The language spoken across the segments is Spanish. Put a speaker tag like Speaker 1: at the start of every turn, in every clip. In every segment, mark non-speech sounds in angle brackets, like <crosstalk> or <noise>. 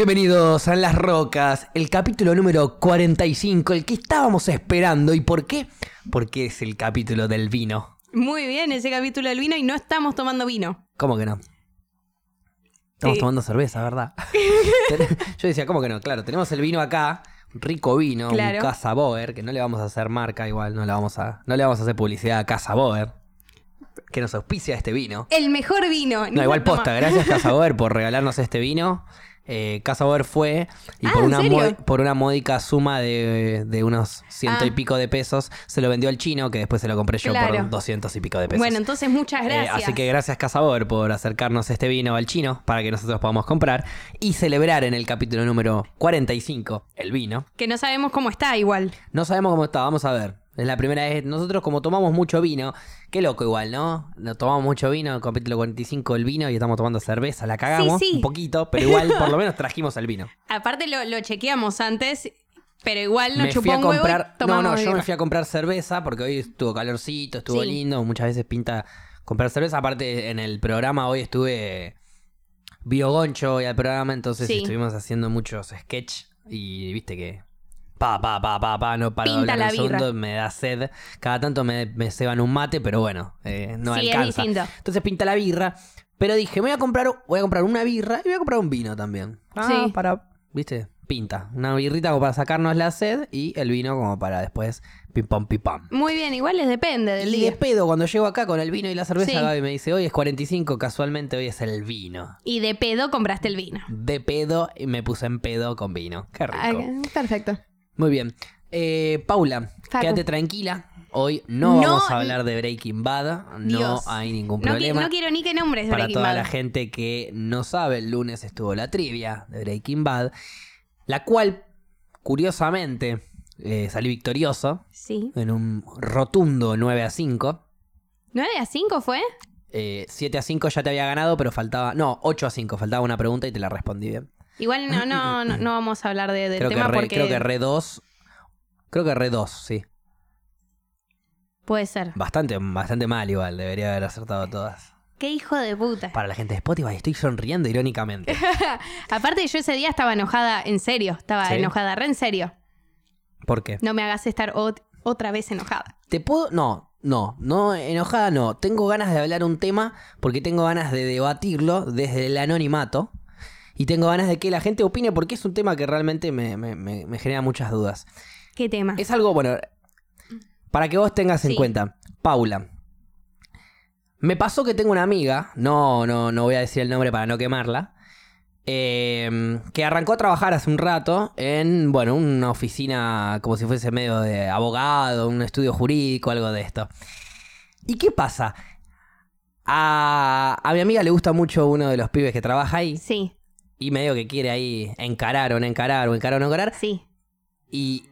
Speaker 1: Bienvenidos a Las Rocas, el capítulo número 45, el que estábamos esperando. ¿Y por qué? Porque es el capítulo del vino.
Speaker 2: Muy bien, ese capítulo del vino y no estamos tomando vino.
Speaker 1: ¿Cómo que no? Estamos
Speaker 2: Sí.
Speaker 1: tomando cerveza,
Speaker 2: <laughs>
Speaker 1: ¿verdad? <laughs> Yo decía, ¿cómo que no? Claro, tenemos el vino acá, un rico vino,
Speaker 2: Claro.
Speaker 1: un Casa Boer, que no le vamos a hacer marca igual, no, la vamos a, no le vamos a hacer publicidad a Casa Boer, que nos auspicia este vino.
Speaker 2: El mejor vino.
Speaker 1: No, igual
Speaker 2: Toma.
Speaker 1: posta, gracias Casa Boer
Speaker 2: <laughs>
Speaker 1: por regalarnos este vino. Eh, Casa Boer fue y
Speaker 2: Ah,
Speaker 1: por,
Speaker 2: ¿en
Speaker 1: una
Speaker 2: serio?
Speaker 1: mo- por una módica suma de, de unos ciento y
Speaker 2: Ah.
Speaker 1: pico de pesos se lo vendió al chino que después se lo compré yo
Speaker 2: Claro.
Speaker 1: por doscientos y pico de pesos.
Speaker 2: Bueno, entonces muchas
Speaker 1: Eh,
Speaker 2: gracias.
Speaker 1: así que gracias Casa Boer por acercarnos este vino al chino para que nosotros podamos comprar y celebrar en el capítulo número 45 el vino.
Speaker 2: Que no sabemos cómo está igual.
Speaker 1: No sabemos cómo está, vamos a ver. Es la primera vez. Nosotros, como tomamos mucho vino, qué loco igual, ¿no? No Tomamos mucho vino, capítulo 45 el vino y estamos tomando cerveza. La cagamos
Speaker 2: Sí, sí.
Speaker 1: un poquito, pero
Speaker 2: <laughs>
Speaker 1: igual por lo menos trajimos el vino.
Speaker 2: Aparte lo, lo chequeamos antes, pero igual no
Speaker 1: me fui
Speaker 2: chupó
Speaker 1: a
Speaker 2: un huevo y
Speaker 1: comprar. No,
Speaker 2: tomamos
Speaker 1: no, yo
Speaker 2: vino.
Speaker 1: me fui a comprar cerveza porque hoy estuvo calorcito, estuvo
Speaker 2: Sí.
Speaker 1: lindo. Muchas veces pinta comprar cerveza. Aparte, en el programa hoy estuve biogoncho hoy al programa, entonces
Speaker 2: Sí.
Speaker 1: estuvimos haciendo muchos sketch y viste que. Pa, pa, pa, pa, pa, no paro de
Speaker 2: Pinta
Speaker 1: hablar
Speaker 2: la
Speaker 1: un
Speaker 2: birra.
Speaker 1: segundo, me da sed. Cada tanto me, me ceban un mate, pero bueno, eh, no
Speaker 2: Sí, es
Speaker 1: alcanza.
Speaker 2: distinto.
Speaker 1: Entonces pinta la birra. Pero dije, me voy a comprar, voy a comprar una birra y voy a comprar un vino también. Ah,
Speaker 2: Sí.
Speaker 1: para, viste, pinta. Una birrita como para sacarnos la sed y el vino como para después pim pam pim pam.
Speaker 2: Muy bien, igual les depende del
Speaker 1: Y de
Speaker 2: día.
Speaker 1: pedo, cuando llego acá con el vino y la cerveza,
Speaker 2: Sí.
Speaker 1: Gaby me dice, hoy es 45, casualmente hoy es el vino.
Speaker 2: Y de pedo compraste el vino.
Speaker 1: De pedo y me puse en pedo con vino. Qué rico.
Speaker 2: Ah, perfecto.
Speaker 1: Muy bien. Eh, Paula,
Speaker 2: Facu.
Speaker 1: quédate tranquila. Hoy no,
Speaker 2: No,
Speaker 1: vamos a hablar de Breaking Bad.
Speaker 2: Dios.
Speaker 1: No hay ningún
Speaker 2: No, qui-
Speaker 1: problema.
Speaker 2: no quiero ni que nombres de
Speaker 1: Para
Speaker 2: Breaking
Speaker 1: toda
Speaker 2: Bad.
Speaker 1: la gente que no sabe, el lunes estuvo la trivia de Breaking Bad, la cual, curiosamente, eh, salí victorioso
Speaker 2: Sí.
Speaker 1: en un rotundo 9 a 5.
Speaker 2: ¿9 a 5 fue?
Speaker 1: Eh, 7 a 5 ya te había ganado, pero faltaba. No, 8 a 5, faltaba una pregunta y te la respondí bien.
Speaker 2: Igual no, no,
Speaker 1: <laughs>
Speaker 2: no, no vamos a hablar de, del
Speaker 1: Creo que,
Speaker 2: tema
Speaker 1: re,
Speaker 2: porque
Speaker 1: creo que re 2. Creo que re 2, sí.
Speaker 2: puede ser.
Speaker 1: Bastante, bastante mal igual, debería haber acertado todas.
Speaker 2: Qué hijo de puta.
Speaker 1: Para la gente de Spotify, estoy sonriendo
Speaker 2: <laughs>
Speaker 1: irónicamente.
Speaker 2: Aparte, yo ese día estaba enojada en serio. Estaba
Speaker 1: ¿Sí?
Speaker 2: enojada, re en serio.
Speaker 1: ¿Por qué?
Speaker 2: No me hagas estar ot- otra vez enojada.
Speaker 1: Te puedo. No, no, no, enojada no. Tengo ganas de hablar un tema porque tengo ganas de debatirlo desde el anonimato. Y tengo ganas de que la gente opine porque es un tema que realmente me, me- me- me genera muchas dudas.
Speaker 2: ¿Qué tema?
Speaker 1: Es algo, bueno, para que vos tengas en
Speaker 2: Sí.
Speaker 1: cuenta. Paula. Me pasó que tengo una amiga, no, no, no voy a decir el nombre para no quemarla, eh, que arrancó a trabajar hace un rato en, bueno, una oficina como si fuese medio de abogado, un estudio jurídico, algo de esto. ¿Y qué pasa? A, a mi amiga le gusta mucho uno de los pibes que trabaja ahí
Speaker 2: Sí,
Speaker 1: y medio que quiere ahí encarar o no encarar o encarar o no encarar
Speaker 2: sí.
Speaker 1: y,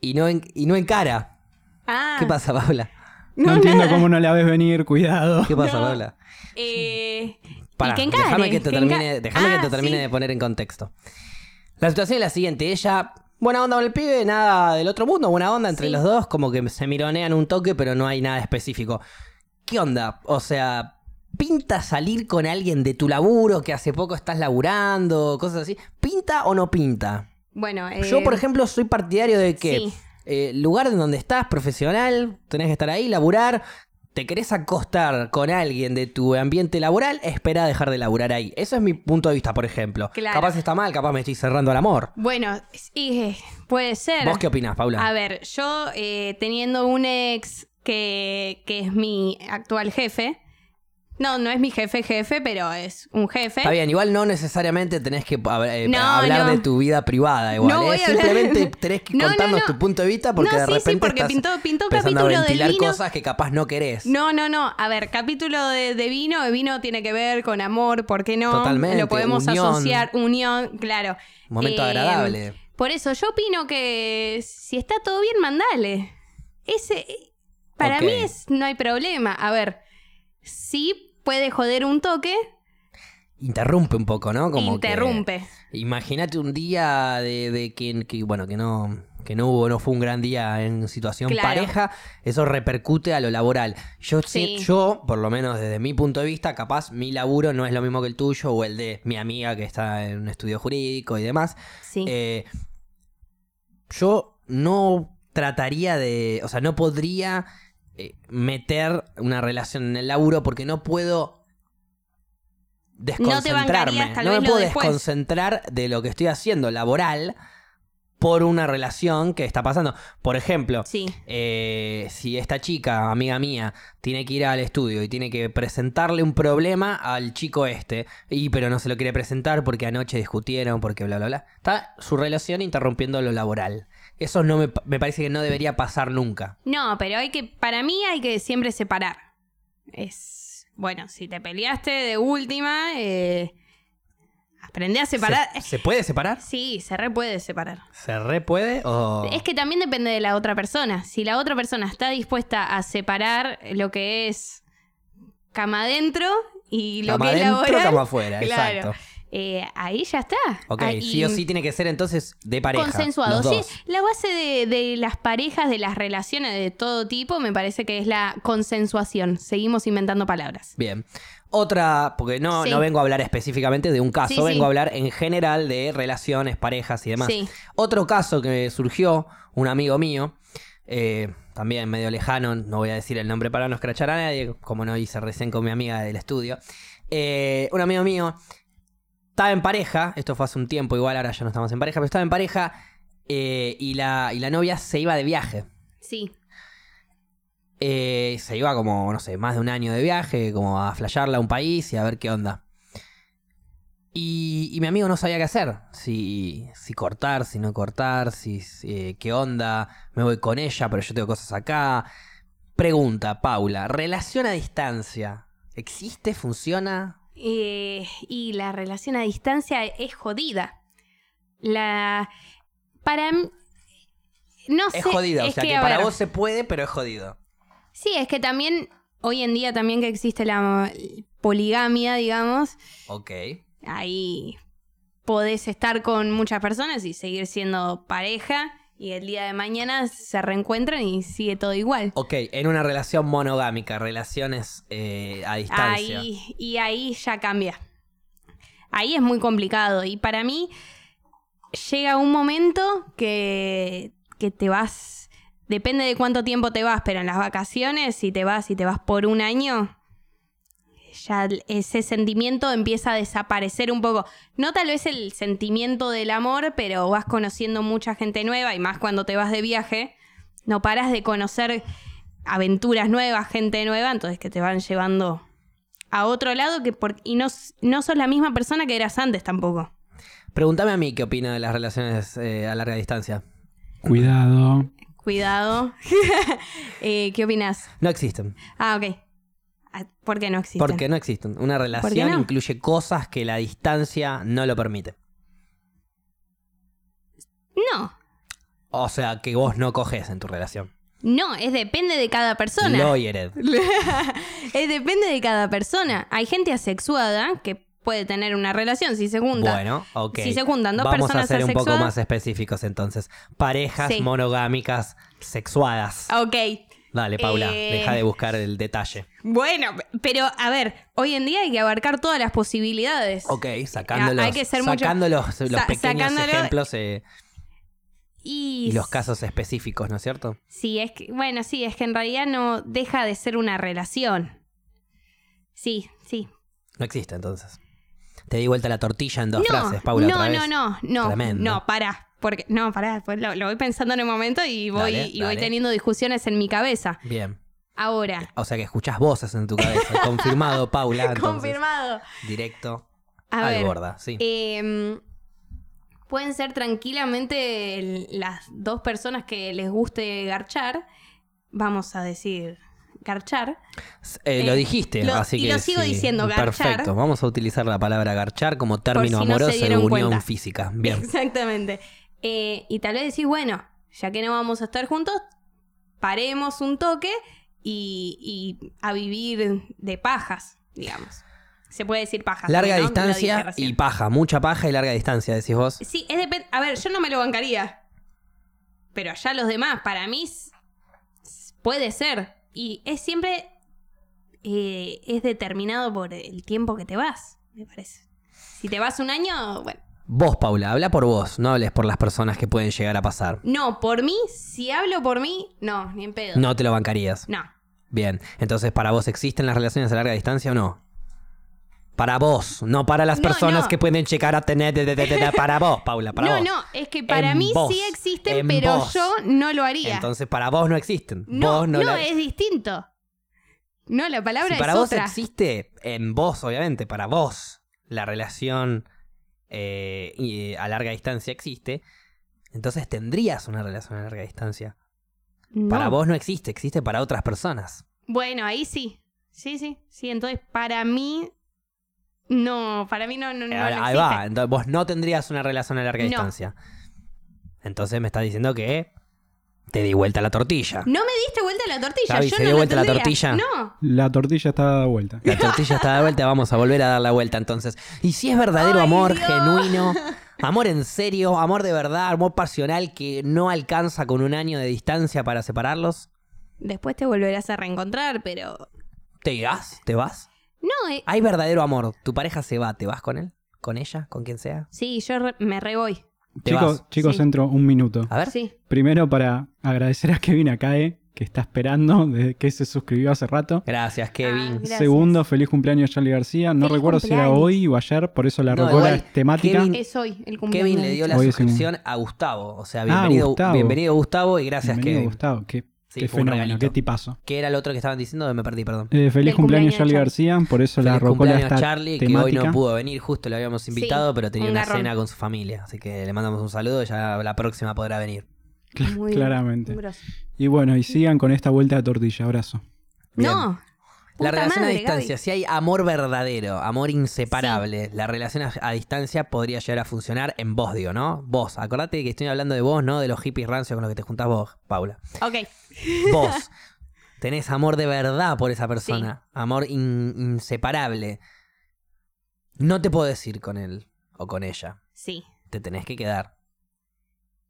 Speaker 1: y, no, en- y no encara.
Speaker 2: Ah,
Speaker 1: ¿Qué pasa, Paula?
Speaker 2: No,
Speaker 3: No, entiendo
Speaker 2: nada.
Speaker 3: cómo no la ves venir, cuidado.
Speaker 1: ¿Qué pasa,
Speaker 2: No.
Speaker 1: Paula?
Speaker 2: Eh,
Speaker 1: Pará,
Speaker 2: y que encare,
Speaker 1: déjame que te
Speaker 2: que
Speaker 1: termine,
Speaker 2: enca-
Speaker 1: déjame que
Speaker 2: Ah,
Speaker 1: te termine
Speaker 2: sí.
Speaker 1: de poner en contexto. La situación es la siguiente, ella, buena onda con el pibe, nada del otro mundo, buena onda entre
Speaker 2: Sí.
Speaker 1: los dos, como que se mironean un toque, pero no hay nada específico. ¿Qué onda? O sea, ¿pinta salir con alguien de tu laburo que hace poco estás laburando, cosas así? ¿Pinta o no pinta?
Speaker 2: Bueno, eh,
Speaker 1: Yo, por ejemplo, soy partidario de que
Speaker 2: sí.
Speaker 1: eh, lugar en donde estás, profesional, tenés que estar ahí, laburar. Te querés acostar con alguien de tu ambiente laboral, espera a dejar de laburar ahí. Eso es mi punto de vista, por ejemplo.
Speaker 2: Claro.
Speaker 1: Capaz está mal, capaz me estoy cerrando al amor.
Speaker 2: Bueno, sí, eh, puede ser.
Speaker 1: ¿Vos qué opinás, Paula?
Speaker 2: A ver, yo eh, teniendo un ex que, que es mi actual jefe. No, no es mi jefe jefe, pero es un jefe.
Speaker 1: Está bien, igual no necesariamente tenés que hab- eh,
Speaker 2: No,
Speaker 1: hablar
Speaker 2: no.
Speaker 1: de tu vida privada, igual.
Speaker 2: No
Speaker 1: ¿eh?
Speaker 2: voy a hablar- <laughs>
Speaker 1: Simplemente tenés que
Speaker 2: No, no,
Speaker 1: contarnos
Speaker 2: no.
Speaker 1: tu punto de vista porque
Speaker 2: no,
Speaker 1: de
Speaker 2: sí,
Speaker 1: repente
Speaker 2: sí, porque
Speaker 1: estás
Speaker 2: pintó, pintó un
Speaker 1: empezando a
Speaker 2: capítulo del
Speaker 1: ventilar
Speaker 2: vino.
Speaker 1: cosas que capaz no querés.
Speaker 2: No, no, no. A ver, capítulo de, de vino. El vino tiene que ver con amor, ¿por qué no?
Speaker 1: Totalmente,
Speaker 2: Lo podemos
Speaker 1: unión.
Speaker 2: asociar, unión, claro.
Speaker 1: Momento
Speaker 2: Eh,
Speaker 1: agradable.
Speaker 2: Por eso yo opino que si está todo bien, mandale. Ese, para
Speaker 1: Ok.
Speaker 2: mí es, no hay problema. A ver, sí puede joder un toque,
Speaker 1: interrumpe un poco, ¿no? Como que-
Speaker 2: Interrumpe.
Speaker 1: Imagínate un día de, de que, que, bueno, que no, que no hubo, no fue un gran día en situación
Speaker 2: Claro.
Speaker 1: pareja, eso repercute a lo laboral. Yo, si-
Speaker 2: Sí.
Speaker 1: yo, por lo menos desde mi punto de vista, capaz mi laburo no es lo mismo que el tuyo o el de mi amiga que está en un estudio jurídico y demás.
Speaker 2: Sí.
Speaker 1: Eh, yo no trataría de, o sea, no podría eh, meter una relación en el laburo porque no puedo
Speaker 2: No te
Speaker 1: desconcentrarme.
Speaker 2: bancarías, tal
Speaker 1: me
Speaker 2: vez, lo
Speaker 1: puedo
Speaker 2: después.
Speaker 1: desconcentrar de lo que estoy haciendo laboral por una relación que está pasando. Por ejemplo,
Speaker 2: sí.
Speaker 1: eh, si esta chica, amiga mía, tiene que ir al estudio y tiene que presentarle un problema al chico este, y pero no se lo quiere presentar porque anoche discutieron, porque bla, bla, bla, está su relación interrumpiendo lo laboral. Eso no me, pa- me parece que no debería pasar nunca.
Speaker 2: No, pero hay que, para mí hay que siempre separar. Es, bueno, si te peleaste de última, eh, aprende a separar.
Speaker 1: ¿Se, se puede separar?
Speaker 2: Sí, se re puede separar.
Speaker 1: ¿Se re puede? O...
Speaker 2: Es que también depende de la otra persona. Si la otra persona está dispuesta a separar lo que es cama adentro y lo
Speaker 1: Cama
Speaker 2: que es
Speaker 1: adentro,
Speaker 2: laboral,
Speaker 1: cama afuera,
Speaker 2: claro.
Speaker 1: exacto.
Speaker 2: eh, ahí ya está.
Speaker 1: Ok,
Speaker 2: Ah, y
Speaker 1: sí o sí tiene que ser entonces de pareja.
Speaker 2: Consensuado.
Speaker 1: los
Speaker 2: Sí,
Speaker 1: dos.
Speaker 2: la base de, de las parejas, de las relaciones de todo tipo, me parece que es la consensuación. Seguimos inventando palabras.
Speaker 1: Bien. Otra, porque no,
Speaker 2: Sí.
Speaker 1: no vengo a hablar específicamente de un caso,
Speaker 2: Sí, sí.
Speaker 1: vengo a hablar en general de relaciones, parejas y demás.
Speaker 2: Sí.
Speaker 1: Otro caso que surgió, un amigo mío, eh, también medio lejano, no voy a decir el nombre para no escrachar a nadie, como no hice recién con mi amiga del estudio. Eh, un amigo mío estaba en pareja, esto fue hace un tiempo, igual ahora ya no estamos en pareja, pero estaba en pareja eh, y, la, y la novia se iba de viaje.
Speaker 2: Sí.
Speaker 1: Eh, se iba como, no sé, más de un año de viaje, como a flashearla a un país y a ver qué onda. Y, y mi amigo no sabía qué hacer. Si, si cortar, si no cortar, si, si, eh, qué onda, me voy con ella, pero yo tengo cosas acá. Pregunta, Paula, ¿relación a distancia existe? ¿Funciona?
Speaker 2: Eh, y la relación a distancia es jodida. La. Para. mí- No sé.
Speaker 1: Es jodida, o
Speaker 2: es
Speaker 1: sea que,
Speaker 2: a
Speaker 1: para
Speaker 2: ver,
Speaker 1: vos se puede, pero es jodido.
Speaker 2: Sí, es que también. Hoy en día también que existe la poligamia, digamos.
Speaker 1: Ok.
Speaker 2: ahí podés estar con muchas personas y seguir siendo pareja y el día de mañana se reencuentran y sigue todo igual.
Speaker 1: Ok, en una relación monogámica, relaciones eh, a distancia.
Speaker 2: Ahí, y ahí ya cambia. Ahí es muy complicado y para mí llega un momento que, que te vas, depende de cuánto tiempo te vas, pero en las vacaciones si te vas y te vas por un año, ya el- ese sentimiento empieza a desaparecer un poco. No tal vez el sentimiento del amor, pero vas conociendo mucha gente nueva y más cuando te vas de viaje, no paras de conocer aventuras nuevas, gente nueva, entonces que te van llevando a otro lado que por- y no, s- no sos la misma persona que eras antes tampoco.
Speaker 1: Pregúntame a mí qué opina de las relaciones eh, a larga distancia.
Speaker 3: Cuidado.
Speaker 2: Cuidado. <laughs> Eh, ¿Qué opinas?
Speaker 1: No existen,
Speaker 2: Ah, ok. Ah, ¿Por qué no existe?
Speaker 1: porque no existen. Una relación
Speaker 2: no?
Speaker 1: incluye cosas que la distancia no lo permite.
Speaker 2: No,
Speaker 1: O sea, que vos no coges en tu relación.
Speaker 2: no, es depende de cada persona.
Speaker 1: Lawyered.
Speaker 2: <laughs> Es depende de cada persona. Hay gente asexuada que puede tener una relación si se junta.
Speaker 1: Bueno, ok.
Speaker 2: Si se juntan dos
Speaker 1: Vamos a
Speaker 2: personas
Speaker 1: ser un poco
Speaker 2: asexuadas-
Speaker 1: más específicos entonces. Parejas
Speaker 2: Sí.
Speaker 1: monogámicas sexuadas.
Speaker 2: Ok.
Speaker 1: Dale, Paula,
Speaker 2: Eh.
Speaker 1: deja de buscar el detalle.
Speaker 2: Bueno, pero a ver, hoy en día hay que abarcar todas las posibilidades.
Speaker 1: Ok, sacándolos,
Speaker 2: eh, hay que ser mucho-
Speaker 1: sacando los, los
Speaker 2: sa-
Speaker 1: pequeños
Speaker 2: sacándolo-
Speaker 1: ejemplos eh,
Speaker 2: Y,
Speaker 1: y los casos específicos, ¿no es cierto?
Speaker 2: Sí, es que, bueno, sí, es que en realidad no deja de ser una relación. Sí, sí.
Speaker 1: No existe entonces. Te di vuelta la tortilla en dos
Speaker 2: no,
Speaker 1: frases, Paula.
Speaker 2: no,
Speaker 1: otra vez.
Speaker 2: no, no, no,
Speaker 1: Tremendo.
Speaker 2: no, pará. Porque, no, pará, después lo, lo voy pensando en el momento y voy,
Speaker 1: Dale,
Speaker 2: y voy
Speaker 1: dale.
Speaker 2: teniendo discusiones en mi cabeza.
Speaker 1: Bien.
Speaker 2: Ahora,
Speaker 1: O sea que escuchás voces en tu
Speaker 2: <laughs>
Speaker 1: cabeza. Confirmado, Paula. entonces.
Speaker 2: confirmado.
Speaker 1: Directo
Speaker 2: A
Speaker 1: al
Speaker 2: ver,
Speaker 1: gorda, sí.
Speaker 2: eh, pueden ser tranquilamente el- las dos personas que les guste garchar. Vamos a decir garchar.
Speaker 1: S- eh, lo
Speaker 2: eh,
Speaker 1: dijiste,
Speaker 2: lo-
Speaker 1: así
Speaker 2: y
Speaker 1: que.
Speaker 2: lo sigo
Speaker 1: sí,
Speaker 2: diciendo, garchar.
Speaker 1: Perfecto. Vamos a utilizar la palabra garchar como término
Speaker 2: si no se
Speaker 1: amoroso de
Speaker 2: dieron
Speaker 1: unión
Speaker 2: cuenta.
Speaker 1: física. Bien.
Speaker 2: Exactamente. Eh, y tal vez decís, bueno, ya que no vamos a estar juntos, paremos un toque y, y a vivir de pajas, digamos. Se puede decir paja.
Speaker 1: <laughs> Larga
Speaker 2: ¿no? Lo dije
Speaker 1: distancia
Speaker 2: recién.
Speaker 1: y paja. Mucha paja y larga distancia, decís vos.
Speaker 2: Sí, es depende. A ver, yo no me lo bancaría. Pero allá los demás, para mí, s- s- puede ser. Y es siempre. eh, es determinado por el tiempo que te vas, me parece. Si te vas un año, bueno.
Speaker 1: Vos, Paula, habla por vos, no hables por las personas que pueden llegar a pasar.
Speaker 2: No, por mí, si hablo por mí, no, ni en pedo.
Speaker 1: No te lo bancarías.
Speaker 2: No.
Speaker 1: Bien, entonces para vos existen las relaciones a larga distancia o no? Para vos, no para las
Speaker 2: No,
Speaker 1: personas
Speaker 2: no.
Speaker 1: que pueden llegar a tener de- de- de- de- para vos, Paula, para
Speaker 2: <laughs> no,
Speaker 1: vos.
Speaker 2: no, es que para
Speaker 1: En
Speaker 2: mí
Speaker 1: vos,
Speaker 2: sí existen,
Speaker 1: en
Speaker 2: pero
Speaker 1: vos.
Speaker 2: yo no lo haría.
Speaker 1: Entonces para vos no existen.
Speaker 2: no,
Speaker 1: vos
Speaker 2: no,
Speaker 1: no, la-
Speaker 2: es distinto. No, la palabra
Speaker 1: Si para
Speaker 2: es
Speaker 1: vos
Speaker 2: otra.
Speaker 1: existe, en vos, obviamente, para vos, la relación eh, y, eh, a larga distancia existe, entonces tendrías una relación a larga distancia.
Speaker 2: No.
Speaker 1: Para vos no existe, existe para otras personas.
Speaker 2: Bueno, ahí sí. Sí, sí, sí. Entonces, para mí. No, para mí no. no, no
Speaker 1: Eh, Ahora,
Speaker 2: no
Speaker 1: ahí
Speaker 2: existe.
Speaker 1: va, entonces vos no tendrías una relación a larga
Speaker 2: No.
Speaker 1: distancia. Entonces me estás diciendo que te di vuelta la tortilla.
Speaker 2: No me diste vuelta la tortilla.
Speaker 1: Gaby,
Speaker 2: yo
Speaker 1: ¿se
Speaker 2: no
Speaker 1: dio
Speaker 2: lo
Speaker 1: vuelta la
Speaker 2: tendría.
Speaker 1: tortilla?
Speaker 2: No.
Speaker 3: La tortilla está dada vuelta.
Speaker 1: La tortilla está de vuelta, vamos a volver a dar la vuelta entonces. Y si es verdadero
Speaker 2: Ay,
Speaker 1: amor
Speaker 2: Dios. <laughs>
Speaker 1: genuino, amor en serio, amor de verdad, amor pasional que no alcanza con un año de distancia para separarlos,
Speaker 2: Después te volverás a reencontrar, pero.
Speaker 1: ¿te irás? ¿Te vas?
Speaker 2: No, eh,
Speaker 1: Hay verdadero amor, tu pareja se va, ¿te vas con él? ¿Con ella? ¿Con quien sea?
Speaker 2: Sí, yo re- me re voy.
Speaker 1: ¿Te vas?
Speaker 3: Chicos, chicos,
Speaker 2: Sí.
Speaker 3: entro un minuto.
Speaker 1: A ver,
Speaker 2: Sí.
Speaker 3: Primero para agradecer a Kevin Acae, que está esperando desde que se suscribió hace rato.
Speaker 1: gracias Kevin.
Speaker 2: Gracias.
Speaker 3: Segundo, feliz cumpleaños Charlie García. No
Speaker 2: Feliz
Speaker 3: recuerdo si era
Speaker 2: cumpleaños.
Speaker 3: hoy o ayer, por eso la
Speaker 1: No,
Speaker 3: rocola
Speaker 1: igual,
Speaker 3: es temática.
Speaker 1: Kevin-
Speaker 2: Es hoy el cumpleaños.
Speaker 1: Kevin le dio la
Speaker 3: Hoy es un-
Speaker 1: suscripción a Gustavo, o sea, bienvenido
Speaker 3: Ah, Gustavo.
Speaker 1: bienvenido Gustavo y gracias
Speaker 3: Bienvenido,
Speaker 1: Kevin.
Speaker 3: Gustavo. Qué,
Speaker 1: Sí,
Speaker 3: qué
Speaker 1: fue un
Speaker 3: fenómeno,
Speaker 1: regalito.
Speaker 3: qué tipazo.
Speaker 1: ¿Qué era el otro que estaban diciendo? Me perdí, perdón.
Speaker 3: Eh, feliz
Speaker 2: cumpleaños
Speaker 3: cumpleaños,
Speaker 2: de
Speaker 3: Charlie García, por eso la
Speaker 1: Feliz
Speaker 3: rocola
Speaker 1: cumpleaños
Speaker 3: está
Speaker 1: Charlie,
Speaker 3: temática.
Speaker 1: que hoy no pudo venir, justo lo habíamos invitado,
Speaker 2: Sí,
Speaker 1: pero tenía
Speaker 2: un
Speaker 1: una
Speaker 2: garrón.
Speaker 1: cena con su familia. Así que le mandamos un saludo, ya la próxima podrá venir.
Speaker 3: Cla-
Speaker 2: Muy
Speaker 3: claramente.
Speaker 2: groso.
Speaker 3: Y bueno, y sigan con esta vuelta de tortilla. Abrazo.
Speaker 1: Bien.
Speaker 2: No.
Speaker 1: La
Speaker 2: Puta
Speaker 1: relación
Speaker 2: madre,
Speaker 1: a distancia, si hay amor verdadero, amor inseparable, la relación a, a distancia podría llegar a funcionar en vos, digo, ¿no? Vos, acordate que estoy hablando de vos, ¿no? De los hippies rancios con los que te juntás vos, Paula.
Speaker 2: Gaby. Ok.
Speaker 1: Vos tenés amor de verdad por esa persona, amor in- inseparable. No te podés ir con él o con ella,
Speaker 2: Sí.
Speaker 1: te tenés que quedar.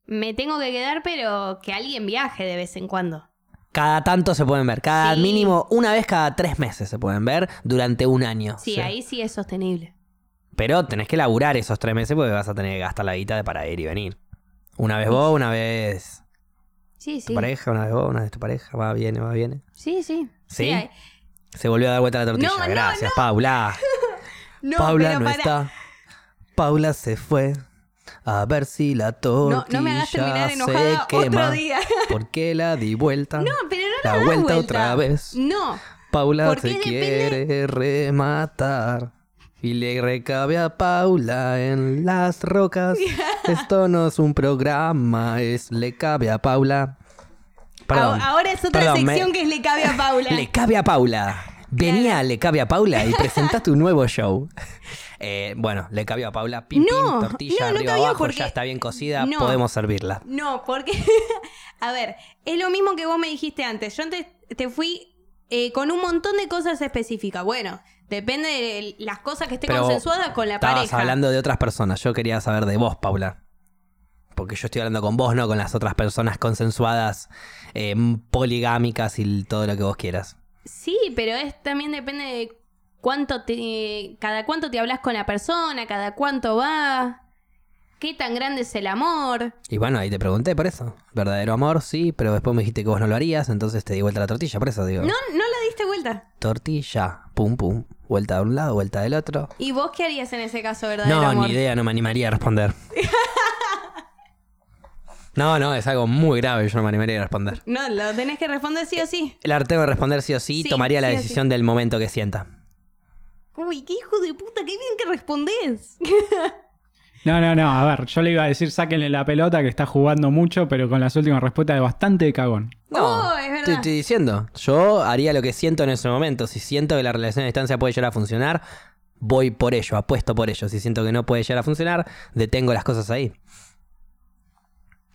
Speaker 2: Me tengo que quedar, pero que alguien viaje de vez en cuando.
Speaker 1: Cada tanto se pueden ver. Cada
Speaker 2: Sí.
Speaker 1: mínimo, una vez cada tres meses se pueden ver durante un año.
Speaker 2: Sí,
Speaker 1: Sí.
Speaker 2: ahí sí es sostenible.
Speaker 1: Pero tenés que laburar esos tres meses porque vas a tener que gastar la guita de para ir y venir. Una vez vos, una vez
Speaker 2: Sí,
Speaker 1: tu
Speaker 2: sí.
Speaker 1: pareja, una vez vos, una vez tu pareja. Va, viene, va, viene.
Speaker 2: Sí, sí.
Speaker 1: ¿Sí?
Speaker 2: ahí-
Speaker 1: Se volvió a dar vuelta la tortilla.
Speaker 2: No, no,
Speaker 1: Gracias, Paula.
Speaker 2: No,
Speaker 1: Paula
Speaker 2: pero
Speaker 1: no
Speaker 2: pará.
Speaker 1: está. Paula se fue. A ver si la tortilla
Speaker 2: No, no me hagas terminar
Speaker 1: se
Speaker 2: enojada
Speaker 1: quema.
Speaker 2: otro día. <laughs>
Speaker 1: Porque la di vuelta.
Speaker 2: No, pero no
Speaker 1: La
Speaker 2: me das
Speaker 1: vuelta otra vez.
Speaker 2: No.
Speaker 1: Paula
Speaker 2: ¿Por
Speaker 1: se
Speaker 2: qué depende?
Speaker 1: quiere rematar. Y le recabe a Paula en las
Speaker 2: <laughs>
Speaker 1: rocas. Esto no es un programa, es le cabe a Paula. Perdón.
Speaker 2: A- Ahora es otra
Speaker 1: Perdón, me-
Speaker 2: sección que es le cabe a Paula.
Speaker 1: <laughs> Le cabe a Paula. Venía a Le cabe a Paula y presentaste un nuevo
Speaker 2: <laughs>
Speaker 1: show. Eh, bueno, le cabe a Paula. Pim,
Speaker 2: No,
Speaker 1: pim, tortilla
Speaker 2: no, no
Speaker 1: arriba
Speaker 2: está bien
Speaker 1: abajo,
Speaker 2: porque-
Speaker 1: ya está bien cocida,
Speaker 2: No.
Speaker 1: podemos servirla.
Speaker 2: No, porque. <laughs> a ver, es lo mismo que vos me dijiste antes. Yo antes te fui eh, con un montón de cosas específicas. Bueno, depende de las cosas que esté
Speaker 1: Pero
Speaker 2: consensuadas con la
Speaker 1: Estabas
Speaker 2: pareja.
Speaker 1: hablando de otras personas. Yo quería saber de vos, Paula. Porque yo estoy hablando con vos, no con las otras personas consensuadas, eh, poligámicas y l- todo lo que vos quieras.
Speaker 2: Sí, pero es también depende de cuánto te. cada cuánto te hablas con la persona, cada cuánto va. Qué tan grande es el amor.
Speaker 1: Y bueno, ahí te pregunté por eso. Verdadero amor, sí, pero después me dijiste que vos no lo harías, entonces te di vuelta la tortilla, por eso digo.
Speaker 2: No, no la diste vuelta.
Speaker 1: Tortilla, pum, pum. Vuelta de un lado, vuelta del otro.
Speaker 2: ¿Y vos qué harías en ese caso, verdadero
Speaker 1: No,
Speaker 2: amor?
Speaker 1: ni idea, no me animaría a
Speaker 2: <laughs>
Speaker 1: responder. No, no, es algo muy grave, yo no me animaría a responder.
Speaker 2: No, lo tenés que responder sí o sí.
Speaker 1: La tengo que responder sí o sí,
Speaker 2: Sí,
Speaker 1: tomaría la
Speaker 2: sí o sí.
Speaker 1: decisión del momento que sienta.
Speaker 2: Uy, qué hijo de puta, qué bien que respondés.
Speaker 3: No, no, no. A ver, yo le iba a decir sáquenle la pelota que está jugando mucho, pero con las últimas respuestas de bastante de cagón.
Speaker 1: No,
Speaker 2: Oh, es verdad.
Speaker 1: te estoy diciendo. Yo haría lo que siento en ese momento. Si siento que la relación a distancia puede llegar a funcionar, voy por ello, apuesto por ello. Si siento que no puede llegar a funcionar, detengo las cosas ahí.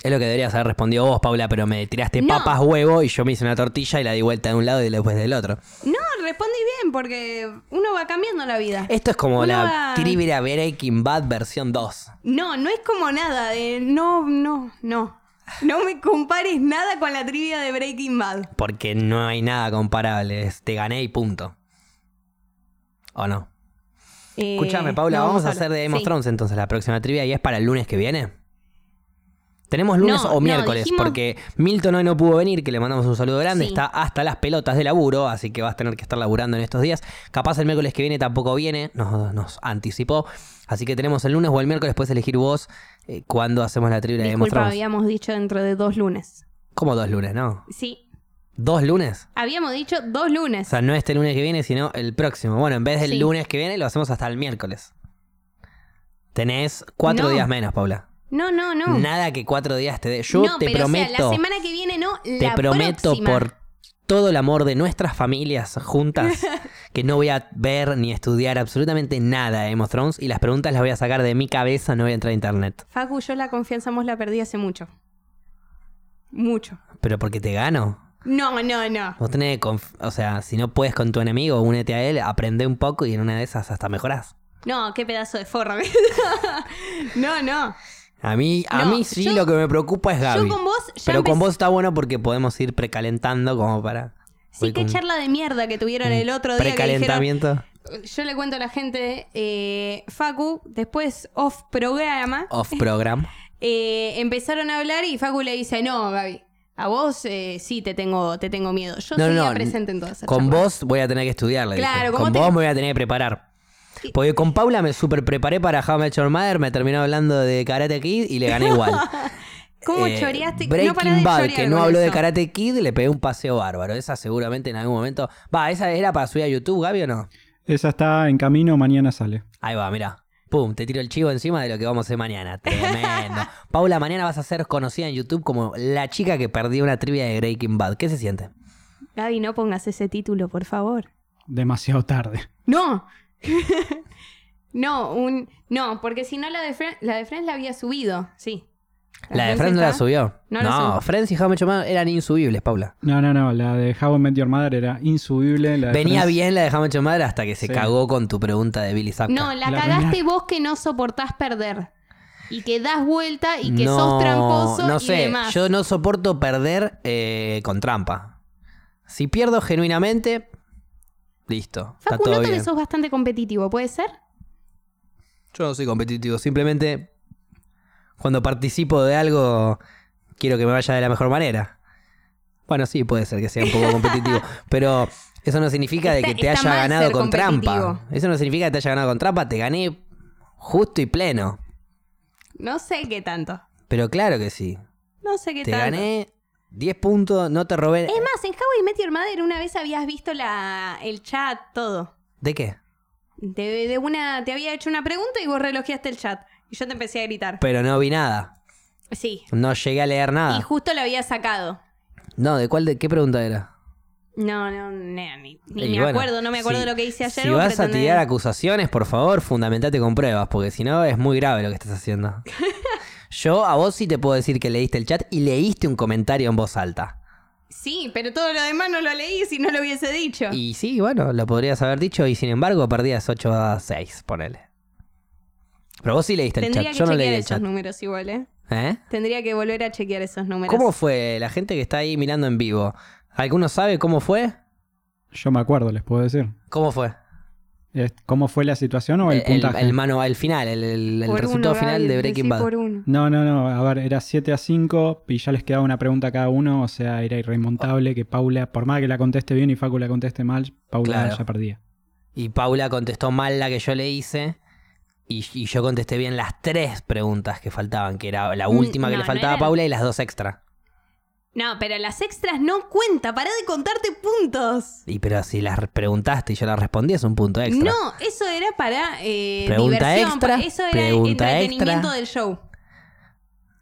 Speaker 1: Es lo que deberías haber respondido vos, Paula, pero me tiraste
Speaker 2: No.
Speaker 1: papas, huevo y yo me hice una tortilla y la di vuelta de un lado y después del otro.
Speaker 2: <laughs> No, respondí bien porque uno va cambiando la vida.
Speaker 1: Esto es como
Speaker 2: Uno
Speaker 1: la
Speaker 2: va-
Speaker 1: Trivia Breaking Bad versión 2.
Speaker 2: No, no es como nada. de no, no, no. No me compares nada con la trivia de Breaking Bad.
Speaker 1: Porque no hay nada comparable. es te gané y punto. ¿O no?
Speaker 2: Eh,
Speaker 1: Escúchame, Paula,
Speaker 2: no,
Speaker 1: vamos a
Speaker 2: hablar.
Speaker 1: hacer de Game of
Speaker 2: Sí.
Speaker 1: Thrones entonces la próxima trivia y es para el lunes que viene. Tenemos lunes
Speaker 2: No,
Speaker 1: o
Speaker 2: no,
Speaker 1: miércoles,
Speaker 2: dijimos-
Speaker 1: porque Milton hoy no pudo venir, que le mandamos un saludo grande,
Speaker 2: Sí.
Speaker 1: está hasta las pelotas de laburo, así que vas a tener que estar laburando en estos días. Capaz el miércoles que viene tampoco viene, nos, nos anticipó. Así que tenemos el lunes o el miércoles, puedes elegir vos eh, cuándo hacemos la trivia de Game of
Speaker 2: Disculpa,
Speaker 1: Thrones.
Speaker 2: habíamos dicho dentro de dos lunes.
Speaker 1: ¿Cómo dos lunes, no?
Speaker 2: Sí,
Speaker 1: ¿Dos lunes?
Speaker 2: habíamos dicho dos
Speaker 1: O
Speaker 2: lunes.
Speaker 1: sea, no este lunes que viene, sino el próximo. Bueno, en vez del
Speaker 2: Sí.
Speaker 1: lunes que viene, lo hacemos hasta el miércoles. Tenés cuatro
Speaker 2: No.
Speaker 1: días menos, Paula.
Speaker 2: No, no, no.
Speaker 1: Nada que cuatro días te dé. Yo
Speaker 2: no,
Speaker 1: te
Speaker 2: pero, o sea,
Speaker 1: prometo,
Speaker 2: la semana que viene no, la
Speaker 1: te prometo
Speaker 2: próxima.
Speaker 1: por todo el amor de nuestras familias
Speaker 2: <laughs>
Speaker 1: juntas que no voy a ver ni estudiar absolutamente nada de Game of Thrones y las preguntas las voy a sacar de mi cabeza, no voy a entrar a internet.
Speaker 2: Facu, yo la confianza hemos la perdí hace mucho. Mucho.
Speaker 1: Pero porque te gano.
Speaker 2: No, no, no.
Speaker 1: Vos tenés que conf- o sea, si no puedes con tu enemigo, únete a él, aprende un poco y en una de esas hasta mejorás.
Speaker 2: No, qué pedazo de forro. <laughs> no, no.
Speaker 1: A mí, a
Speaker 2: No,
Speaker 1: mí sí
Speaker 2: yo-
Speaker 1: lo que me preocupa es Gaby.
Speaker 2: Yo con vos ya
Speaker 1: Pero con
Speaker 2: empecé-
Speaker 1: vos está bueno porque podemos ir precalentando como para...
Speaker 2: Sí,
Speaker 1: voy
Speaker 2: qué
Speaker 1: con
Speaker 2: charla de mierda que tuvieron
Speaker 1: un
Speaker 2: el otro día. que dijeron,
Speaker 1: Precalentamiento.
Speaker 2: <laughs> yo le cuento a la gente, eh, Facu, después off programa,
Speaker 1: Off program.
Speaker 2: eh, empezaron a hablar y Facu le dice, no, Gaby, a vos eh, sí te tengo, te tengo miedo. Yo
Speaker 1: No,
Speaker 2: seguía
Speaker 1: no, no.
Speaker 2: presente en todas esas
Speaker 1: Con
Speaker 2: charlas.
Speaker 1: vos voy a tener que estudiar, le dije.
Speaker 2: Claro, con
Speaker 1: con
Speaker 2: vos
Speaker 1: vos
Speaker 2: te-
Speaker 1: me voy a tener que preparar.
Speaker 2: Sí.
Speaker 1: Porque con Paula me super preparé para How I Met Your Mother, me terminó hablando de Karate Kid y le
Speaker 2: <laughs>
Speaker 1: gané igual.
Speaker 2: ¿Cómo
Speaker 1: Eh,
Speaker 2: choreaste?
Speaker 1: Breaking
Speaker 2: no parás de
Speaker 1: Bad,
Speaker 2: chorear
Speaker 1: que no
Speaker 2: con
Speaker 1: habló de
Speaker 2: eso.
Speaker 1: Karate Kid, le pegué un paseo bárbaro. Esa seguramente en algún momento... Va, ¿esa era para subir a YouTube, Gaby, o no?
Speaker 3: Esa está en camino, mañana sale.
Speaker 1: Ahí va, mira. Pum, te tiro el chivo encima de lo que vamos a hacer mañana.
Speaker 2: <laughs>
Speaker 1: Tremendo. Paula, mañana vas a ser conocida en YouTube como la chica que perdió una trivia de Breaking Bad. ¿Qué se siente?
Speaker 2: Gaby, no pongas ese título, por favor.
Speaker 3: Demasiado tarde.
Speaker 2: No. <laughs> no, un... No, porque si no la de, Fren- la de Friends la había subido, sí.
Speaker 1: La de Friends no la
Speaker 2: está-
Speaker 1: subió.
Speaker 2: No
Speaker 1: No,
Speaker 2: la subió.
Speaker 1: Friends y How I Met Your Mother eran insubibles, Paula.
Speaker 3: No, no, no. La de How I Met Your Mother era insubible. La de
Speaker 1: Venía
Speaker 3: Friends-
Speaker 1: bien la de How I Met Your Mother hasta que se
Speaker 3: Sí.
Speaker 1: cagó con tu pregunta de Billy Zapka.
Speaker 2: No, la,
Speaker 3: La
Speaker 2: cagaste vos que no soportás perder. Y que das vuelta y que sos tramposo
Speaker 1: no
Speaker 2: y
Speaker 1: sé.
Speaker 2: demás.
Speaker 1: Yo no soporto perder eh, con trampa. Si pierdo genuinamente, listo. está
Speaker 2: Facu,
Speaker 1: todo
Speaker 2: noto que
Speaker 1: bien.
Speaker 2: sos bastante competitivo, ¿puede ser?
Speaker 1: Yo no soy competitivo, simplemente cuando participo de algo quiero que me vaya de la mejor manera. Bueno, sí, puede ser que sea un
Speaker 2: <laughs>
Speaker 1: poco competitivo, pero eso no significa de que
Speaker 2: Está-
Speaker 1: te
Speaker 2: está
Speaker 1: haya
Speaker 2: mal
Speaker 1: ganado
Speaker 2: ser
Speaker 1: con trampa.
Speaker 2: competitivo.
Speaker 1: Eso no significa que te haya ganado con trampa, te gané justo y pleno.
Speaker 2: No sé qué tanto.
Speaker 1: Pero claro que sí,
Speaker 2: No sé qué
Speaker 1: te
Speaker 2: tanto.
Speaker 1: gané 10 puntos, no te robé...
Speaker 2: Es más, en How I Met Your Mother una vez habías visto la, el chat, todo.
Speaker 1: ¿De qué?
Speaker 2: De, de una, te había hecho una pregunta y vos relojeaste el chat. Y yo te empecé a gritar.
Speaker 1: Pero no vi nada,
Speaker 2: Sí.
Speaker 1: no llegué a leer
Speaker 2: Y
Speaker 1: nada.
Speaker 2: justo lo había sacado.
Speaker 1: No, ¿de cuál? De, ¿Qué pregunta era?
Speaker 2: No, no, ne- ni, ni
Speaker 1: Y
Speaker 2: me
Speaker 1: bueno,
Speaker 2: acuerdo, no me acuerdo
Speaker 1: si-
Speaker 2: lo que hice ayer.
Speaker 1: Si
Speaker 2: vos
Speaker 1: vas a
Speaker 2: pretendés-
Speaker 1: tirar acusaciones, por favor, fundamentate con pruebas, porque si no es muy grave lo que estás
Speaker 2: <laughs>
Speaker 1: haciendo. Yo a vos sí te puedo decir que leíste el chat y leíste un comentario en voz alta.
Speaker 2: Sí, pero todo lo demás no lo leí si no lo hubiese dicho.
Speaker 1: Y sí, bueno, lo podrías haber dicho y sin embargo perdías 8 a 6, ponele. Pero vos sí leíste el
Speaker 2: Tendría
Speaker 1: chat,
Speaker 2: que
Speaker 1: yo no
Speaker 2: chequear
Speaker 1: leí el
Speaker 2: esos
Speaker 1: chat.
Speaker 2: números igual, ¿eh?
Speaker 1: ¿Eh?
Speaker 2: Tendría que volver a chequear esos números.
Speaker 1: ¿Cómo fue la gente que está ahí mirando en vivo? ¿Alguno sabe cómo fue?
Speaker 3: Yo me acuerdo, les puedo decir.
Speaker 1: ¿Cómo fue?
Speaker 3: Es- ¿Cómo fue la situación o el, puntaje?
Speaker 1: el mano, el final, el, el- el
Speaker 2: Por
Speaker 1: resultado
Speaker 2: uno,
Speaker 1: final
Speaker 2: Gaby,
Speaker 1: de
Speaker 2: decí
Speaker 1: Breaking Bad.
Speaker 2: por uno.
Speaker 3: No, no, no. A ver, era 7 a 5 y ya les quedaba una pregunta a cada uno. O sea, era irremontable que Paula, por más que la conteste bien y Facu la conteste mal, Paula
Speaker 1: Claro.
Speaker 3: ya perdía.
Speaker 1: Y Paula contestó mal la que yo le hice. Y, y yo contesté bien las tres preguntas que faltaban, que era la
Speaker 2: Mm,
Speaker 1: última que le
Speaker 2: no, no
Speaker 1: faltaba a
Speaker 2: eran-
Speaker 1: Paula y las dos extra.
Speaker 2: No, pero las extras no cuenta. Pará de contarte puntos.
Speaker 1: Y pero si las preguntaste y yo las respondí, es un punto extra.
Speaker 2: No, eso era para eh,
Speaker 1: Pregunta
Speaker 2: diversión.
Speaker 1: extra,
Speaker 2: pa- eso era
Speaker 1: pregunta extra.
Speaker 2: entretenimiento del show.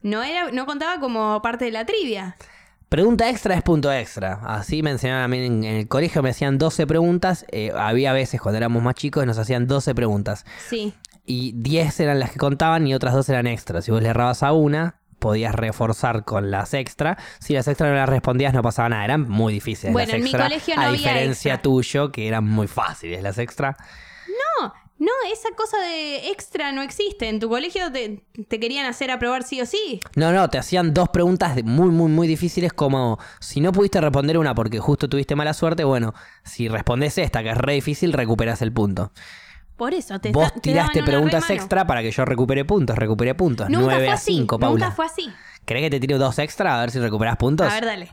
Speaker 2: No, era, no contaba como parte de la trivia.
Speaker 1: Pregunta extra es punto extra. Así me enseñaron a mí en, en el colegio, me hacían 12 preguntas. eh, había veces cuando éramos más chicos nos hacían 12 preguntas.
Speaker 2: Sí.
Speaker 1: Y 10 eran las que contaban y otras dos eran extras. Si vos le errabas a una, podías reforzar con las extra. Si las extra no las respondías, no pasaba nada. Eran muy difíciles
Speaker 2: Bueno,
Speaker 1: las
Speaker 2: en mi
Speaker 1: extra.
Speaker 2: colegio no
Speaker 1: a
Speaker 2: había
Speaker 1: diferencia
Speaker 2: extra.
Speaker 1: tuyo, que eran muy fáciles las extra.
Speaker 2: No, esa cosa de extra no existe. En tu colegio te, te querían hacer aprobar sí o sí.
Speaker 1: No, no, te hacían dos preguntas de- muy, muy, muy difíciles como si no pudiste responder una porque justo tuviste mala suerte, bueno, si respondes esta, que es re difícil, recuperas el punto.
Speaker 2: Por eso te
Speaker 1: Vos
Speaker 2: da- te
Speaker 1: tiraste
Speaker 2: daban una
Speaker 1: preguntas
Speaker 2: remano.
Speaker 1: extra para que yo recupere puntos, recupere puntos.
Speaker 2: Nunca
Speaker 1: 9
Speaker 2: fue
Speaker 1: a
Speaker 2: así,
Speaker 1: 5, Paula.
Speaker 2: Nunca fue así.
Speaker 1: ¿Crees que te tiro dos extra a ver si recuperas puntos?
Speaker 2: A
Speaker 1: <laughs>
Speaker 2: ver, dale.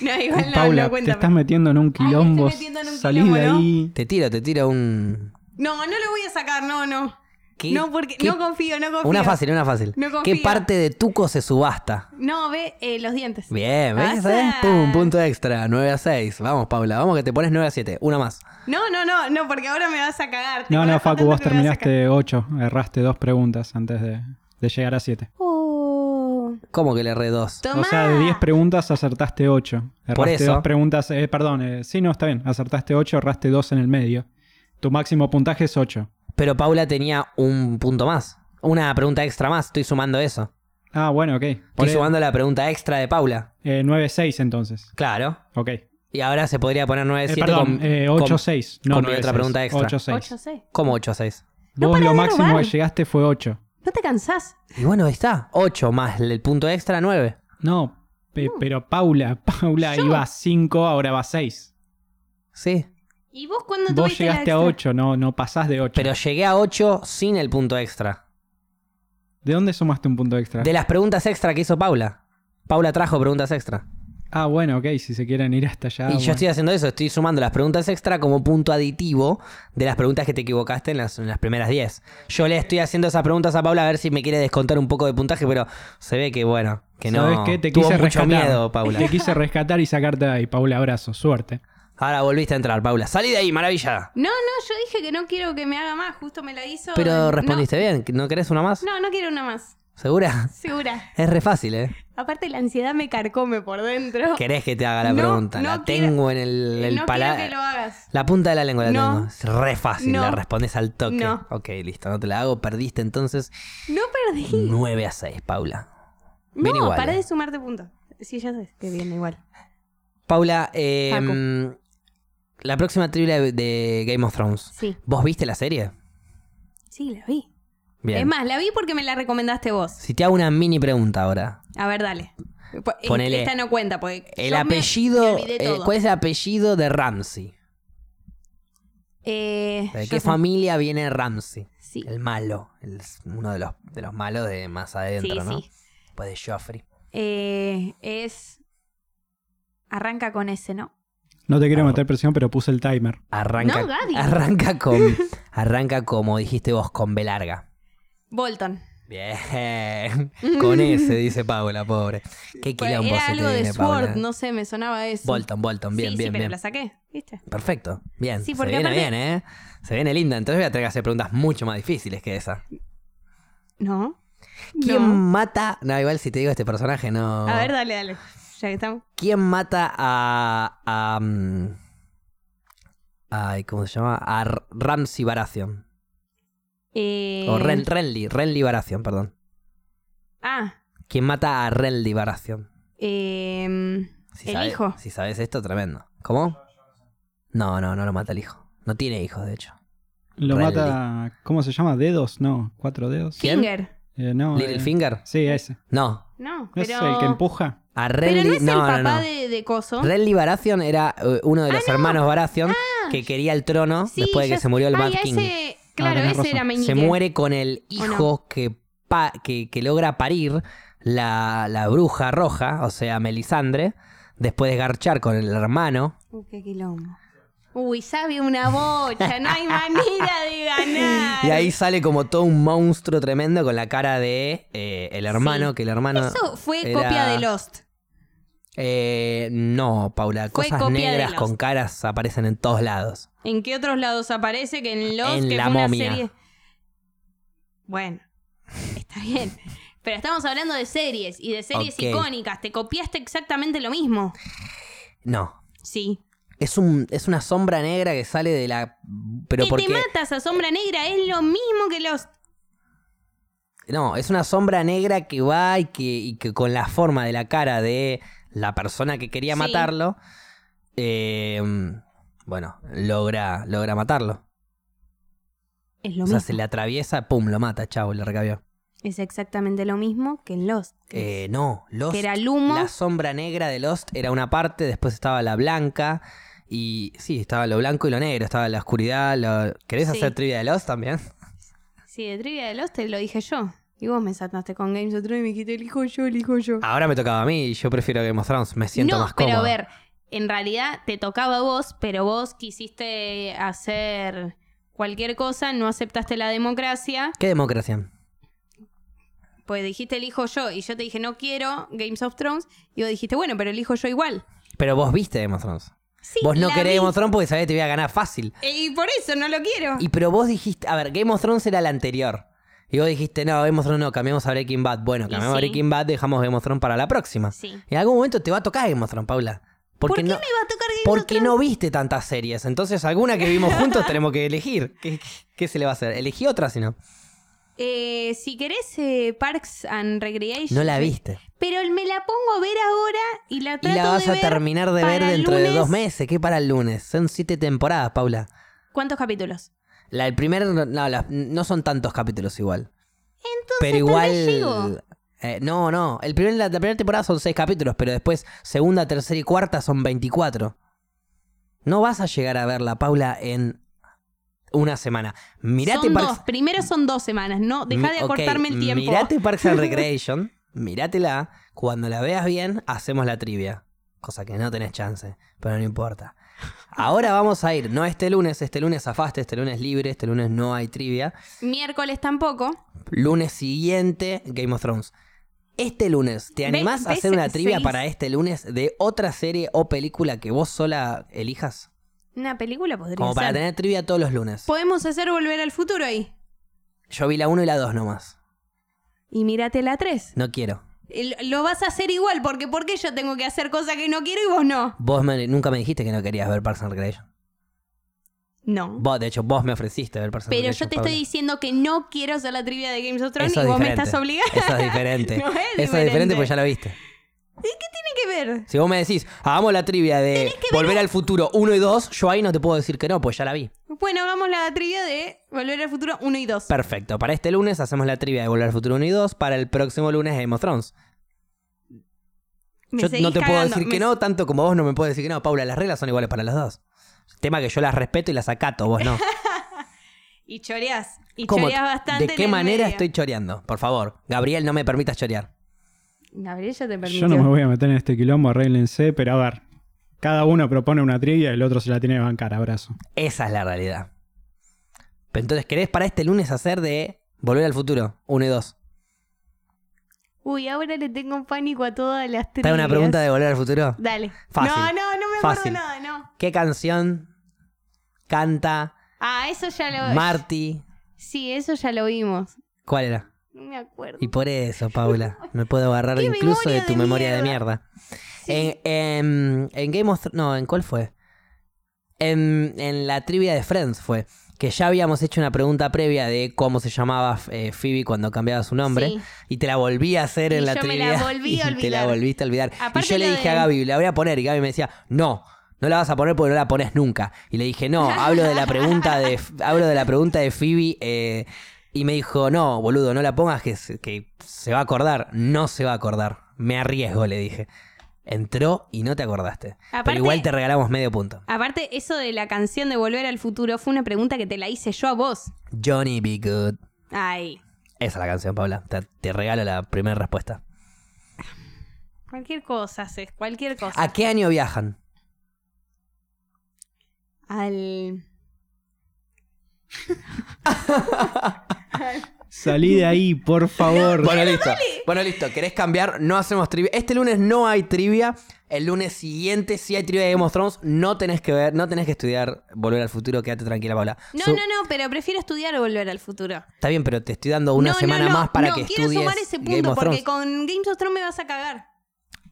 Speaker 2: No, igual no,
Speaker 3: Paula,
Speaker 2: no
Speaker 3: te
Speaker 2: cuenta.
Speaker 3: estás metiendo en
Speaker 2: Ay,
Speaker 3: un
Speaker 2: me estoy
Speaker 3: quilombo.
Speaker 2: metiendo en un
Speaker 3: salís
Speaker 2: quilombo,
Speaker 3: de
Speaker 2: ¿no?
Speaker 3: ahí.
Speaker 1: Te tiro, te tiro un...
Speaker 2: No, no lo voy a sacar, no, no.
Speaker 1: ¿Qué-
Speaker 2: No, porque
Speaker 1: qué-
Speaker 2: no confío, no confío.
Speaker 1: Una fácil, una fácil.
Speaker 2: No confío.
Speaker 1: ¿Qué parte de Tuco se subasta?
Speaker 2: No, ve eh, los dientes.
Speaker 1: Bien, ¿ves?
Speaker 2: Pasa.
Speaker 1: eh? Pum, punto extra, 9 a 6. Vamos, Paula, vamos que te pones 9 a 7. Una más.
Speaker 2: No, no, no, no, porque ahora me vas a cagar. Te
Speaker 3: No, no,
Speaker 2: conozco
Speaker 3: Facu,
Speaker 2: tanto
Speaker 3: vos
Speaker 2: que me vas a cagar.
Speaker 3: terminaste 8. Erraste dos preguntas antes de, de llegar a 7.
Speaker 2: Oh,
Speaker 1: ¿Cómo que le erré 2?
Speaker 2: tomá.
Speaker 3: O sea, de 10 preguntas acertaste 8.
Speaker 1: Por
Speaker 3: Erraste
Speaker 1: eso.
Speaker 3: dos preguntas. eh, perdón, eh, sí, no, está bien. Acertaste 8, erraste 2 en el medio. Tu máximo puntaje es 8.
Speaker 1: Pero Paula tenía un punto más. Una pregunta extra más. Estoy sumando eso.
Speaker 3: Ah, bueno, ok.
Speaker 1: Estoy sumando la pregunta extra de Paula.
Speaker 3: 9-6 entonces.
Speaker 1: Claro.
Speaker 3: Ok.
Speaker 1: Y ahora se podría poner 9
Speaker 3: Eh,
Speaker 1: 7
Speaker 3: perdón,
Speaker 1: con,
Speaker 3: eh, 8-6. no,
Speaker 1: con mi otra
Speaker 3: 9-6,
Speaker 1: pregunta extra.
Speaker 3: 8-6.
Speaker 2: 8-6.
Speaker 1: como 8 a 6.
Speaker 2: No
Speaker 3: Vos
Speaker 2: parás
Speaker 3: lo
Speaker 2: de
Speaker 3: máximo
Speaker 2: robar.
Speaker 3: que llegaste fue 8.
Speaker 2: ¿No te cansás?
Speaker 1: Y bueno, ahí está. 8 más el punto extra, 9.
Speaker 3: No, pe- pero Paula, <laughs> Paula
Speaker 2: Yo.
Speaker 3: iba a 5, ahora va a 6.
Speaker 1: Sí.
Speaker 2: ¿Y vos cuándo
Speaker 3: Vos
Speaker 2: tuviste la
Speaker 3: llegaste a
Speaker 2: extra?
Speaker 3: 8, no, no pasás de 8.
Speaker 1: Pero llegué a 8 sin el punto extra.
Speaker 3: ¿De dónde sumaste un punto extra?
Speaker 1: De las preguntas extra que hizo Paula. Paula trajo preguntas extra.
Speaker 3: Ah, bueno, ok, si se quieren ir hasta allá.
Speaker 1: y yo
Speaker 3: Ah, bueno.
Speaker 1: estoy haciendo eso, estoy sumando las preguntas extra como punto aditivo de las preguntas que te equivocaste en las, en las primeras 10. Yo le estoy haciendo esas preguntas a Paula a ver si me quiere descontar un poco de puntaje, pero se ve que bueno, que no.
Speaker 3: ¿Sabes qué? Te
Speaker 1: tuvo
Speaker 3: quise
Speaker 1: mucho
Speaker 3: rescatar.
Speaker 1: miedo, Paula.
Speaker 3: Te quise rescatar y sacarte de ahí, Paula. Abrazo, suerte.
Speaker 1: Ahora volviste a entrar, Paula. Salí de ahí, maravilla.
Speaker 2: No, no, yo dije que no quiero que me haga más, justo me la hizo.
Speaker 1: Pero
Speaker 2: No,
Speaker 1: respondiste bien, ¿no querés una más?
Speaker 2: No, no quiero una más.
Speaker 1: ¿Segura?
Speaker 2: Segura.
Speaker 1: Es re fácil, ¿eh?
Speaker 2: Aparte la ansiedad me carcome por dentro.
Speaker 1: ¿Querés que te haga la
Speaker 2: No,
Speaker 1: pregunta?
Speaker 2: no
Speaker 1: la
Speaker 2: quiero-
Speaker 1: tengo en el, el
Speaker 2: no
Speaker 1: pala-
Speaker 2: quiero que lo hagas.
Speaker 1: La punta de la lengua la
Speaker 2: No.
Speaker 1: tengo. Es re fácil,
Speaker 2: No.
Speaker 1: la respondes al toque.
Speaker 2: No.
Speaker 1: Ok, listo, no te la hago. Perdiste entonces
Speaker 2: No perdí.
Speaker 1: 9 a 6, Paula.
Speaker 2: No,
Speaker 1: Bien igual,
Speaker 2: para
Speaker 1: eh.
Speaker 2: de sumarte puntos. Sí, ya sabes que viene igual.
Speaker 1: Paula, eh, la próxima trivia de- de Game of Thrones.
Speaker 2: Sí,
Speaker 1: ¿Vos viste la serie?
Speaker 2: sí, la vi.
Speaker 1: Bien.
Speaker 2: Es más, la vi porque me la recomendaste vos.
Speaker 1: Si te hago una mini pregunta ahora.
Speaker 2: A ver, dale. Po-
Speaker 1: Ponele.
Speaker 2: Esta no cuenta porque.
Speaker 1: El
Speaker 2: yo me-
Speaker 1: apellido.
Speaker 2: me olvidé
Speaker 1: eh,
Speaker 2: todo.
Speaker 1: ¿Cuál es el apellido de Ramsey?
Speaker 2: Eh,
Speaker 1: ¿De
Speaker 2: yo
Speaker 1: qué
Speaker 2: sé-
Speaker 1: familia viene Ramsey?
Speaker 2: Sí,
Speaker 1: El malo. el- uno de los, de los malos de más
Speaker 2: sí,
Speaker 1: adentro, ¿no?
Speaker 2: sí.
Speaker 1: Pues de Joffrey.
Speaker 2: Eh, es. Arranca con ese, ¿no?
Speaker 3: No te quiero
Speaker 1: Ah,
Speaker 3: meter presión, pero puse el timer.
Speaker 1: Arranca,
Speaker 2: No, Gaby.
Speaker 1: arranca
Speaker 2: <laughs>
Speaker 1: con. arranca como dijiste vos, con B larga.
Speaker 2: Bolton. <laughs>
Speaker 1: Bien. Con ese, dice Paula, pobre. Qué
Speaker 2: Pues,
Speaker 1: quilombo
Speaker 2: Era
Speaker 1: se
Speaker 2: algo
Speaker 1: te
Speaker 2: de
Speaker 1: viene,
Speaker 2: Sword,
Speaker 1: Paula.
Speaker 2: no sé, me sonaba eso.
Speaker 1: Bolton, Bolton, bien,
Speaker 2: sí, sí,
Speaker 1: bien,
Speaker 2: pero
Speaker 1: bien.
Speaker 2: la saqué, ¿viste?
Speaker 1: Perfecto, bien.
Speaker 2: Sí,
Speaker 1: se
Speaker 2: porque
Speaker 1: viene
Speaker 2: aparte-
Speaker 1: bien, ¿eh? Se viene linda. Entonces voy a tener que hacer preguntas mucho más difíciles que esa.
Speaker 2: No.
Speaker 1: ¿Quién
Speaker 2: No.
Speaker 1: mata? No, igual si te digo este personaje, no.
Speaker 2: A ver, dale, dale. Ya que estamos.
Speaker 1: ¿Quién mata a. a. mm, Ay, ¿cómo se llama? A R- Ramsey Baratheon.
Speaker 2: Eh,
Speaker 1: O Ren, Renly, Renly Baratheon, perdón.
Speaker 2: Ah,
Speaker 1: ¿Quién mata a Renly Baratheon?
Speaker 2: eh,
Speaker 1: Si
Speaker 2: el
Speaker 1: sabe-
Speaker 2: hijo.
Speaker 1: Si sabes esto, tremendo. ¿Cómo? No, no, no lo mata el hijo. No tiene hijos, de hecho.
Speaker 3: Lo
Speaker 1: Rally.
Speaker 3: mata. ¿Cómo se llama? ¿Dedos? No, cuatro dedos.
Speaker 1: ¿Quién?
Speaker 2: Finger.
Speaker 3: Eh, no, eh,
Speaker 1: ¿Littlefinger?
Speaker 3: Sí, ese.
Speaker 1: No.
Speaker 2: No,
Speaker 3: ¿Es
Speaker 2: pero.
Speaker 3: el que empuja?
Speaker 1: A
Speaker 2: Pero
Speaker 1: Renly.
Speaker 2: no es
Speaker 1: no,
Speaker 2: el papá
Speaker 1: no.
Speaker 2: De, de Coso.
Speaker 1: Renly Baratheon era eh, uno de los hermanos Baratheon que quería el trono
Speaker 2: Ah. Sí,
Speaker 1: después de
Speaker 2: ya
Speaker 1: que se
Speaker 2: sé.
Speaker 1: murió el
Speaker 2: Ay,
Speaker 1: Mad
Speaker 2: a
Speaker 1: King. Ah,
Speaker 2: ese- Claro,
Speaker 3: tenés
Speaker 2: ese
Speaker 3: razón.
Speaker 2: era Meñique.
Speaker 1: Se muere con el
Speaker 2: ¿O no?
Speaker 1: hijo que, pa- que, que logra parir la, la bruja roja, o sea, Melisandre, después de garchar con el hermano.
Speaker 2: Uy, Uh, qué quilombo. Uy, sabe una bocha. No hay manera de ganar.
Speaker 1: Y ahí sale como todo un monstruo tremendo con la cara de eh, el hermano,
Speaker 2: Sí.
Speaker 1: que el hermano...
Speaker 2: Eso fue
Speaker 1: era-
Speaker 2: copia de Lost.
Speaker 1: Eh, no, Paula,
Speaker 2: Fue
Speaker 1: cosas
Speaker 2: copia de
Speaker 1: negras
Speaker 2: Lost.
Speaker 1: con caras aparecen en todos lados.
Speaker 2: ¿En qué otros lados aparece que en Lost?
Speaker 1: En
Speaker 2: que
Speaker 1: La
Speaker 2: fue una
Speaker 1: Momia.
Speaker 2: serie- Bueno, está bien. Pero estamos hablando de series y de series
Speaker 1: Ok.
Speaker 2: icónicas. Te copiaste exactamente lo mismo.
Speaker 1: No,
Speaker 2: Sí.
Speaker 1: es, un, es una sombra negra que sale de la... Pero
Speaker 2: ¿Qué
Speaker 1: porque...
Speaker 2: te matas a Sombra Negra? Es lo mismo que Lost.
Speaker 1: No, es una sombra negra que va y que, y que con la forma de la cara de la persona que quería
Speaker 2: Sí.
Speaker 1: matarlo, eh, bueno, logra, logra matarlo.
Speaker 2: Es lo
Speaker 1: o sea,
Speaker 2: mismo.
Speaker 1: se le atraviesa, pum, lo mata, chavo, le recabió.
Speaker 2: Es exactamente lo mismo que en Lost. que
Speaker 1: Eh,
Speaker 2: es-
Speaker 1: no, Lost,
Speaker 2: que era el humo.
Speaker 1: la sombra negra de Lost era una parte, después estaba la blanca y sí, estaba lo blanco y lo negro, estaba la oscuridad. lo- ¿Querés
Speaker 2: Sí.
Speaker 1: hacer trivia de Lost también?
Speaker 2: Sí, de trivia de Lost te lo dije yo. Y vos me sataste con Games of Thrones y me dijiste, elijo yo, elijo yo.
Speaker 1: Ahora me tocaba a mí y yo prefiero Game of Thrones, Ah, me siento
Speaker 2: no,
Speaker 1: más
Speaker 2: pero
Speaker 1: cómodo.
Speaker 2: a ver, en realidad te tocaba a vos, pero vos quisiste hacer cualquier cosa, no aceptaste la democracia,
Speaker 1: ¿Qué democracia?
Speaker 2: pues dijiste elijo yo, y yo te dije no quiero Games of Thrones, y vos dijiste, bueno, pero elijo yo igual.
Speaker 1: Pero vos viste Game of Thrones.
Speaker 2: Sí,
Speaker 1: vos no
Speaker 2: la
Speaker 1: querés
Speaker 2: vi.
Speaker 1: Game of Thrones porque sabés que te voy a ganar fácil.
Speaker 2: Y por eso no lo quiero.
Speaker 1: Y pero vos dijiste, a ver, Game of Thrones era la anterior. Y vos dijiste, no, Game of Thrones no, cambiamos a Breaking Bad. Bueno,
Speaker 2: Y
Speaker 1: cambiamos a
Speaker 2: sí.
Speaker 1: Breaking Bad, dejamos Game of Thrones para la próxima.
Speaker 2: Sí.
Speaker 1: En algún momento te va a tocar Game of Thrones, Paula.
Speaker 2: ¿Por
Speaker 1: Porque
Speaker 2: qué
Speaker 1: no,
Speaker 2: me iba a tocar Game of
Speaker 1: porque
Speaker 2: Thrones?
Speaker 1: no viste tantas series. Entonces, alguna que vimos
Speaker 2: <laughs>
Speaker 1: juntos tenemos que elegir. ¿Qué, qué se le va a hacer? Elegí otra si no.
Speaker 2: Eh, si querés eh, Parks and Recreation.
Speaker 1: No la viste.
Speaker 2: Pero me la pongo a ver ahora y la
Speaker 1: Y
Speaker 2: trato
Speaker 1: la vas
Speaker 2: de
Speaker 1: a
Speaker 2: ver
Speaker 1: terminar de ver
Speaker 2: para el
Speaker 1: dentro de
Speaker 2: lunes.
Speaker 1: dos meses. ¿Qué para el lunes? Son siete temporadas, Paula.
Speaker 2: ¿Cuántos capítulos?
Speaker 1: La, el primer, no, la- no son tantos capítulos igual.
Speaker 2: Entonces
Speaker 1: pero
Speaker 2: tal vez llego.
Speaker 1: igual. eh, no, no. El primer, la, la primera temporada son seis capítulos, pero después, segunda, tercera y cuarta son 24. No vas a llegar a verla, Paula, en una semana. Mirate
Speaker 2: son
Speaker 1: Parks-
Speaker 2: dos. Primero son dos semanas. No, deja de
Speaker 1: Mi- Mm, ok,
Speaker 2: acortarme el tiempo.
Speaker 1: Mirate Parks
Speaker 2: <laughs>
Speaker 1: and Recreation, mirátela. Cuando la veas bien, hacemos la trivia. Cosa que no tenés chance, pero no importa. Ahora vamos a ir, no este lunes, este lunes afaste, este lunes libre, este lunes no hay trivia.
Speaker 2: Miércoles tampoco.
Speaker 1: Lunes siguiente, Game of Thrones. Este lunes, ¿te
Speaker 2: Ve-
Speaker 1: animás a
Speaker 2: ves,
Speaker 1: hacer una trivia
Speaker 2: seguís.
Speaker 1: para este lunes de otra serie o película que vos sola elijas?
Speaker 2: Una película podría
Speaker 1: Como para
Speaker 2: ser.
Speaker 1: tener trivia todos los lunes.
Speaker 2: Podemos hacer Volver al Futuro ahí.
Speaker 1: Yo vi la 1 y la 2 nomás.
Speaker 2: Y mírate la 3.
Speaker 1: No quiero.
Speaker 2: Lo vas a hacer igual, porque ¿por qué yo tengo que hacer cosas que no quiero y vos no?
Speaker 1: Vos me- nunca me dijiste que no querías ver Parks and Recreation.
Speaker 2: No.
Speaker 1: Vos, de hecho, vos me ofreciste ver Parks and
Speaker 2: Pero yo
Speaker 1: Recreation,
Speaker 2: te
Speaker 1: Paula.
Speaker 2: estoy diciendo que no quiero hacer la trivia de Games of Thrones
Speaker 1: Eso
Speaker 2: y
Speaker 1: es
Speaker 2: vos me
Speaker 1: diferente.
Speaker 2: estás obligando. <laughs>
Speaker 1: Eso es diferente.
Speaker 2: No es
Speaker 1: Eso es diferente
Speaker 2: diferente.
Speaker 1: porque ya lo viste.
Speaker 2: Tiene que ver.
Speaker 1: Si vos me decís, hagamos la trivia de Volver al Futuro 1 y 2, yo ahí no te puedo decir que no, pues ya la vi.
Speaker 2: Bueno, hagamos la trivia de Volver al Futuro 1 y 2.
Speaker 1: Perfecto. Para este lunes hacemos la trivia de Volver al Futuro 1 y 2. Para el próximo lunes Game of Thrones.
Speaker 2: Me
Speaker 1: yo
Speaker 2: seguís
Speaker 1: no te puedo
Speaker 2: cagando,
Speaker 1: decir
Speaker 2: me-
Speaker 1: que no, tanto como vos no me puedes decir que no. Paula, las reglas son iguales para las dos. Tema que yo las respeto y las acato, vos no.
Speaker 2: Y choreás. <laughs> Y
Speaker 1: ¿Cómo?
Speaker 2: choreás bastante.
Speaker 1: ¿De
Speaker 2: en
Speaker 1: qué
Speaker 2: el
Speaker 1: manera
Speaker 2: medio.
Speaker 1: estoy choreando? Por favor, Gabriel, no me permitas chorear.
Speaker 2: Gabriel ya te permitió.
Speaker 3: Yo no me voy a meter en este quilombo, arréglense, pero a ver. Cada uno propone una trivia y el otro se la tiene que bancar, abrazo.
Speaker 1: Esa es la realidad. Pero entonces, ¿querés para este lunes hacer de Volver al Futuro 1 y 2?
Speaker 2: Uy, ahora le tengo un pánico a todas las
Speaker 1: ¿Te hago
Speaker 2: trivias.
Speaker 1: una pregunta de Volver al Futuro?
Speaker 2: Dale.
Speaker 1: Fácil.
Speaker 2: No, no, no me acuerdo
Speaker 1: Fácil.
Speaker 2: nada, no.
Speaker 1: ¿Qué canción canta
Speaker 2: Ah, eso ya lo...
Speaker 1: Marty?
Speaker 2: Sí, eso ya lo vimos.
Speaker 1: ¿Cuál era?
Speaker 2: No me acuerdo.
Speaker 1: Y por eso, Paula, me puedo agarrar
Speaker 2: <laughs> Qué
Speaker 1: incluso de
Speaker 2: memoria
Speaker 1: tu
Speaker 2: de
Speaker 1: memoria de mierda.
Speaker 2: Sí.
Speaker 1: En, en- en Game of Thrones, no, ¿en cuál fue? En, en la trivia de Friends fue, que ya habíamos hecho una pregunta previa de cómo se llamaba eh, Phoebe cuando cambiaba su nombre.
Speaker 2: Sí.
Speaker 1: Y te la volví a hacer
Speaker 2: Y
Speaker 1: en la
Speaker 2: yo me
Speaker 1: trivia.
Speaker 2: la volví
Speaker 1: <laughs>
Speaker 2: a
Speaker 1: y Te la
Speaker 2: olvidar.
Speaker 1: volviste a olvidar.
Speaker 2: Aparte
Speaker 1: y yo le
Speaker 2: lo
Speaker 1: dije
Speaker 2: de-
Speaker 1: a Gaby, la voy a poner. Y Gaby me decía, no, no la vas a poner porque no la pones nunca. Y le dije, no, hablo de la pregunta
Speaker 2: <laughs>
Speaker 1: de, hablo de, la pregunta de Phoebe. eh, y me dijo, no, boludo, no la pongas que se, que se va a acordar. No se va a acordar. Me arriesgo, le dije. Entró y no te acordaste. Pero
Speaker 2: Aparte-
Speaker 1: igual te regalamos medio punto.
Speaker 2: Aparte, eso de la canción de Volver al Futuro fue una pregunta que te la hice yo a vos.
Speaker 1: Johnny Be Good.
Speaker 2: Ay,
Speaker 1: Esa es la canción, Paula. Te, te regalo la primera respuesta.
Speaker 2: cualquier cosa haces, cualquier cosa.
Speaker 1: ¿A qué año viajan?
Speaker 2: Al...
Speaker 3: Salí de ahí,
Speaker 1: <laughs>
Speaker 3: por favor.
Speaker 1: Bueno, listo. Bueno, listo. ¿Querés cambiar? No hacemos trivia. Este lunes no hay trivia. El lunes siguiente sí hay trivia de Game of Thrones. No tenés que ver, no tenés que estudiar Volver al Futuro. Quédate tranquila, Paula.
Speaker 2: No,
Speaker 1: Su-
Speaker 2: no, no, pero prefiero estudiar o Volver al Futuro.
Speaker 1: Está bien, pero te estoy dando una
Speaker 2: No, no,
Speaker 1: semana
Speaker 2: no,
Speaker 1: más para
Speaker 2: no,
Speaker 1: que
Speaker 2: quiero
Speaker 1: estudies
Speaker 2: sumar ese punto
Speaker 1: Game of
Speaker 2: porque
Speaker 1: Thrones.
Speaker 2: con Games of Thrones me vas a cagar.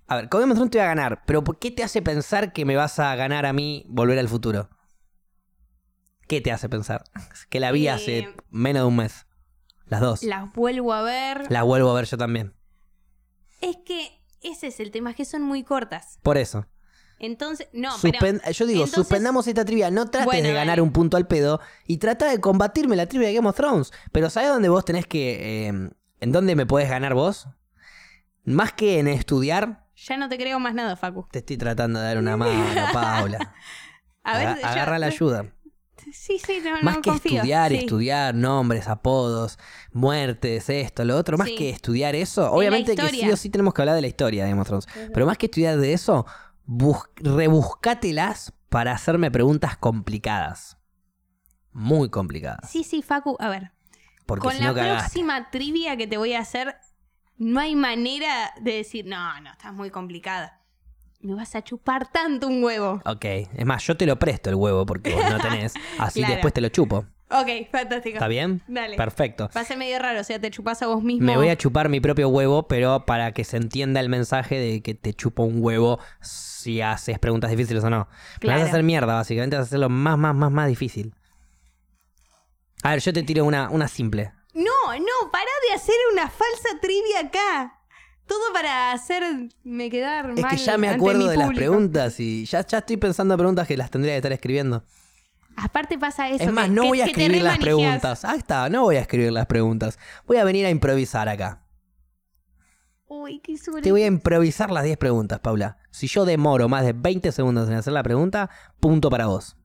Speaker 1: A ver, con Game of Thrones te voy a ganar. Pero ¿por qué te hace pensar que me vas a ganar a mí Volver al Futuro? ¿Qué te hace pensar? Que la vi
Speaker 2: Eh,
Speaker 1: hace menos de un mes. Las dos. Las
Speaker 2: Las vuelvo a ver.
Speaker 1: vuelvo a ver yo también.
Speaker 2: Es que ese es el tema, es que son muy cortas.
Speaker 1: Por eso.
Speaker 2: Entonces, no, pero
Speaker 1: Suspen- eh, yo digo,
Speaker 2: entonces-
Speaker 1: suspendamos esta trivia. No trates
Speaker 2: Bueno,
Speaker 1: de ganar
Speaker 2: dale.
Speaker 1: un punto al pedo y trata de combatirme la trivia de Game of Thrones. Pero ¿sabes dónde vos tenés que. eh, ¿En dónde me podés ganar vos? Más que en estudiar,
Speaker 2: ya no te creo más nada, Facu.
Speaker 1: te estoy tratando de dar una
Speaker 2: <laughs>
Speaker 1: mano, Paula.
Speaker 2: A ver,
Speaker 1: Aga-
Speaker 2: yo-
Speaker 1: agarra la ayuda.
Speaker 2: <laughs> Sí, sí, no,
Speaker 1: Más
Speaker 2: no
Speaker 1: que
Speaker 2: confío.
Speaker 1: estudiar,
Speaker 2: sí.
Speaker 1: estudiar nombres, apodos, muertes, esto, lo otro, más
Speaker 2: Sí.
Speaker 1: que estudiar eso,
Speaker 2: la
Speaker 1: obviamente que sí
Speaker 2: historia.
Speaker 1: o sí tenemos que hablar de la historia de Game of Thrones, pero más que estudiar de eso, bus- rebuscátelas para hacerme preguntas complicadas. Muy complicadas.
Speaker 2: Sí, sí, Facu, a ver.
Speaker 1: Porque
Speaker 2: Con
Speaker 1: si
Speaker 2: la
Speaker 1: no cagaste.
Speaker 2: próxima trivia que te voy a hacer, no hay manera de decir, no, no, estás muy complicada. Me vas a chupar tanto un huevo.
Speaker 1: Ok, es más, yo te lo presto el huevo porque vos no
Speaker 2: <laughs>
Speaker 1: tenés, así
Speaker 2: Claro.
Speaker 1: después te lo chupo.
Speaker 2: Ok, fantástico.
Speaker 1: ¿Está bien?
Speaker 2: Dale.
Speaker 1: Perfecto.
Speaker 2: Va a ser medio raro, o sea, te chupas a vos mismo.
Speaker 1: Me voy a chupar mi propio huevo, pero para que se entienda el mensaje de que te chupo un huevo si haces preguntas difíciles o no. Me vas
Speaker 2: Claro.
Speaker 1: a hacer mierda, básicamente, vas a hacerlo más, más, más, más difícil. A ver, yo te tiro una, una simple.
Speaker 2: No, no, pará de hacer una falsa trivia acá. Todo para hacerme quedar
Speaker 1: Es
Speaker 2: mal
Speaker 1: que ya me
Speaker 2: ante
Speaker 1: acuerdo
Speaker 2: mi
Speaker 1: de las
Speaker 2: público.
Speaker 1: preguntas y ya, ya estoy pensando en preguntas que las tendría que estar escribiendo.
Speaker 2: Aparte pasa eso.
Speaker 1: es más,
Speaker 2: que-
Speaker 1: no
Speaker 2: que-
Speaker 1: voy a
Speaker 2: que te
Speaker 1: escribir las
Speaker 2: remanejeás.
Speaker 1: preguntas. Ah, está, no voy a escribir las preguntas. Voy a venir a improvisar acá.
Speaker 2: Uy, qué suerte.
Speaker 1: Te voy a improvisar las 10 preguntas, Paula. Si yo demoro más de 20 segundos en hacer la pregunta, punto para vos.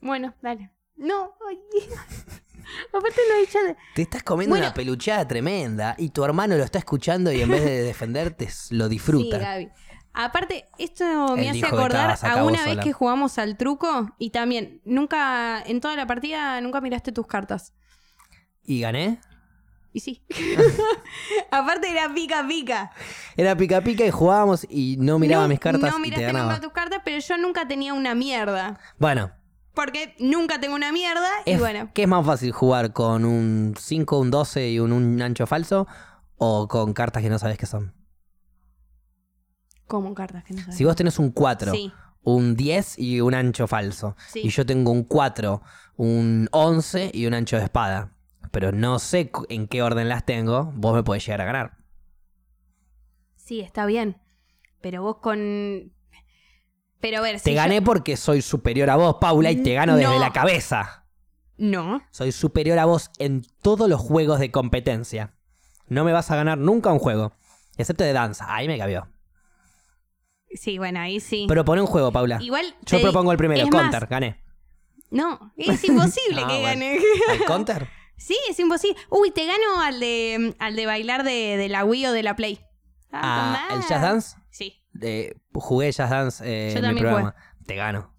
Speaker 2: Bueno, dale. No, ay. <laughs> aparte lo he hecho de...
Speaker 1: Te estás comiendo
Speaker 2: Bueno.
Speaker 1: una peluchada tremenda y tu hermano lo está escuchando y en vez de defenderte <laughs> s- lo
Speaker 2: Sí,
Speaker 1: disfruta.
Speaker 2: Gaby. Aparte, esto
Speaker 1: Él
Speaker 2: me hace
Speaker 1: dijo que
Speaker 2: acordar
Speaker 1: estabas acá
Speaker 2: a
Speaker 1: vos
Speaker 2: una vez
Speaker 1: sola.
Speaker 2: que jugamos al truco y también, nunca, en toda la partida, nunca miraste tus cartas.
Speaker 1: ¿Y gané? <laughs>
Speaker 2: Y sí. <laughs> Aparte era pica pica.
Speaker 1: Era pica pica y jugábamos y no miraba
Speaker 2: No-
Speaker 1: mis cartas
Speaker 2: No
Speaker 1: y te
Speaker 2: miraste
Speaker 1: ganaba.
Speaker 2: nunca tus cartas, pero yo nunca tenía una mierda.
Speaker 1: Bueno,
Speaker 2: Porque nunca tengo una mierda y
Speaker 1: es,
Speaker 2: bueno.
Speaker 1: ¿qué es más fácil jugar con un 5, un 12 y un, un ancho falso o con cartas que no sabes qué son?
Speaker 2: Como cartas que no sabes.
Speaker 1: Si vos tenés un 4,
Speaker 2: Sí.
Speaker 1: un 10 y un ancho falso
Speaker 2: Sí.
Speaker 1: y yo tengo un 4, un 11 y un ancho de espada, pero no sé cu- en qué orden las tengo, vos me podés llegar a ganar.
Speaker 2: Sí, está bien. Pero vos con. Pero a ver,
Speaker 1: Te
Speaker 2: si yo-
Speaker 1: gané porque soy superior a vos, Paula, y te gano desde
Speaker 2: No.
Speaker 1: la cabeza.
Speaker 2: No.
Speaker 1: Soy superior a vos en todos los juegos de competencia. No me vas a ganar nunca un juego. Excepto de danza. Ahí me cabió.
Speaker 2: Sí, bueno, ahí sí.
Speaker 1: Propone un juego, Paula.
Speaker 2: Igual.
Speaker 1: Yo
Speaker 2: te di-
Speaker 1: propongo el primero,
Speaker 2: es más,
Speaker 1: Counter. Gané.
Speaker 2: No, es
Speaker 1: <laughs>
Speaker 2: imposible
Speaker 1: Ah,
Speaker 2: que
Speaker 1: bueno.
Speaker 2: gane. <laughs>
Speaker 1: ¿El Counter?
Speaker 2: Sí, es imposible. Uy, te gano al de, al de bailar de, de la Wii o de la Play.
Speaker 1: Ah,
Speaker 2: tomá.
Speaker 1: ¿El Jazz Dance?
Speaker 2: Sí.
Speaker 1: Eh, jugué Jazz Dance eh,
Speaker 2: Yo
Speaker 1: en mi
Speaker 2: también
Speaker 1: programa. Te gano.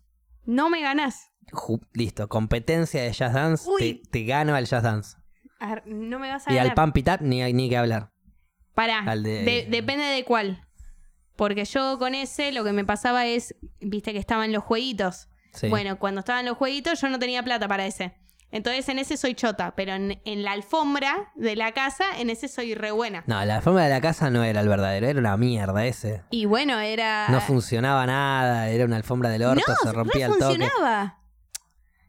Speaker 2: No me ganás.
Speaker 1: Ju- listo. Competencia de Jazz Dance. Te,
Speaker 2: Uy.
Speaker 1: te gano al Jazz Dance.
Speaker 2: A ver, no me vas a
Speaker 1: Y
Speaker 2: ganar.
Speaker 1: al Pump It Up ni, hay- ni que hablar.
Speaker 2: Pará,
Speaker 1: Al de-
Speaker 2: de- depende de cuál. Porque yo con ese lo que me pasaba es, viste que estaban los jueguitos.
Speaker 1: Sí.
Speaker 2: Bueno, cuando estaban los jueguitos yo no tenía plata para ese. Entonces en ese soy chota, pero en, en la alfombra de la casa, en ese soy re buena.
Speaker 1: No, la forma de la casa no era el verdadero. Era una mierda ese.
Speaker 2: Y bueno, era...
Speaker 1: No funcionaba nada, era una alfombra del orto, se rompía
Speaker 2: re
Speaker 1: el toque.
Speaker 2: funcionaba.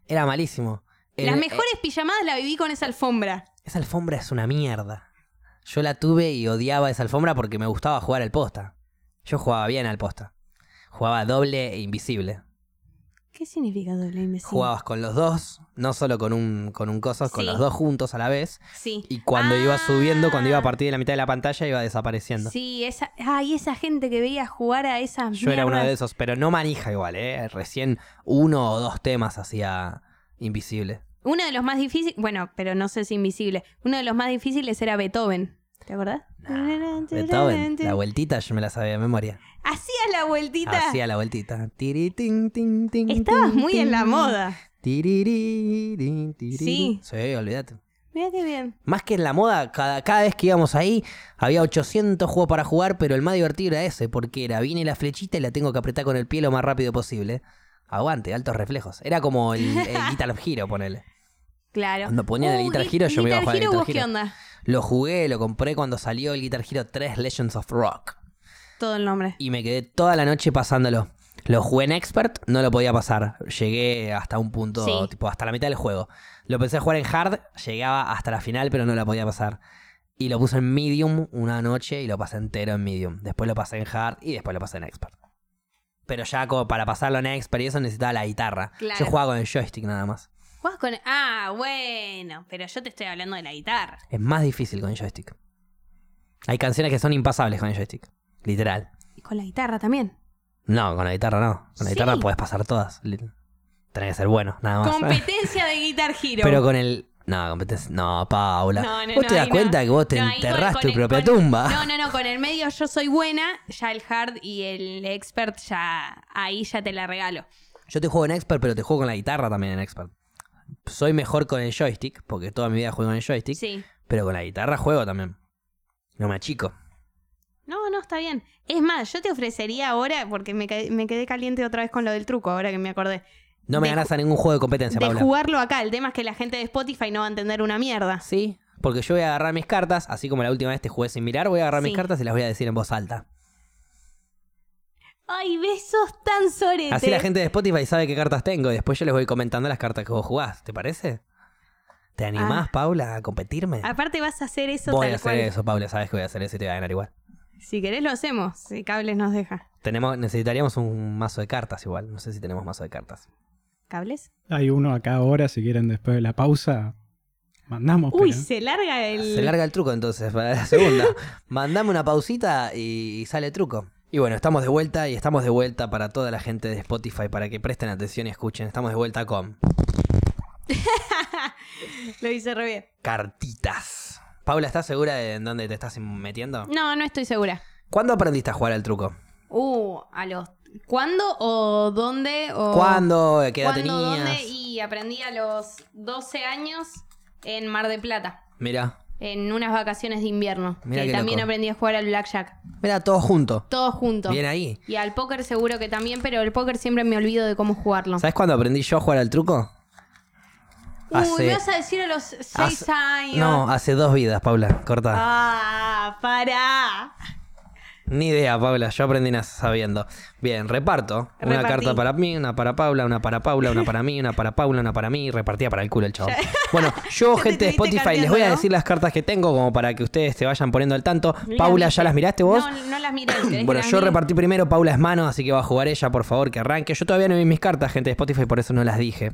Speaker 1: Era malísimo. El-
Speaker 2: Las
Speaker 1: eh,
Speaker 2: mejores pijamadas la viví con esa alfombra.
Speaker 1: esa alfombra es una mierda. Yo la tuve y odiaba esa alfombra porque me gustaba jugar al posta. Yo jugaba bien al posta. Jugaba doble e invisible.
Speaker 2: ¿Qué significa doble imbécil?
Speaker 1: Jugabas con los dos, no solo con un, con un coso, con
Speaker 2: Sí.
Speaker 1: los dos juntos a la vez.
Speaker 2: Sí.
Speaker 1: Y cuando iba subiendo, cuando iba a
Speaker 2: Ah.
Speaker 1: partir de la mitad de la pantalla, iba desapareciendo.
Speaker 2: Sí, esa, ay, esa gente que veía jugar a esas
Speaker 1: Yo era uno
Speaker 2: mierdas.
Speaker 1: de esos, pero no manija igual, ¿eh? Recién uno o dos temas hacía invisible.
Speaker 2: Uno de los más difíciles, bueno, pero no sé si invisible. Uno de los más difíciles era Beethoven. ¿Te acordás?
Speaker 1: Nah, Beethoven, la vueltita yo me la sabía de memoria.
Speaker 2: Hacías la vueltita.
Speaker 1: Hacía la vueltita. Tiri, tin, tin, tin,
Speaker 2: Estabas
Speaker 1: tin,
Speaker 2: muy en la
Speaker 1: tin.
Speaker 2: moda.
Speaker 1: Tiriri, tin, tiriri.
Speaker 2: Sí.
Speaker 1: Sí, olvídate.
Speaker 2: Mira qué bien.
Speaker 1: Más que en la moda, cada, cada vez que íbamos ahí había 800 juegos para jugar, pero el más divertido era ese, porque era viene la flechita y la tengo que apretar con el pie lo más rápido posible. Aguante, altos reflejos. Era como el, el Guitar Hero, ponele.
Speaker 2: Claro. Uh,
Speaker 1: Cuando ponían el Guitar Hero, yo me iba a jugar al
Speaker 2: Hero,
Speaker 1: Guitar
Speaker 2: ¿vos
Speaker 1: Hero.
Speaker 2: qué onda?
Speaker 1: Lo jugué, lo compré cuando salió el Guitar Hero 3 Legends of Rock.
Speaker 2: Todo el nombre.
Speaker 1: y me quedé toda la noche pasándolo. Lo jugué en expert, no lo podía pasar. Llegué hasta un punto,
Speaker 2: Sí.
Speaker 1: tipo, hasta la mitad del juego. Lo pensé jugar en hard, llegaba hasta la final, pero no la podía pasar. Y lo puse en medium una noche y lo pasé entero en medium. Después lo pasé en hard y después lo pasé en expert. Pero ya como para pasarlo en expert y eso necesitaba la guitarra.
Speaker 2: Claro.
Speaker 1: Yo jugaba con el joystick nada más.
Speaker 2: ¿Jugás con.? Ah, bueno, pero yo te estoy hablando de la guitarra.
Speaker 1: Es más difícil con el joystick. Hay canciones que son impasables con el joystick. Literal.
Speaker 2: Y con la guitarra también.
Speaker 1: No, con la guitarra no. Con la guitarra
Speaker 2: Sí.
Speaker 1: puedes pasar todas. Li- Tenés que ser bueno, nada más. <laughs>
Speaker 2: Competencia de Guitar Hero.
Speaker 1: Pero con el. No, competencia. No, Paula.
Speaker 2: No, no,
Speaker 1: vos
Speaker 2: no,
Speaker 1: te das
Speaker 2: ahí no.
Speaker 1: cuenta que vos te
Speaker 2: No, ahí con-
Speaker 1: enterrás
Speaker 2: con
Speaker 1: tu
Speaker 2: el-
Speaker 1: propia
Speaker 2: con-
Speaker 1: tumba.
Speaker 2: No, no, no, con el medio yo soy buena, ya el hard y el expert ya ahí ya te la regalo.
Speaker 1: Yo te juego en expert, pero te juego con la guitarra también en expert. Soy mejor con el joystick, porque toda mi vida juego con el joystick.
Speaker 2: Sí.
Speaker 1: Pero con la guitarra juego también. No me achico.
Speaker 2: No, no, está bien. Es más, yo te ofrecería ahora, porque me, ca- me quedé caliente otra vez con lo del truco, ahora que me acordé,
Speaker 1: No me
Speaker 2: De
Speaker 1: ganas a ningún juego de competencia,
Speaker 2: de
Speaker 1: Paula.
Speaker 2: jugarlo acá. El tema es que la gente de Spotify no va a entender una mierda.
Speaker 1: Sí, porque yo voy a agarrar mis cartas, así como la última vez te jugué sin mirar, voy a agarrar mis
Speaker 2: Sí.
Speaker 1: cartas y las voy a decir en voz alta.
Speaker 2: Ay, besos tan soretes.
Speaker 1: Así la gente de Spotify sabe qué cartas tengo y después yo les voy comentando las cartas que vos jugás, ¿te parece? ¿Te animás, Paula, a competirme?
Speaker 2: Aparte vas a hacer Ah. eso
Speaker 1: voy
Speaker 2: tal
Speaker 1: a hacer
Speaker 2: cual.
Speaker 1: eso, Paula, sabes que voy a hacer eso y te voy a ganar igual.
Speaker 2: Si querés lo hacemos, si cables nos deja.
Speaker 1: Tenemos, necesitaríamos un mazo de cartas igual, no sé si tenemos mazo de cartas.
Speaker 2: ¿Cables?
Speaker 3: Hay uno acá ahora, si quieren, después de la pausa. Mandamos.
Speaker 2: Uy,
Speaker 3: pero-
Speaker 2: se larga el...
Speaker 1: Se larga el truco entonces para la
Speaker 2: <laughs>
Speaker 1: segunda. Mandame una pausita y, y sale el truco. Y bueno, estamos de vuelta y estamos de vuelta para toda la gente de Spotify para que presten atención y escuchen. Estamos de vuelta con
Speaker 2: Lo hice re bien.
Speaker 1: cartitas. Paula, ¿estás segura de en dónde te estás metiendo?
Speaker 2: No, no estoy segura.
Speaker 1: ¿Cuándo aprendiste a jugar al truco?
Speaker 2: Uh, a los. ¿Cuándo o dónde? O...
Speaker 1: ¿Cuándo? ¿Qué edad
Speaker 2: ¿Cuándo, dónde?
Speaker 1: tenías?
Speaker 2: Y aprendí a los 12 años en Mar de Plata,
Speaker 1: Mira,
Speaker 2: en unas vacaciones de invierno.
Speaker 1: Mirá
Speaker 2: que
Speaker 1: qué
Speaker 2: también
Speaker 1: loco.
Speaker 2: aprendí a jugar al blackjack.
Speaker 1: mira todo junto.
Speaker 2: Todos juntos.
Speaker 1: Bien ahí.
Speaker 2: Y al póker seguro que también, pero el póker siempre me olvido de cómo jugarlo.
Speaker 1: ¿Sabes cuándo aprendí yo a jugar al truco?
Speaker 2: Uy, me vas a decir a los 6
Speaker 1: hace-
Speaker 2: años.
Speaker 1: No, ah. hace dos vidas, Paula. Corta.
Speaker 2: Ah, pará.
Speaker 1: Ni idea, Paula. Yo aprendí nas- sabiendo. Bien, reparto. Una
Speaker 2: Repartí.
Speaker 1: carta para mí, una para Paula, una para Paula, una para mí, una para Paula, una para mí. Y repartía para el culo el
Speaker 2: <laughs>
Speaker 1: chavo. Bueno, yo,
Speaker 2: te
Speaker 1: gente de Spotify,
Speaker 2: estuviste
Speaker 1: les
Speaker 2: cambiando,
Speaker 1: voy a
Speaker 2: ¿no?
Speaker 1: decir las cartas que tengo como para que ustedes se vayan poniendo al tanto.
Speaker 2: Las
Speaker 1: Paula,
Speaker 2: viste.
Speaker 1: ¿ya las miraste ¿Este vos?
Speaker 2: No, no las miré. ¿querés
Speaker 1: <clears throat>
Speaker 2: que
Speaker 1: Bueno,
Speaker 2: las
Speaker 1: yo
Speaker 2: mire?
Speaker 1: repartí primero, Paula es mano, así que va a jugar ella, por favor, que arranque. Yo todavía no vi mis cartas, gente de Spotify, por eso no las dije.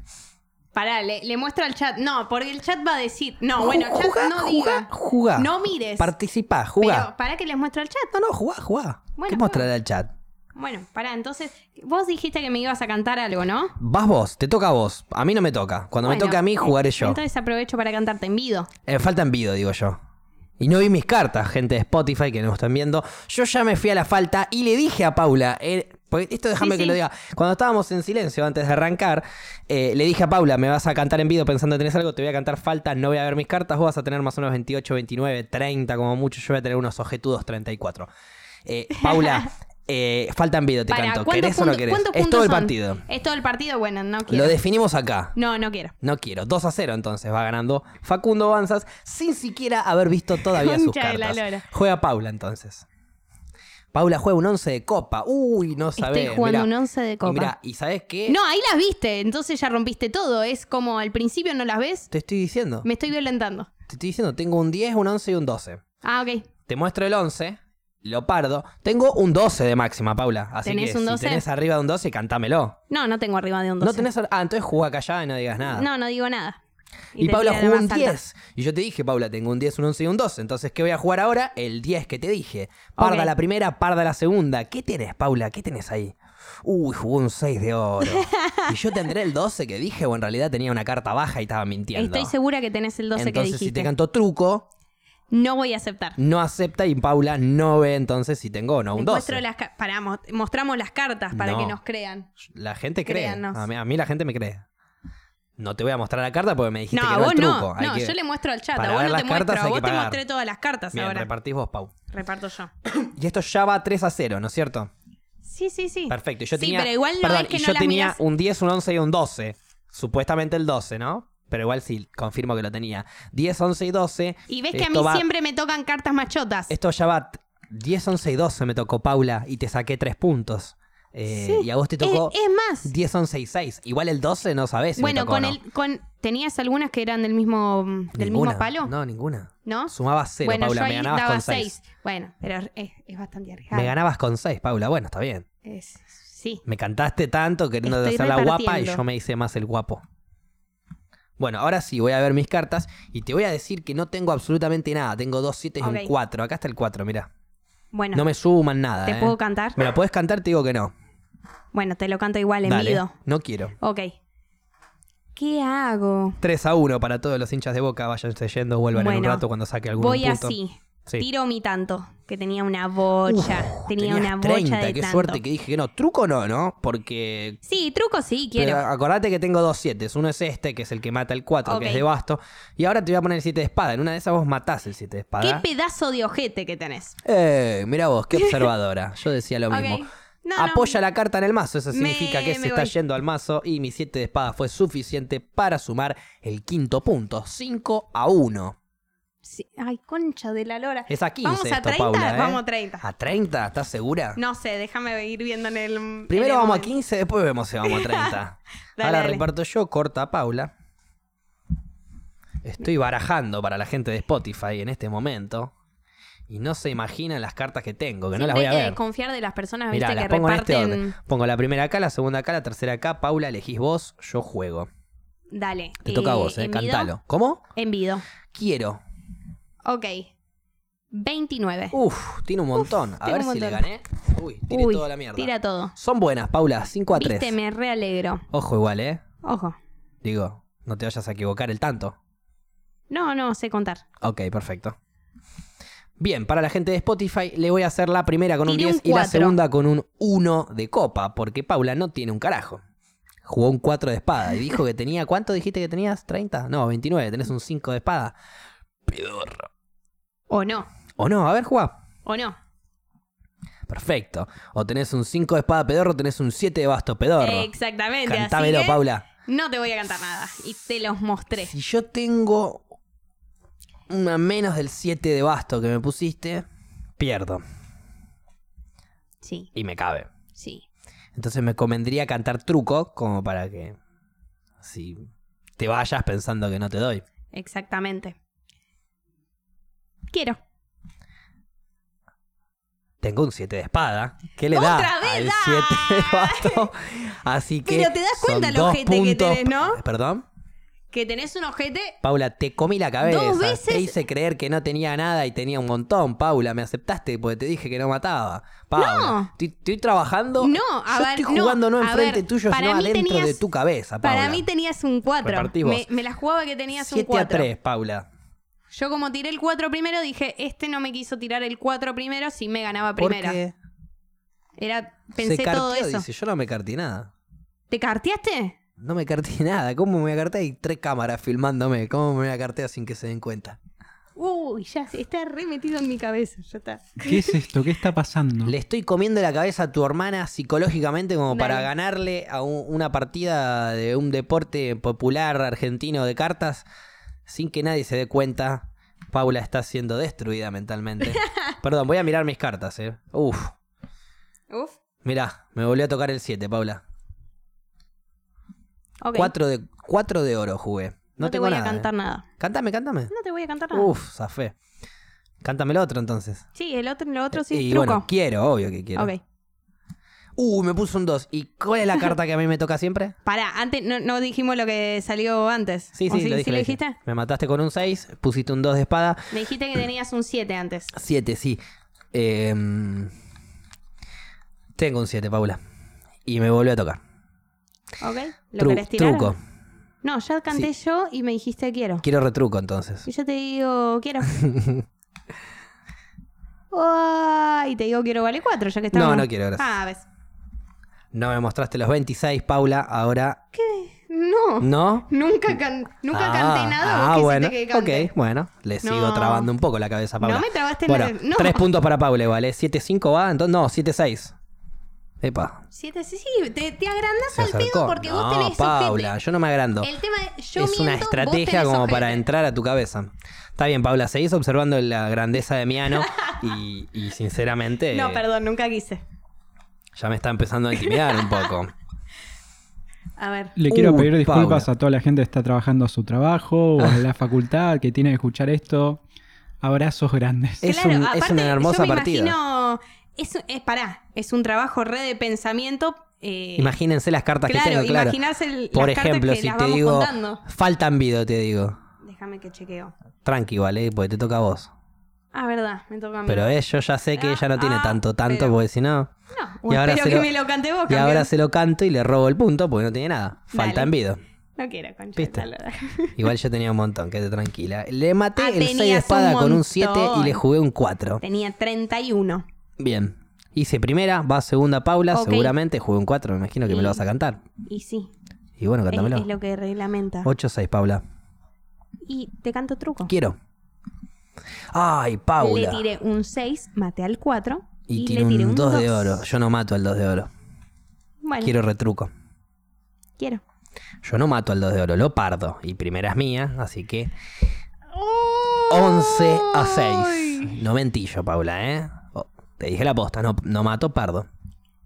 Speaker 2: Pará, le, le muestro al chat. No, porque el chat va a decir. No, Ah, bueno, chat
Speaker 1: Jugá,
Speaker 2: no
Speaker 1: jugá,
Speaker 2: diga.
Speaker 1: jugá.
Speaker 2: No mires.
Speaker 1: Participá,
Speaker 2: Pero
Speaker 1: jugá.
Speaker 2: para que les muestro al chat.
Speaker 1: No, no, jugá, jugá.
Speaker 2: Bueno,
Speaker 1: ¿Qué
Speaker 2: juega.
Speaker 1: mostrará el chat?
Speaker 2: Bueno, pará, entonces, vos dijiste que me ibas a cantar algo, ¿no?
Speaker 1: Vas vos, te toca a vos. A mí no me toca. Cuando me
Speaker 2: Bueno,
Speaker 1: toca a mí, jugaré yo.
Speaker 2: Entonces aprovecho para cantarte en vivo.
Speaker 1: Eh, falta envido, digo yo. Y no vi mis cartas, gente de Spotify que nos están viendo. Yo ya me fui a la falta y le dije a Paula, eh, porque esto déjame
Speaker 2: Sí,
Speaker 1: que
Speaker 2: sí.
Speaker 1: lo diga. Cuando estábamos en silencio antes de arrancar, eh, le dije a Paula, me vas a cantar en vivo pensando que tenés algo, te voy a cantar falta, no voy a ver mis cartas, vos vas a tener más o menos 28, 29, 30 como mucho, yo voy a tener unos ojetudos 34. Eh,
Speaker 2: <laughs>
Speaker 1: Paula, eh, falta en vivo, te
Speaker 2: Pará,
Speaker 1: canto.
Speaker 2: ¿cuántos
Speaker 1: ¿Querés o no
Speaker 2: puntos-
Speaker 1: querés?
Speaker 2: cuántos
Speaker 1: Es todo el
Speaker 2: puntos son?
Speaker 1: partido.
Speaker 2: Es todo el partido, bueno, no quiero.
Speaker 1: Lo definimos acá.
Speaker 2: No, no quiero.
Speaker 1: No quiero. 2 a 0 entonces va ganando Facundo Banzas sin siquiera haber visto todavía sus
Speaker 2: <laughs> Concha de la
Speaker 1: cartas.
Speaker 2: lora.
Speaker 1: Juega Paula entonces. Paula juega un 11 de copa. Uy, no sabés.
Speaker 2: Estoy jugando
Speaker 1: mirá.
Speaker 2: un 11 de
Speaker 1: Y
Speaker 2: copa.
Speaker 1: mirá, eh. ¿y sabés qué?
Speaker 2: No, ahí las viste, entonces ya rompiste todo. Es como al principio no las ves,
Speaker 1: Te estoy diciendo.
Speaker 2: me estoy violentando.
Speaker 1: Te estoy diciendo, tengo un 10, un 11 y un 12.
Speaker 2: Ah, ok.
Speaker 1: Te muestro el 11, lo pardo. Tengo un 12 de máxima, Paula. Así
Speaker 2: ¿Tenés
Speaker 1: que
Speaker 2: un
Speaker 1: si
Speaker 2: 12?
Speaker 1: tenés arriba de un 12, cantámelo.
Speaker 2: No, no tengo arriba de un 12.
Speaker 1: No tenés... ar- Ah, entonces juega callada y no digas nada.
Speaker 2: No, no digo nada.
Speaker 1: Y,
Speaker 2: te
Speaker 1: Paula
Speaker 2: tiré la
Speaker 1: jugó un
Speaker 2: más alta.
Speaker 1: 10. Y yo te dije, Paula, tengo un 10, un 11 y un 12. Entonces, ¿qué voy a jugar ahora? El 10 que te dije. Parda
Speaker 2: Ok.
Speaker 1: la primera, parda la segunda. ¿Qué tenés, Paula? ¿Qué tenés ahí? Uy, jugó un 6 de
Speaker 2: <laughs>
Speaker 1: oro. ¿Y yo tendré el 12 que dije o en realidad tenía una carta baja y estaba mintiendo?
Speaker 2: Estoy segura que tenés el 12
Speaker 1: entonces,
Speaker 2: que
Speaker 1: si
Speaker 2: dijiste.
Speaker 1: te canto truco,
Speaker 2: No voy a aceptar.
Speaker 1: no acepta y Paula no ve entonces si tengo o no un
Speaker 2: Les muestro
Speaker 1: 12.
Speaker 2: las ca- pará, mo- mostramos las cartas para
Speaker 1: No.
Speaker 2: que nos crean.
Speaker 1: La gente cree.
Speaker 2: Créanos.
Speaker 1: A mí, a mí la gente me cree. No te voy a mostrar la carta porque me dijiste
Speaker 2: No,
Speaker 1: que
Speaker 2: a
Speaker 1: no
Speaker 2: vos
Speaker 1: al truco.
Speaker 2: no.
Speaker 1: Hay
Speaker 2: No,
Speaker 1: que-
Speaker 2: yo le muestro al chat.
Speaker 1: para
Speaker 2: A vos
Speaker 1: ver
Speaker 2: no
Speaker 1: las
Speaker 2: te muestro.
Speaker 1: cartas
Speaker 2: A
Speaker 1: hay
Speaker 2: vos
Speaker 1: que
Speaker 2: te
Speaker 1: pagar.
Speaker 2: mostré todas las cartas
Speaker 1: Bien,
Speaker 2: ahora.
Speaker 1: repartís vos, Pau.
Speaker 2: Reparto yo.
Speaker 1: Y esto ya va 3 a 0, ¿no es cierto?
Speaker 2: Sí, sí, <laughs> sí.
Speaker 1: Perfecto. y Yo
Speaker 2: Sí,
Speaker 1: tenía,
Speaker 2: pero igual no
Speaker 1: perdón,
Speaker 2: es que
Speaker 1: y
Speaker 2: no
Speaker 1: yo
Speaker 2: las
Speaker 1: tenía
Speaker 2: mirás.
Speaker 1: un 10, un 11 y un 12. Supuestamente el 12, ¿no? Pero igual sí, confirmo que lo tenía. 10, 11 y 12.
Speaker 2: Y ves que a mí
Speaker 1: Esto va- Este,
Speaker 2: siempre me tocan cartas machotas.
Speaker 1: Esto ya va. 10, 11 y 12 me tocó Paula y te saqué 3 puntos. Eh,
Speaker 2: Sí.
Speaker 1: Y a vos te tocó
Speaker 2: es, es más,
Speaker 1: 10, 11 y 6. Igual el 12 no sabés. si me
Speaker 2: bueno,
Speaker 1: tocó o
Speaker 2: con
Speaker 1: no.
Speaker 2: el, con, ¿tenías algunas que eran del mismo, del
Speaker 1: Ninguna.
Speaker 2: mismo palo?
Speaker 1: No, ninguna.
Speaker 2: ¿No?
Speaker 1: Sumabas 0,
Speaker 2: bueno,
Speaker 1: Paula.
Speaker 2: yo
Speaker 1: Me
Speaker 2: ahí
Speaker 1: ganabas
Speaker 2: daba
Speaker 1: con 6.
Speaker 2: seis. Bueno, pero es, es bastante arriesgado.
Speaker 1: Me ganabas con 6, Paula. Bueno, está bien.
Speaker 2: Es- sí.
Speaker 1: Me cantaste tanto queriendo
Speaker 2: Estoy
Speaker 1: hacer la guapa y
Speaker 2: repartiendo.
Speaker 1: yo me hice más el guapo. Bueno, ahora sí, voy a ver mis cartas y te voy a decir que no tengo absolutamente nada. Tengo dos 7 y un
Speaker 2: Ok.
Speaker 1: 4. Acá está el 4, mirá.
Speaker 2: Bueno,
Speaker 1: No, me suman nada.
Speaker 2: ¿te
Speaker 1: eh.
Speaker 2: puedo cantar?
Speaker 1: ¿Me la puedes cantar? Te digo que no.
Speaker 2: Bueno, te lo canto igual en
Speaker 1: Dale.
Speaker 2: vivo.
Speaker 1: No quiero.
Speaker 2: Ok. ¿Qué hago?
Speaker 1: 3 a 1 para todos los hinchas de boca. Váyanse yendo, vuelvan en un
Speaker 2: Bueno,
Speaker 1: rato cuando saque algún
Speaker 2: Voy
Speaker 1: punto.
Speaker 2: así.
Speaker 1: Sí.
Speaker 2: Tiro mi tanto, que tenía una bocha.
Speaker 1: Uf,
Speaker 2: tenía
Speaker 1: tenías
Speaker 2: una
Speaker 1: 30,
Speaker 2: bocha de
Speaker 1: qué
Speaker 2: tanto.
Speaker 1: suerte que dije que no. Truco no, ¿no? Porque
Speaker 2: Sí, truco sí, quiero.
Speaker 1: Pero acordate que tengo dos siete. Uno es este, que es el que mata el 4, que
Speaker 2: Ok.
Speaker 1: es de basto. Y ahora te voy a poner el 7 de espada. En una de esas vos matás el 7 de
Speaker 2: Qué
Speaker 1: espada.
Speaker 2: pedazo de ojete que tenés.
Speaker 1: eh, mira vos,
Speaker 2: <laughs>
Speaker 1: qué observadora. Yo decía lo mismo.
Speaker 2: Ok. No, no.
Speaker 1: Apoya la carta en el mazo. Eso significa
Speaker 2: Me-
Speaker 1: que se
Speaker 2: me
Speaker 1: está
Speaker 2: voy.
Speaker 1: yendo al mazo. Y mi 7 de espada fue suficiente para sumar el quinto punto. 5 a 1.
Speaker 2: Sí. Ay, concha de la lora.
Speaker 1: Es a 15
Speaker 2: ¿Vamos a
Speaker 1: esto,
Speaker 2: 30?
Speaker 1: Paula, ¿eh?
Speaker 2: Vamos a 30.
Speaker 1: ¿A 30? ¿Estás segura?
Speaker 2: No sé, déjame ir viendo en el. en
Speaker 1: Primero
Speaker 2: el
Speaker 1: vamos a
Speaker 2: momento.
Speaker 1: 15, después vemos si vamos a
Speaker 2: <laughs>
Speaker 1: 30.
Speaker 2: Dale,
Speaker 1: Ahora
Speaker 2: dale.
Speaker 1: reparto yo, corta a Paula. Estoy barajando para la gente de Spotify en este momento. Y no se imaginan las cartas que tengo, que no las
Speaker 2: Siempre
Speaker 1: voy a
Speaker 2: hay que
Speaker 1: ver.
Speaker 2: Confiar de las personas,
Speaker 1: Mirá,
Speaker 2: viste,
Speaker 1: las
Speaker 2: que
Speaker 1: pongo
Speaker 2: reparten.
Speaker 1: en este orden. Pongo la primera acá, la segunda acá, la tercera acá. Paula, elegís vos, yo juego.
Speaker 2: Dale.
Speaker 1: Te toca a vos, eh,
Speaker 2: envido.
Speaker 1: cantalo. ¿Cómo?
Speaker 2: Envido.
Speaker 1: Quiero.
Speaker 2: Ok. 29.
Speaker 1: Uf, tiene un montón. a
Speaker 2: tiene
Speaker 1: ver
Speaker 2: un
Speaker 1: si le
Speaker 2: montón.
Speaker 1: gané. Uy, tiré
Speaker 2: Uy,
Speaker 1: toda la mierda.
Speaker 2: Tira todo.
Speaker 1: Son buenas, Paula, 5 a 3.
Speaker 2: Viste, me realegro.
Speaker 1: Ojo igual, ¿eh?
Speaker 2: Ojo.
Speaker 1: Digo, no te vayas a equivocar el tanto.
Speaker 2: No, no, sé contar.
Speaker 1: Ok, perfecto. Bien, para la gente de Spotify le voy a hacer la primera con un
Speaker 2: Tiré un
Speaker 1: 10 y la
Speaker 2: cuatro.
Speaker 1: segunda con un 1 de copa, porque Paula no tiene un carajo. Jugó un 4 de espada y dijo
Speaker 2: <laughs>
Speaker 1: que tenía, ¿cuánto dijiste que tenías? ¿30? No, 29, tenés un 5 de espada. Pedorro.
Speaker 2: O no.
Speaker 1: O no, a ver, jugá.
Speaker 2: O no.
Speaker 1: Perfecto. O tenés un 5 de espada pedorro, o tenés un 7 de basto pedorro.
Speaker 2: Exactamente. así
Speaker 1: Cantámelo,
Speaker 2: que
Speaker 1: Paula.
Speaker 2: No te voy a cantar nada. Y te los mostré.
Speaker 1: Si yo tengo una menos del 7 de basto que me pusiste, pierdo.
Speaker 2: Sí,
Speaker 1: Y me cabe.
Speaker 2: sí.
Speaker 1: Entonces me convendría cantar truco como para que si te vayas pensando que no te doy.
Speaker 2: Exactamente. Quiero.
Speaker 1: Tengo un 7 de espada. ¿Qué le da
Speaker 2: ¡Otra vez!
Speaker 1: al
Speaker 2: ¡Dale!
Speaker 1: 7
Speaker 2: <laughs>
Speaker 1: de basto? Así que
Speaker 2: Pero te das
Speaker 1: son
Speaker 2: cuenta el
Speaker 1: dos
Speaker 2: ojete que
Speaker 1: puntos-
Speaker 2: tenés, ¿no?
Speaker 1: Perdón.
Speaker 2: Que tenés un ojete.
Speaker 1: Paula, te comí la cabeza.
Speaker 2: Dos veces-
Speaker 1: Te hice creer que no tenía nada y tenía un montón, Paula. Me aceptaste porque te dije que no mataba. Paula,
Speaker 2: No.
Speaker 1: estoy, estoy trabajando.
Speaker 2: No, a
Speaker 1: Yo
Speaker 2: ver,
Speaker 1: estoy jugando no,
Speaker 2: no, a
Speaker 1: enfrente
Speaker 2: ver,
Speaker 1: tuyo,
Speaker 2: para
Speaker 1: sino
Speaker 2: mí
Speaker 1: adentro
Speaker 2: tenías-
Speaker 1: de tu cabeza, Paula.
Speaker 2: Para mí tenías un 4.
Speaker 1: Repartí vos.
Speaker 2: Me, me la jugaba que tenías un
Speaker 1: 7 a
Speaker 2: 4.
Speaker 1: 3, Paula.
Speaker 2: Yo como tiré el 4 primero, dije, este no me quiso tirar el 4 primero si me ganaba
Speaker 1: ¿Por
Speaker 2: primera.
Speaker 1: qué?
Speaker 2: Era, pensé todo
Speaker 1: carteó,
Speaker 2: eso.
Speaker 1: dice, yo no me carté nada.
Speaker 2: ¿Te carteaste?
Speaker 1: No me carté <laughs> nada. ¿Cómo me voy a cartear? Hay tres cámaras filmándome. ¿Cómo me voy a cartear sin que se den cuenta?
Speaker 2: Uy, ya se- está re metido en mi cabeza. Ya está.
Speaker 3: ¿Qué es esto? ¿Qué está pasando?
Speaker 1: Le estoy comiendo la cabeza a tu hermana psicológicamente como para
Speaker 2: Dale.
Speaker 1: ganarle a un- una partida de un deporte popular argentino de cartas sin que nadie se dé cuenta. Paula está siendo destruida mentalmente.
Speaker 2: <laughs>
Speaker 1: Perdón, voy a mirar mis cartas, eh. Uf,
Speaker 2: Uf.
Speaker 1: mirá, me volvió a tocar el 7, Paula.
Speaker 2: Ok.
Speaker 1: 4 de, cuatro de oro jugué. No,
Speaker 2: No, te
Speaker 1: tengo
Speaker 2: voy
Speaker 1: nada.
Speaker 2: a
Speaker 1: eh.
Speaker 2: cantar nada.
Speaker 1: Cántame, cántame.
Speaker 2: No te voy a cantar nada.
Speaker 1: Uf, zafé. Cántame el otro entonces.
Speaker 2: Sí, el otro, lo otro Ah, sí
Speaker 1: Eh, y
Speaker 2: es truco.
Speaker 1: bueno, quiero, obvio que quiero.
Speaker 2: ok.
Speaker 1: Uh, me puso un 2. ¿Y cuál es la carta que a mí me toca siempre?
Speaker 2: Pará, antes no, no dijimos lo que salió antes. <laughs>
Speaker 1: Sí,
Speaker 2: ¿O
Speaker 1: sí, lo dije. lo dije.
Speaker 2: dijiste?
Speaker 1: Me mataste con un 6, pusiste un 2 de espada.
Speaker 2: Me dijiste que tenías un 7 antes.
Speaker 1: 7, sí. Eh, tengo un 7, Paula. Y me volvió a tocar.
Speaker 2: ¿Ok? ¿Lo
Speaker 1: Tru-
Speaker 2: querés tirar?
Speaker 1: Truco.
Speaker 2: No, ya canté yo y me dijiste quiero.
Speaker 1: Quiero retruco entonces.
Speaker 2: Y yo te digo
Speaker 1: <laughs>
Speaker 2: quiero. Uah, y te digo quiero vale 4, ya que estamos.
Speaker 1: no quiero, gracias.
Speaker 2: Ah, ves.
Speaker 1: No me mostraste los 26, Paula. Ahora.
Speaker 2: No.
Speaker 1: ¿No?
Speaker 2: Nunca, can- Oh. nunca
Speaker 1: Ah,
Speaker 2: canté nada.
Speaker 1: Ah,
Speaker 2: vos
Speaker 1: bueno.
Speaker 2: quisiste que cante.
Speaker 1: Ok, bueno. Le sigo
Speaker 2: No.
Speaker 1: trabando un poco la cabeza a Paula.
Speaker 2: No me trabaste
Speaker 1: bueno,
Speaker 2: nada. No.
Speaker 1: Tres puntos para Paula igual, ¿eh? 7-5 va, entonces no, 7-6. Epa.
Speaker 2: Siete, sí, sí, te, te agrandás
Speaker 1: Se
Speaker 2: al pedo
Speaker 1: acercó.
Speaker 2: porque
Speaker 1: no,
Speaker 2: vos tenés
Speaker 1: Paula,
Speaker 2: ojete.
Speaker 1: yo no me agrando.
Speaker 2: El tema es, yo
Speaker 1: es una
Speaker 2: miento, vos
Speaker 1: estrategia
Speaker 2: tenés
Speaker 1: como
Speaker 2: ojete.
Speaker 1: para entrar a tu cabeza. Está bien, Paula, seguís observando
Speaker 2: <laughs>
Speaker 1: la grandeza de mi ano y, y sinceramente.
Speaker 2: No, perdón, nunca quise.
Speaker 1: Ya me está empezando a intimidar un
Speaker 2: <laughs>
Speaker 1: poco.
Speaker 2: A ver.
Speaker 3: Le quiero
Speaker 1: Uh,
Speaker 3: pedir disculpas
Speaker 1: Paula.
Speaker 3: a toda la gente que está trabajando su trabajo o a la facultad que tiene que escuchar esto. Abrazos grandes.
Speaker 1: Es un- es una hermosa
Speaker 2: yo me
Speaker 1: partida.
Speaker 2: Imagino, es, es, pará, es un trabajo re de pensamiento. eh,
Speaker 1: Imagínense las cartas
Speaker 2: claro,
Speaker 1: que tengo, claro.
Speaker 2: imaginarse el- las
Speaker 1: Por
Speaker 2: cartas
Speaker 1: ejemplo,
Speaker 2: que
Speaker 1: si
Speaker 2: las
Speaker 1: te
Speaker 2: vamos
Speaker 1: digo,
Speaker 2: contando.
Speaker 1: falta envido, te digo.
Speaker 2: Déjame que chequeo.
Speaker 1: Tranqui, ¿vale? Porque te toca a vos.
Speaker 2: Ah, verdad, me toca a mí.
Speaker 1: Pero eh, yo ya sé que ella no tiene
Speaker 2: Ah,
Speaker 1: tanto, tanto,
Speaker 2: pero-
Speaker 1: porque si no.
Speaker 2: no,
Speaker 1: y
Speaker 2: bueno,
Speaker 1: ahora
Speaker 2: espero
Speaker 1: se
Speaker 2: que
Speaker 1: lo-
Speaker 2: me lo cante vos, <laughs>
Speaker 1: Y
Speaker 2: campeón.
Speaker 1: ahora se lo canto y le robo el punto porque no tiene nada. Falta
Speaker 2: Dale. <laughs>
Speaker 1: envido.
Speaker 2: No quiero, concha.
Speaker 1: Viste.
Speaker 2: dale, dale.
Speaker 1: Igual yo tenía un montón, quédate tranquila. Le maté
Speaker 2: Ah,
Speaker 1: el 6 de
Speaker 2: tenías un
Speaker 1: espada con un 7 y
Speaker 2: montón.
Speaker 1: le jugué un 4.
Speaker 2: Tenía 31.
Speaker 1: Bien. Hice primera, va segunda Paula,
Speaker 2: Ok.
Speaker 1: seguramente jugué un 4, me imagino que me
Speaker 2: Y-
Speaker 1: lo vas a cantar.
Speaker 2: Y sí,
Speaker 1: Y bueno,
Speaker 2: es,
Speaker 1: cántamelo.
Speaker 2: es lo que reglamenta.
Speaker 1: 8-6, Paula.
Speaker 2: Y te canto truco.
Speaker 1: Quiero. Ay, Paula.
Speaker 2: Le tiré un 6, maté al 4.
Speaker 1: Y,
Speaker 2: Y,
Speaker 1: tiene
Speaker 2: le tiré
Speaker 1: un
Speaker 2: un
Speaker 1: 2
Speaker 2: 2
Speaker 1: de oro. Yo no mato al 2 de oro.
Speaker 2: Bueno,
Speaker 1: Quiero retruco.
Speaker 2: quiero.
Speaker 1: Yo no mato al 2 de oro, lo pardo. Y primera es mía, así que
Speaker 2: ¡Oh!
Speaker 1: 11 a 6. No mentí yo, Paula, ¿eh? Oh, te dije la posta, no, no mato, pardo.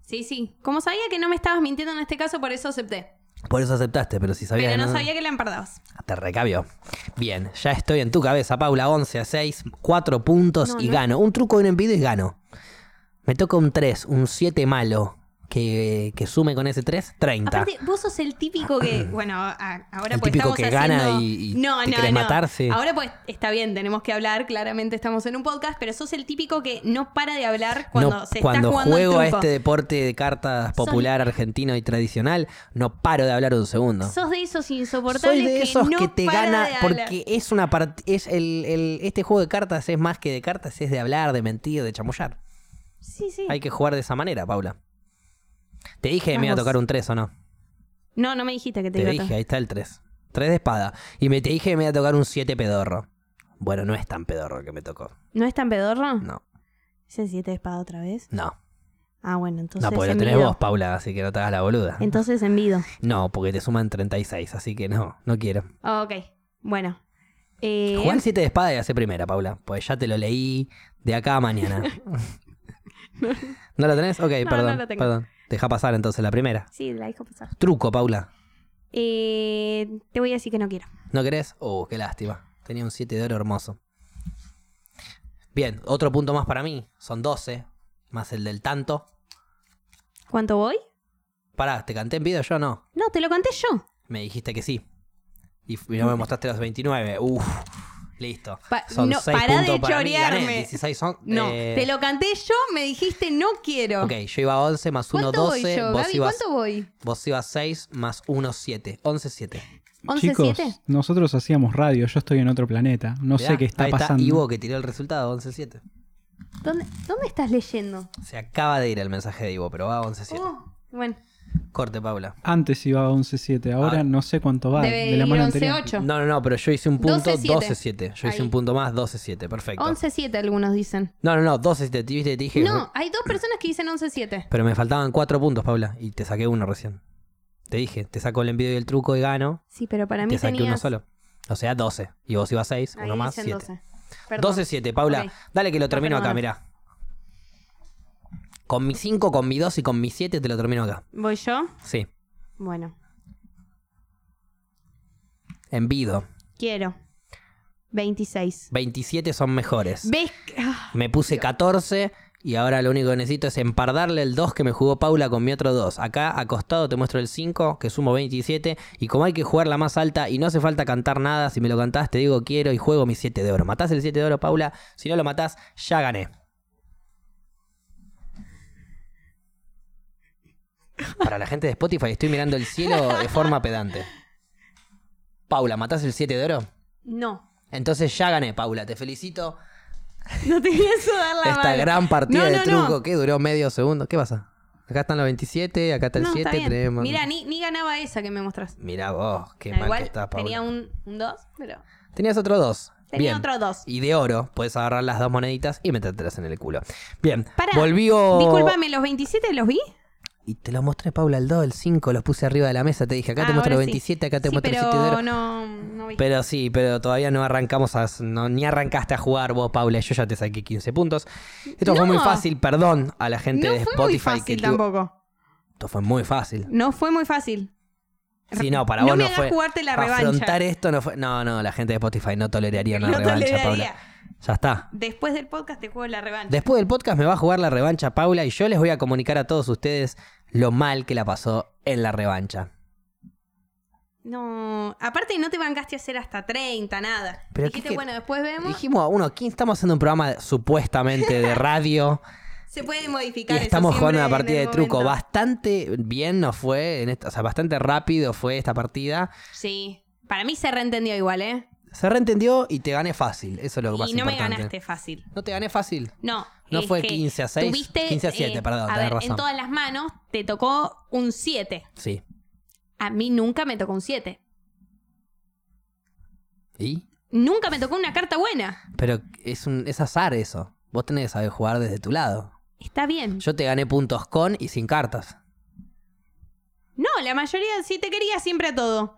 Speaker 2: Sí, sí. Como sabía que no me estabas mintiendo en este caso, por eso acepté.
Speaker 1: Por eso aceptaste, pero si sabías
Speaker 2: Pero
Speaker 1: que
Speaker 2: no sabía que la empardabas.
Speaker 1: Te recabió. Bien, ya estoy en tu cabeza, Paula. 11 a 6, 4 puntos
Speaker 2: No,
Speaker 1: y
Speaker 2: no.
Speaker 1: gano. Un truco de un envido y gano. Me toca un 3, un 7 malo. Que, que sume con ese 3, 30.
Speaker 2: Aparte, vos sos el típico que. Bueno, a- ahora
Speaker 1: El
Speaker 2: pues
Speaker 1: típico
Speaker 2: estamos
Speaker 1: que
Speaker 2: haciendo...
Speaker 1: gana y- y
Speaker 2: no,
Speaker 1: te
Speaker 2: no,
Speaker 1: querés
Speaker 2: no.
Speaker 1: matarse.
Speaker 2: Ahora pues está bien, tenemos que hablar. Claramente estamos en un podcast, pero sos el típico que no para de hablar cuando
Speaker 1: No,
Speaker 2: se
Speaker 1: cuando
Speaker 2: está jugando el
Speaker 1: juego a
Speaker 2: truco.
Speaker 1: este deporte de cartas
Speaker 2: Sos-
Speaker 1: popular argentino y tradicional, no paro de hablar un segundo.
Speaker 2: Sos de esos insoportables
Speaker 1: Soy de esos
Speaker 2: que,
Speaker 1: que,
Speaker 2: no
Speaker 1: te
Speaker 2: para
Speaker 1: gana
Speaker 2: de hablar.
Speaker 1: porque es una part- es el, el- este juego de cartas es más que de cartas, es de hablar, de mentir, de chamullar.
Speaker 2: Sí, sí.
Speaker 1: Hay que jugar de esa manera, Paula. Te dije que me iba a
Speaker 2: Vamos.
Speaker 1: tocar un 3 o no.
Speaker 2: No, no me dijiste que
Speaker 1: Te
Speaker 2: te, iba a
Speaker 1: dije,
Speaker 2: tocar.
Speaker 1: ahí está el 3. 3 de espada. Y me te dije que me iba a tocar un 7 pedorro. Bueno, no es tan pedorro el que me tocó.
Speaker 2: ¿No es tan pedorro?
Speaker 1: No,
Speaker 2: ¿Es el 7 de espada otra vez?
Speaker 1: no.
Speaker 2: Ah, bueno, entonces
Speaker 1: No, porque lo tenés
Speaker 2: envido.
Speaker 1: vos, Paula, así que no te hagas la boluda.
Speaker 2: Entonces envido.
Speaker 1: No, porque te suman 36, así que no, no quiero.
Speaker 2: Ok, bueno. Eh,
Speaker 1: Jugar el 7 de espada y hacer primera, Paula. Pues ya te lo leí de acá a
Speaker 2: <laughs>
Speaker 1: mañana. ¿No lo tenés? Ok,
Speaker 2: No,
Speaker 1: perdón.
Speaker 2: no lo tengo.
Speaker 1: perdón. Deja pasar entonces la primera.
Speaker 2: Sí, la dejo pasar.
Speaker 1: Truco, Paula.
Speaker 2: Eh, te voy a decir que no quiero.
Speaker 1: ¿No querés? Oh, qué lástima. Tenía un 7 de oro hermoso. Bien, otro punto más para mí. Son 12, más el del tanto.
Speaker 2: ¿Cuánto voy?
Speaker 1: Pará, ¿te canté en video yo o no?
Speaker 2: No, te lo conté yo.
Speaker 1: Me dijiste que sí. Y f- y no me
Speaker 3: Mm.
Speaker 1: mostraste los 29. Uf, listo.
Speaker 2: Pa-
Speaker 1: Son
Speaker 2: no,
Speaker 1: 6
Speaker 2: pará
Speaker 1: puntos
Speaker 2: de
Speaker 1: para mí. Gané.
Speaker 2: chorearme.
Speaker 1: 16 son.
Speaker 2: No,
Speaker 1: eh,
Speaker 2: te lo canté yo, me dijiste no quiero.
Speaker 1: Ok, yo iba a 11 más 1,
Speaker 2: ¿Cuánto voy
Speaker 1: 12.
Speaker 2: yo,
Speaker 1: Vos
Speaker 2: Gaby?
Speaker 1: ibas,
Speaker 2: ¿Cuánto voy?
Speaker 1: vos ibas 6 más 1, 7. 11, 7.
Speaker 3: Chicos,
Speaker 2: 11-7.
Speaker 3: nosotros hacíamos radio, yo estoy en otro planeta. No sé qué está
Speaker 1: Ahí
Speaker 3: pasando.
Speaker 1: Está Ivo que tiró el resultado, 11, 7.
Speaker 2: ¿Dónde, ¿Dónde estás leyendo?
Speaker 1: Se acaba de ir el mensaje de Ivo, pero va 11, 7.
Speaker 2: Oh, bueno,
Speaker 1: Corte, Paula.
Speaker 3: Antes iba a 11.7, ahora
Speaker 1: Ah.
Speaker 3: no sé cuánto va.
Speaker 2: debe
Speaker 3: de la
Speaker 2: ir
Speaker 3: mano anterior.
Speaker 2: 11-8.
Speaker 1: No, no, no, pero yo hice un punto
Speaker 2: 12-7.
Speaker 1: 12, 7. Yo hice
Speaker 2: Ahí.
Speaker 1: un punto más 12, 7. Perfecto.
Speaker 2: 11-7 algunos dicen.
Speaker 1: No, no, no, 12, 7. Te viste, te dije.
Speaker 2: No, hay dos personas que dicen 11-7.
Speaker 1: Pero me faltaban 4 puntos, Paula, y te saqué uno recién. Te dije, te saco el envío y el truco y gano.
Speaker 2: Sí, pero para mí
Speaker 1: Te saqué
Speaker 2: tenías...
Speaker 1: uno solo. O sea, 12. Y vos ibas 6,
Speaker 2: Ahí
Speaker 1: uno más,
Speaker 2: dicen
Speaker 1: 7.
Speaker 2: 12. Perdón.
Speaker 1: 12-7, Paula.
Speaker 2: Ok.
Speaker 1: Dale que lo termino acá,
Speaker 2: perdón.
Speaker 1: mirá. Con mi 5, con mi 2 y con mi 7 te lo termino acá.
Speaker 2: ¿Voy yo?
Speaker 1: Sí.
Speaker 2: Bueno,
Speaker 1: Envido.
Speaker 2: quiero. 26.
Speaker 1: 27 son mejores.
Speaker 2: ¿Ves? que- ah,
Speaker 1: Me puse 14 y ahora lo único que necesito es empardarle el 2 que me jugó Paula con mi otro 2. Acá acostado te muestro el 5 que sumo 27 y como hay que jugar la más alta y no hace falta cantar nada, si me lo cantás te digo quiero y juego mi 7 de oro. Matás el 7 de oro, Paula. Si no lo matás, ya gané. Para la gente de Spotify estoy mirando el cielo de forma pedante. Paula, ¿matás el 7 de oro? <laughs>
Speaker 2: No.
Speaker 1: Entonces ya gané, Paula. Te felicito.
Speaker 2: No te pienso dar la
Speaker 1: Esta
Speaker 2: mano.
Speaker 1: gran partida
Speaker 2: No,
Speaker 1: de
Speaker 2: no,
Speaker 1: truco
Speaker 2: no.
Speaker 1: que duró medio segundo. ¿Qué pasa? Acá están los 27, acá está el
Speaker 2: No,
Speaker 1: 7,
Speaker 2: está bien.
Speaker 1: tenemos...
Speaker 2: Mira, ni, ni ganaba esa que me mostras.
Speaker 1: Mirá vos, qué mal
Speaker 2: Ah, Igual
Speaker 1: que estás, Paula.
Speaker 2: tenía un 2, pero
Speaker 1: Tenías otro 2.
Speaker 2: tenía
Speaker 1: Bien.
Speaker 2: otro 2.
Speaker 1: Y de oro, puedes agarrar las dos moneditas y metértelas en el culo. Bien,
Speaker 2: Pará.
Speaker 1: volvió...
Speaker 2: Discúlpame, ¿los 27 los vi?
Speaker 1: Y te lo mostré, Paula, el 2, el 5, los puse arriba de la mesa. Te dije, acá te
Speaker 2: Ah,
Speaker 1: muestro los
Speaker 2: ahora sí.
Speaker 1: 27, acá te
Speaker 2: Sí,
Speaker 1: muestro el
Speaker 2: pero
Speaker 1: 7 de oro.
Speaker 2: no, no vi.
Speaker 1: Pero sí, pero todavía no arrancamos a, no- ni arrancaste a jugar vos, Paula. Yo ya te saqué 15 puntos. Esto fue
Speaker 2: No.
Speaker 1: muy fácil, perdón a la gente
Speaker 2: no
Speaker 1: de
Speaker 2: fue
Speaker 1: Spotify
Speaker 2: muy fácil
Speaker 1: que tuvo-
Speaker 2: tampoco.
Speaker 1: Esto fue muy fácil.
Speaker 2: No fue muy fácil.
Speaker 1: Sí, no, para
Speaker 2: no
Speaker 1: vos
Speaker 2: me
Speaker 1: no
Speaker 2: hagas
Speaker 1: fue.
Speaker 2: jugarte la
Speaker 1: para afrontar
Speaker 2: revancha.
Speaker 1: esto no fue. No, no, la gente de Spotify no toleraría una
Speaker 2: <laughs> No
Speaker 1: revancha,
Speaker 2: toleraría.
Speaker 1: Paula. Ya está.
Speaker 2: Después del podcast te juego la revancha.
Speaker 1: Después del podcast me va a jugar la revancha, Paula, y yo les voy a comunicar a todos ustedes lo mal que la pasó en la revancha.
Speaker 2: No, aparte no te bancaste a hacer hasta 30, nada.
Speaker 1: Pero ¿qué-
Speaker 2: Dijiste,
Speaker 1: qué-
Speaker 2: bueno, después vemos.
Speaker 1: Dijimos, uno, ¿quién estamos haciendo un programa supuestamente de
Speaker 2: <laughs>
Speaker 1: radio?
Speaker 2: Se puede
Speaker 1: Y
Speaker 2: modificar. eso
Speaker 1: estamos
Speaker 2: siempre
Speaker 1: jugando una
Speaker 2: en el
Speaker 1: partida de truco.
Speaker 2: momento.
Speaker 1: Bastante bien nos fue, en esta- o sea, bastante rápido fue esta partida.
Speaker 2: Sí. Para mí se reentendió igual, ¿eh?
Speaker 1: Se reentendió y te gané fácil. Eso es lo que más
Speaker 2: Y no me
Speaker 1: importante.
Speaker 2: ganaste fácil.
Speaker 1: No te gané fácil.
Speaker 2: No.
Speaker 1: No
Speaker 2: es
Speaker 1: fue
Speaker 2: que
Speaker 1: 15 a 6,
Speaker 2: tuviste, eh,
Speaker 1: 15 a 7, perdón,
Speaker 2: a
Speaker 1: tenés
Speaker 2: ver,
Speaker 1: razón.
Speaker 2: En todas las manos te tocó un 7.
Speaker 1: Sí.
Speaker 2: A mí nunca me tocó un 7.
Speaker 1: ¿Y?
Speaker 2: Nunca me tocó una carta buena.
Speaker 1: Pero es, un, es azar eso. Vos tenés que saber jugar desde tu lado.
Speaker 2: Está bien.
Speaker 1: Yo te gané puntos con y sin cartas.
Speaker 2: No, la mayoría sí te quería siempre a todo.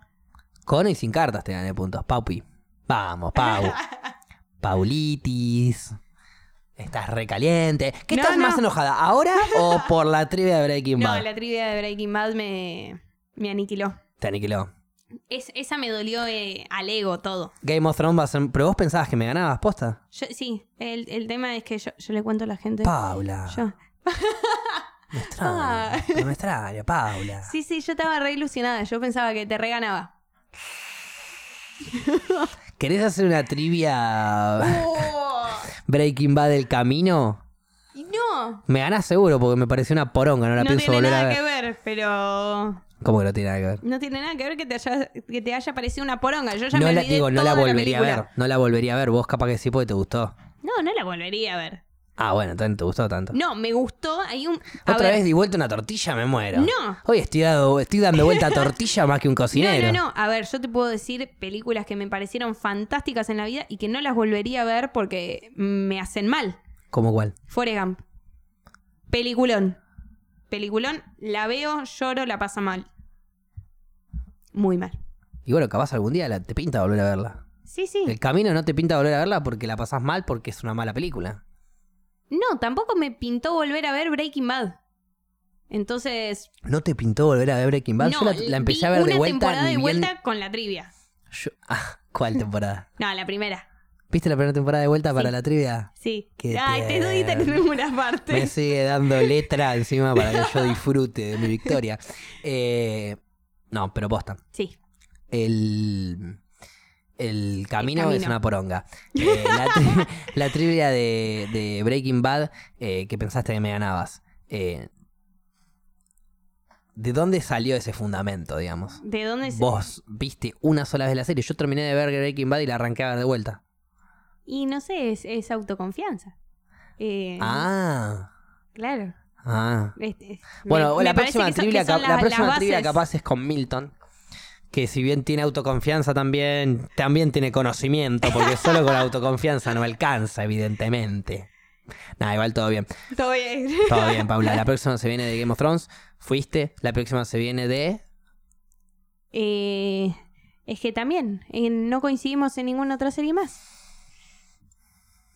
Speaker 1: Con y sin cartas te gané puntos, Paupi. Vamos,
Speaker 2: <laughs>
Speaker 1: Pau. Paulitis. Estás recaliente. ¿Qué
Speaker 2: No,
Speaker 1: estás
Speaker 2: no.
Speaker 1: más enojada? ¿Ahora
Speaker 2: <laughs>
Speaker 1: o por la trivia de Breaking
Speaker 2: No,
Speaker 1: Bad?
Speaker 2: la trivia de Breaking Bad me, me aniquiló.
Speaker 1: Te aniquiló.
Speaker 2: Es- esa me dolió eh, al ego todo.
Speaker 1: Game of Thrones va a ser- Pero vos pensabas que me ganabas, posta.
Speaker 2: Yo- sí, el, el tema es que yo, yo le cuento a la gente.
Speaker 1: Paula.
Speaker 2: Yo-
Speaker 1: Me
Speaker 2: Ah.
Speaker 1: extraña. No me extraña, Paula.
Speaker 2: <laughs> Sí, sí, yo estaba re ilusionada. Yo pensaba que te reganaba.
Speaker 1: <laughs> ¿Querés hacer una
Speaker 2: <laughs>
Speaker 1: trivia
Speaker 2: Oh,
Speaker 1: Breaking Bad del camino?
Speaker 2: y no,
Speaker 1: Me ganás seguro porque me pareció una poronga, no la
Speaker 2: no
Speaker 1: pienso
Speaker 2: tiene
Speaker 1: volver a
Speaker 2: nada
Speaker 1: ver.
Speaker 2: que ver, pero
Speaker 1: ¿Cómo que no tiene nada que ver?
Speaker 2: no tiene nada que ver que te haya, que te haya parecido una poronga. Yo ya
Speaker 1: no
Speaker 2: me
Speaker 1: la,
Speaker 2: olvidé
Speaker 1: digo, no la
Speaker 2: toda la
Speaker 1: volvería a ver.
Speaker 2: película.
Speaker 1: No la volvería a ver. Vos capaz que sí porque te gustó.
Speaker 2: No, no la volvería a ver.
Speaker 1: Ah, bueno, entonces no te gustó tanto.
Speaker 2: No, me gustó. Hay un. a
Speaker 1: Otra
Speaker 2: ver,
Speaker 1: vez di vuelta una tortilla, me muero.
Speaker 2: No.
Speaker 1: Hoy estoy, dado- estoy dando vuelta a tortilla más que un cocinero.
Speaker 2: <laughs> No, no, no. A ver, yo te puedo decir películas que me parecieron fantásticas en la vida y que no las volvería a ver porque me hacen mal.
Speaker 1: ¿Cómo cuál?
Speaker 2: Forrest Gump. Peliculón. Peliculón, la veo, lloro, la pasa mal. Muy mal.
Speaker 1: Y bueno, capaz algún día la- te pinta volver a verla.
Speaker 2: Sí, sí.
Speaker 1: El camino no te pinta volver a verla porque la pasás mal porque es una mala película.
Speaker 2: No, tampoco me pintó volver a ver Breaking Bad. Entonces,
Speaker 1: ¿No te pintó volver a ver Breaking Bad? Yo
Speaker 2: no,
Speaker 1: la, la empecé
Speaker 2: vi
Speaker 1: a ver de
Speaker 2: una
Speaker 1: vuelta.
Speaker 2: temporada de
Speaker 1: ni bien-
Speaker 2: vuelta con la trivia.
Speaker 1: Yo- <laughs> Ah, ¿Cuál temporada?
Speaker 2: No, la primera.
Speaker 1: ¿Viste la primera temporada de vuelta para
Speaker 2: Sí.
Speaker 1: la trivia?
Speaker 2: Sí.
Speaker 1: Qué
Speaker 2: Ay, te doy y te
Speaker 1: tierno. Pues,
Speaker 2: tenemos <laughs> una parte.
Speaker 1: Me sigue dando letra encima para que yo disfrute de mi victoria. Eh, no, pero posta.
Speaker 2: Sí.
Speaker 1: El, el, camino es
Speaker 2: camino.
Speaker 1: una poronga. Eh, la, tri- la trivia de, de Breaking Bad eh, que pensaste que me ganabas. Eh, ¿De dónde salió ese fundamento, digamos?
Speaker 2: ¿De dónde se-
Speaker 1: Vos viste una sola vez la serie. Yo terminé de ver Breaking Bad y la arranqué a ver de vuelta.
Speaker 2: Y no sé, es, es autoconfianza. Eh,
Speaker 1: Ah,
Speaker 2: Claro.
Speaker 1: ah.
Speaker 2: Este,
Speaker 1: Bueno,
Speaker 2: me-
Speaker 1: la
Speaker 2: me parece
Speaker 1: próxima,
Speaker 2: que son-
Speaker 1: trivia,
Speaker 2: que
Speaker 1: cap-
Speaker 2: son
Speaker 1: la
Speaker 2: las-
Speaker 1: próxima
Speaker 2: las
Speaker 1: trivia
Speaker 2: bases.
Speaker 1: capaz es con Milton. Que si bien tiene autoconfianza también, también tiene conocimiento, porque solo con autoconfianza no alcanza, evidentemente. Nada, igual todo bien.
Speaker 2: Todo bien. <laughs>
Speaker 1: Todo bien, Paula. La próxima se viene de Game of Thrones. Fuiste. La próxima se viene de...
Speaker 2: Eh, es que también eh, no coincidimos en ninguna otra serie más.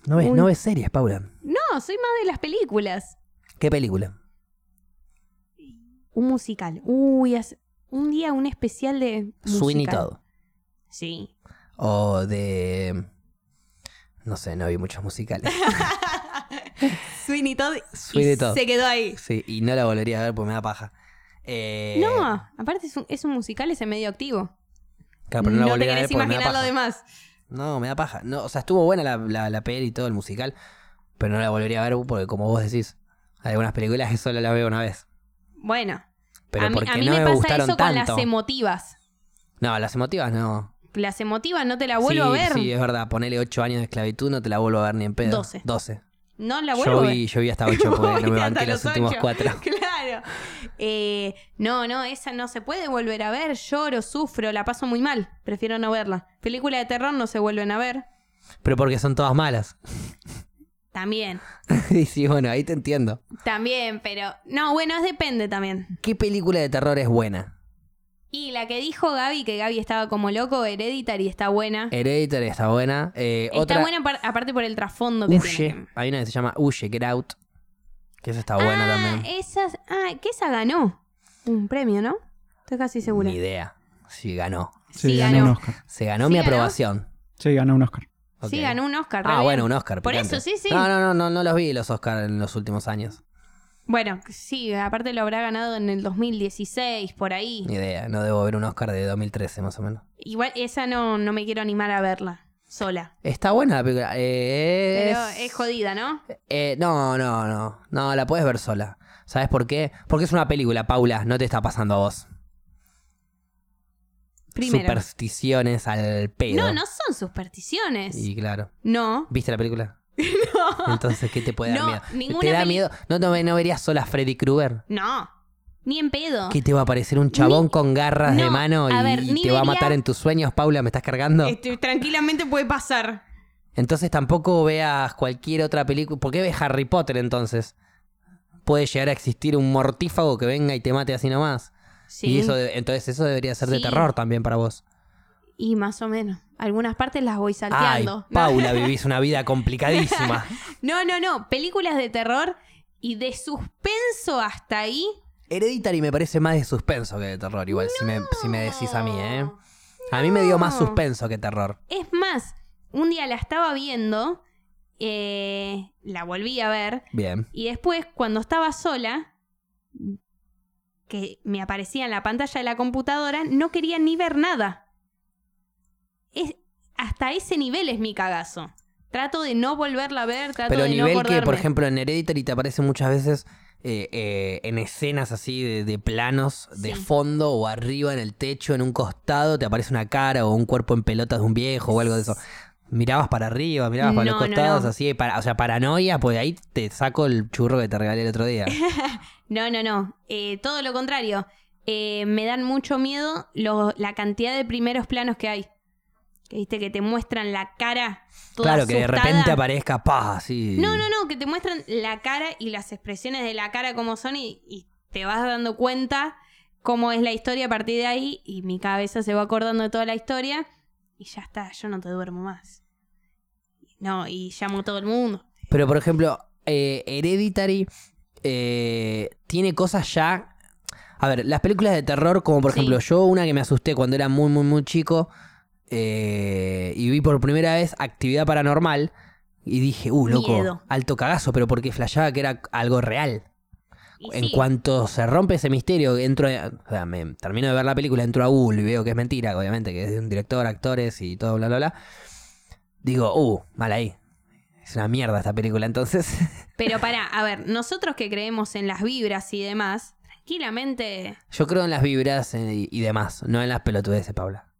Speaker 1: No ves,
Speaker 2: Uy.
Speaker 1: no ves series, Paula.
Speaker 2: No, soy más de las películas.
Speaker 1: ¿Qué película?
Speaker 2: Un musical. Uy, hace- un día un especial de.
Speaker 1: Sweeney
Speaker 2: musical.
Speaker 1: Todd.
Speaker 2: Sí.
Speaker 1: O de... No sé, no vi muchos
Speaker 2: <laughs>
Speaker 1: musicales.
Speaker 2: Sweeney Todd. y
Speaker 1: Sweeney Todd.
Speaker 2: Se quedó ahí.
Speaker 1: Sí, y no la volvería a ver porque me da paja. Eh,
Speaker 2: No, aparte es un, es un musical ese medio activo.
Speaker 1: claro, pero no, la
Speaker 2: no te
Speaker 1: volvería a ver
Speaker 2: querés
Speaker 1: porque me da
Speaker 2: imaginar lo
Speaker 1: paja.
Speaker 2: demás.
Speaker 1: No, me da paja. No, o sea, estuvo buena la, la, la peli y todo el musical, pero no la volvería a ver porque, como vos decís, hay algunas películas que solo las veo una vez.
Speaker 2: Bueno,
Speaker 1: Pero
Speaker 2: a mí,
Speaker 1: porque
Speaker 2: a mí
Speaker 1: no me,
Speaker 2: me pasa
Speaker 1: gustaron
Speaker 2: eso con
Speaker 1: tanto.
Speaker 2: las emotivas.
Speaker 1: no, las emotivas no.
Speaker 2: Las emotivas no te la vuelvo a
Speaker 1: sí,
Speaker 2: ver.
Speaker 1: sí, es verdad. Ponele 8 años de esclavitud, no te la vuelvo a ver ni en pedo.
Speaker 2: 12.
Speaker 1: 12.
Speaker 2: No la vuelvo
Speaker 1: Yo
Speaker 2: a ver.
Speaker 1: vi, yo vi
Speaker 2: <laughs>
Speaker 1: hasta 8 porque no me
Speaker 2: Voy
Speaker 1: banqué
Speaker 2: hasta
Speaker 1: los,
Speaker 2: los
Speaker 1: últimos
Speaker 2: ocho.
Speaker 1: 4.
Speaker 2: <laughs> Claro. Eh, no, no, esa no se puede volver a ver. Lloro, sufro, la paso muy mal. Prefiero no verla. Película de terror no se vuelven a ver.
Speaker 1: Pero porque son todas malas.
Speaker 2: También,
Speaker 1: <laughs> y sí, bueno, ahí te entiendo.
Speaker 2: también, pero. No, bueno, es depende también.
Speaker 1: ¿Qué película de terror es buena?
Speaker 2: Y la que dijo Gaby, que Gaby estaba como loco, Hereditary está buena.
Speaker 1: Hereditary está buena. eh,
Speaker 2: está
Speaker 1: otra,
Speaker 2: buena par- aparte por el trasfondo que
Speaker 1: Huye.
Speaker 2: tiene.
Speaker 1: Hay una que se llama Huye, Get Out. Que esa está buena
Speaker 2: ah,
Speaker 1: también.
Speaker 2: Esas, ah, que esa ganó un premio, ¿no? Estoy casi segura.
Speaker 1: Ni idea. Sí, ganó.
Speaker 3: Sí,
Speaker 2: Sí,
Speaker 3: ganó,
Speaker 2: ganó.
Speaker 3: un Oscar.
Speaker 1: Se ganó
Speaker 2: Sí,
Speaker 1: mi
Speaker 2: ganó.
Speaker 1: aprobación.
Speaker 3: Sí, ganó un Oscar.
Speaker 1: Ok.
Speaker 2: Sí, ganó un Oscar. re
Speaker 1: Ah,
Speaker 2: bien.
Speaker 1: bueno, un Oscar.
Speaker 2: Por
Speaker 1: picante.
Speaker 2: eso, sí, sí.
Speaker 1: No, no, no, no, no los vi los Oscar en los últimos años.
Speaker 2: Bueno, sí, aparte lo habrá ganado en el 2016, por ahí.
Speaker 1: Ni idea. No debo ver un Oscar de 2013, más o menos.
Speaker 2: Igual esa no, no me quiero animar a verla sola.
Speaker 1: Está buena la película. Eh,
Speaker 2: Pero es jodida, ¿no?
Speaker 1: Eh, no, no, no. No, la puedes ver sola. ¿Sabes por qué? Porque es una película, Paula. No te está pasando a vos.
Speaker 2: Primero.
Speaker 1: Supersticiones al pedo.
Speaker 2: No, no son supersticiones.
Speaker 1: Y claro. <laughs>
Speaker 2: No.
Speaker 1: ¿Viste la película?
Speaker 2: No.
Speaker 1: Entonces, ¿qué te puede dar
Speaker 2: <laughs> No,
Speaker 1: miedo?
Speaker 2: ninguna
Speaker 1: ¿Te da
Speaker 2: peli-
Speaker 1: miedo? ¿No, no, no verías sola Freddy Krueger?
Speaker 2: No. Ni en pedo.
Speaker 1: ¿Qué te va a parecer un chabón con garras de
Speaker 2: Ah. no,
Speaker 1: mano
Speaker 2: a
Speaker 1: y
Speaker 2: ver,
Speaker 1: te
Speaker 2: ni
Speaker 1: va a
Speaker 2: vería-
Speaker 1: matar en tus sueños, Paula? ¿Me estás cargando?
Speaker 2: Este, tranquilamente puede pasar.
Speaker 1: Entonces tampoco veas cualquier otra película. ¿Por qué ves Harry Potter entonces? Puede llegar a existir un mortífago que venga y te mate así nomás.
Speaker 2: Sí.
Speaker 1: Y eso de- entonces eso debería ser de
Speaker 2: Sí.
Speaker 1: terror también para vos.
Speaker 2: Y más o menos. Algunas partes las voy
Speaker 1: Ay,
Speaker 2: <laughs> salteando.
Speaker 1: Paula, vivís una vida
Speaker 2: <laughs>
Speaker 1: complicadísima.
Speaker 2: No, no, no. Películas de terror y de suspenso hasta ahí.
Speaker 1: Hereditary me parece más de suspenso que de terror, igual, si, me, si me decís a mí, ¿eh?
Speaker 2: No.
Speaker 1: A mí me dio más
Speaker 2: No.
Speaker 1: suspenso que terror.
Speaker 2: Es más, un día la estaba viendo, eh, la volví a ver,
Speaker 1: Bien.
Speaker 2: y después cuando estaba sola, que me aparecía en la pantalla de la computadora, no quería ni ver nada. Es, hasta ese nivel es mi cagazo. Trato de no volverla a ver, trato
Speaker 1: Pero
Speaker 2: de
Speaker 1: nivel
Speaker 2: no
Speaker 1: que,
Speaker 2: acordarme.
Speaker 1: por ejemplo, en Hereditary te aparece muchas veces eh, eh, en escenas así de, de planos, de
Speaker 2: Sí.
Speaker 1: fondo o arriba en el techo, en un costado, te aparece una cara o un cuerpo en pelotas de un viejo o algo de eso. Mirabas para arriba, mirabas para los
Speaker 2: No, no,
Speaker 1: costados,
Speaker 2: no.
Speaker 1: así, para, o sea, paranoia, pues ahí te saco el churro que te regalé el otro
Speaker 2: <laughs>
Speaker 1: día.
Speaker 2: No, no, no. Eh, todo lo contrario. Eh, me dan mucho miedo lo- la cantidad de primeros planos que hay. Que viste que te muestran la cara. Toda
Speaker 1: claro, que de
Speaker 2: asustada.
Speaker 1: repente aparezca, pa, así.
Speaker 2: No, no, no, que te muestran la cara y las expresiones de la cara como son y, y te vas dando cuenta cómo es la historia a partir de ahí y mi cabeza se va acordando de toda la historia y ya está, yo no te duermo más. No, y llamo a todo el mundo.
Speaker 1: Pero por ejemplo, eh, Hereditary eh, tiene cosas ya. A ver, las películas de terror, como por
Speaker 2: Sí.
Speaker 1: ejemplo, yo una que me asusté cuando era muy, muy, muy chico eh, y vi por primera vez Actividad Paranormal y dije, uh, loco,
Speaker 2: Miedo.
Speaker 1: alto cagazo, pero porque flasheaba que era algo real.
Speaker 2: Y
Speaker 1: En
Speaker 2: sí,
Speaker 1: cuanto se rompe ese misterio, entro, a- o sea, me termino de ver la película, entro a Google y veo que es mentira, obviamente, que es de un director, actores y todo, bla, bla, bla. Digo, uh, mal ahí. Es una mierda esta película, entonces. <laughs>
Speaker 2: Pero pará, a ver, nosotros que creemos en las vibras y demás, tranquilamente.
Speaker 1: Yo creo en las vibras eh, y, y demás, no en las pelotudeces, Paula.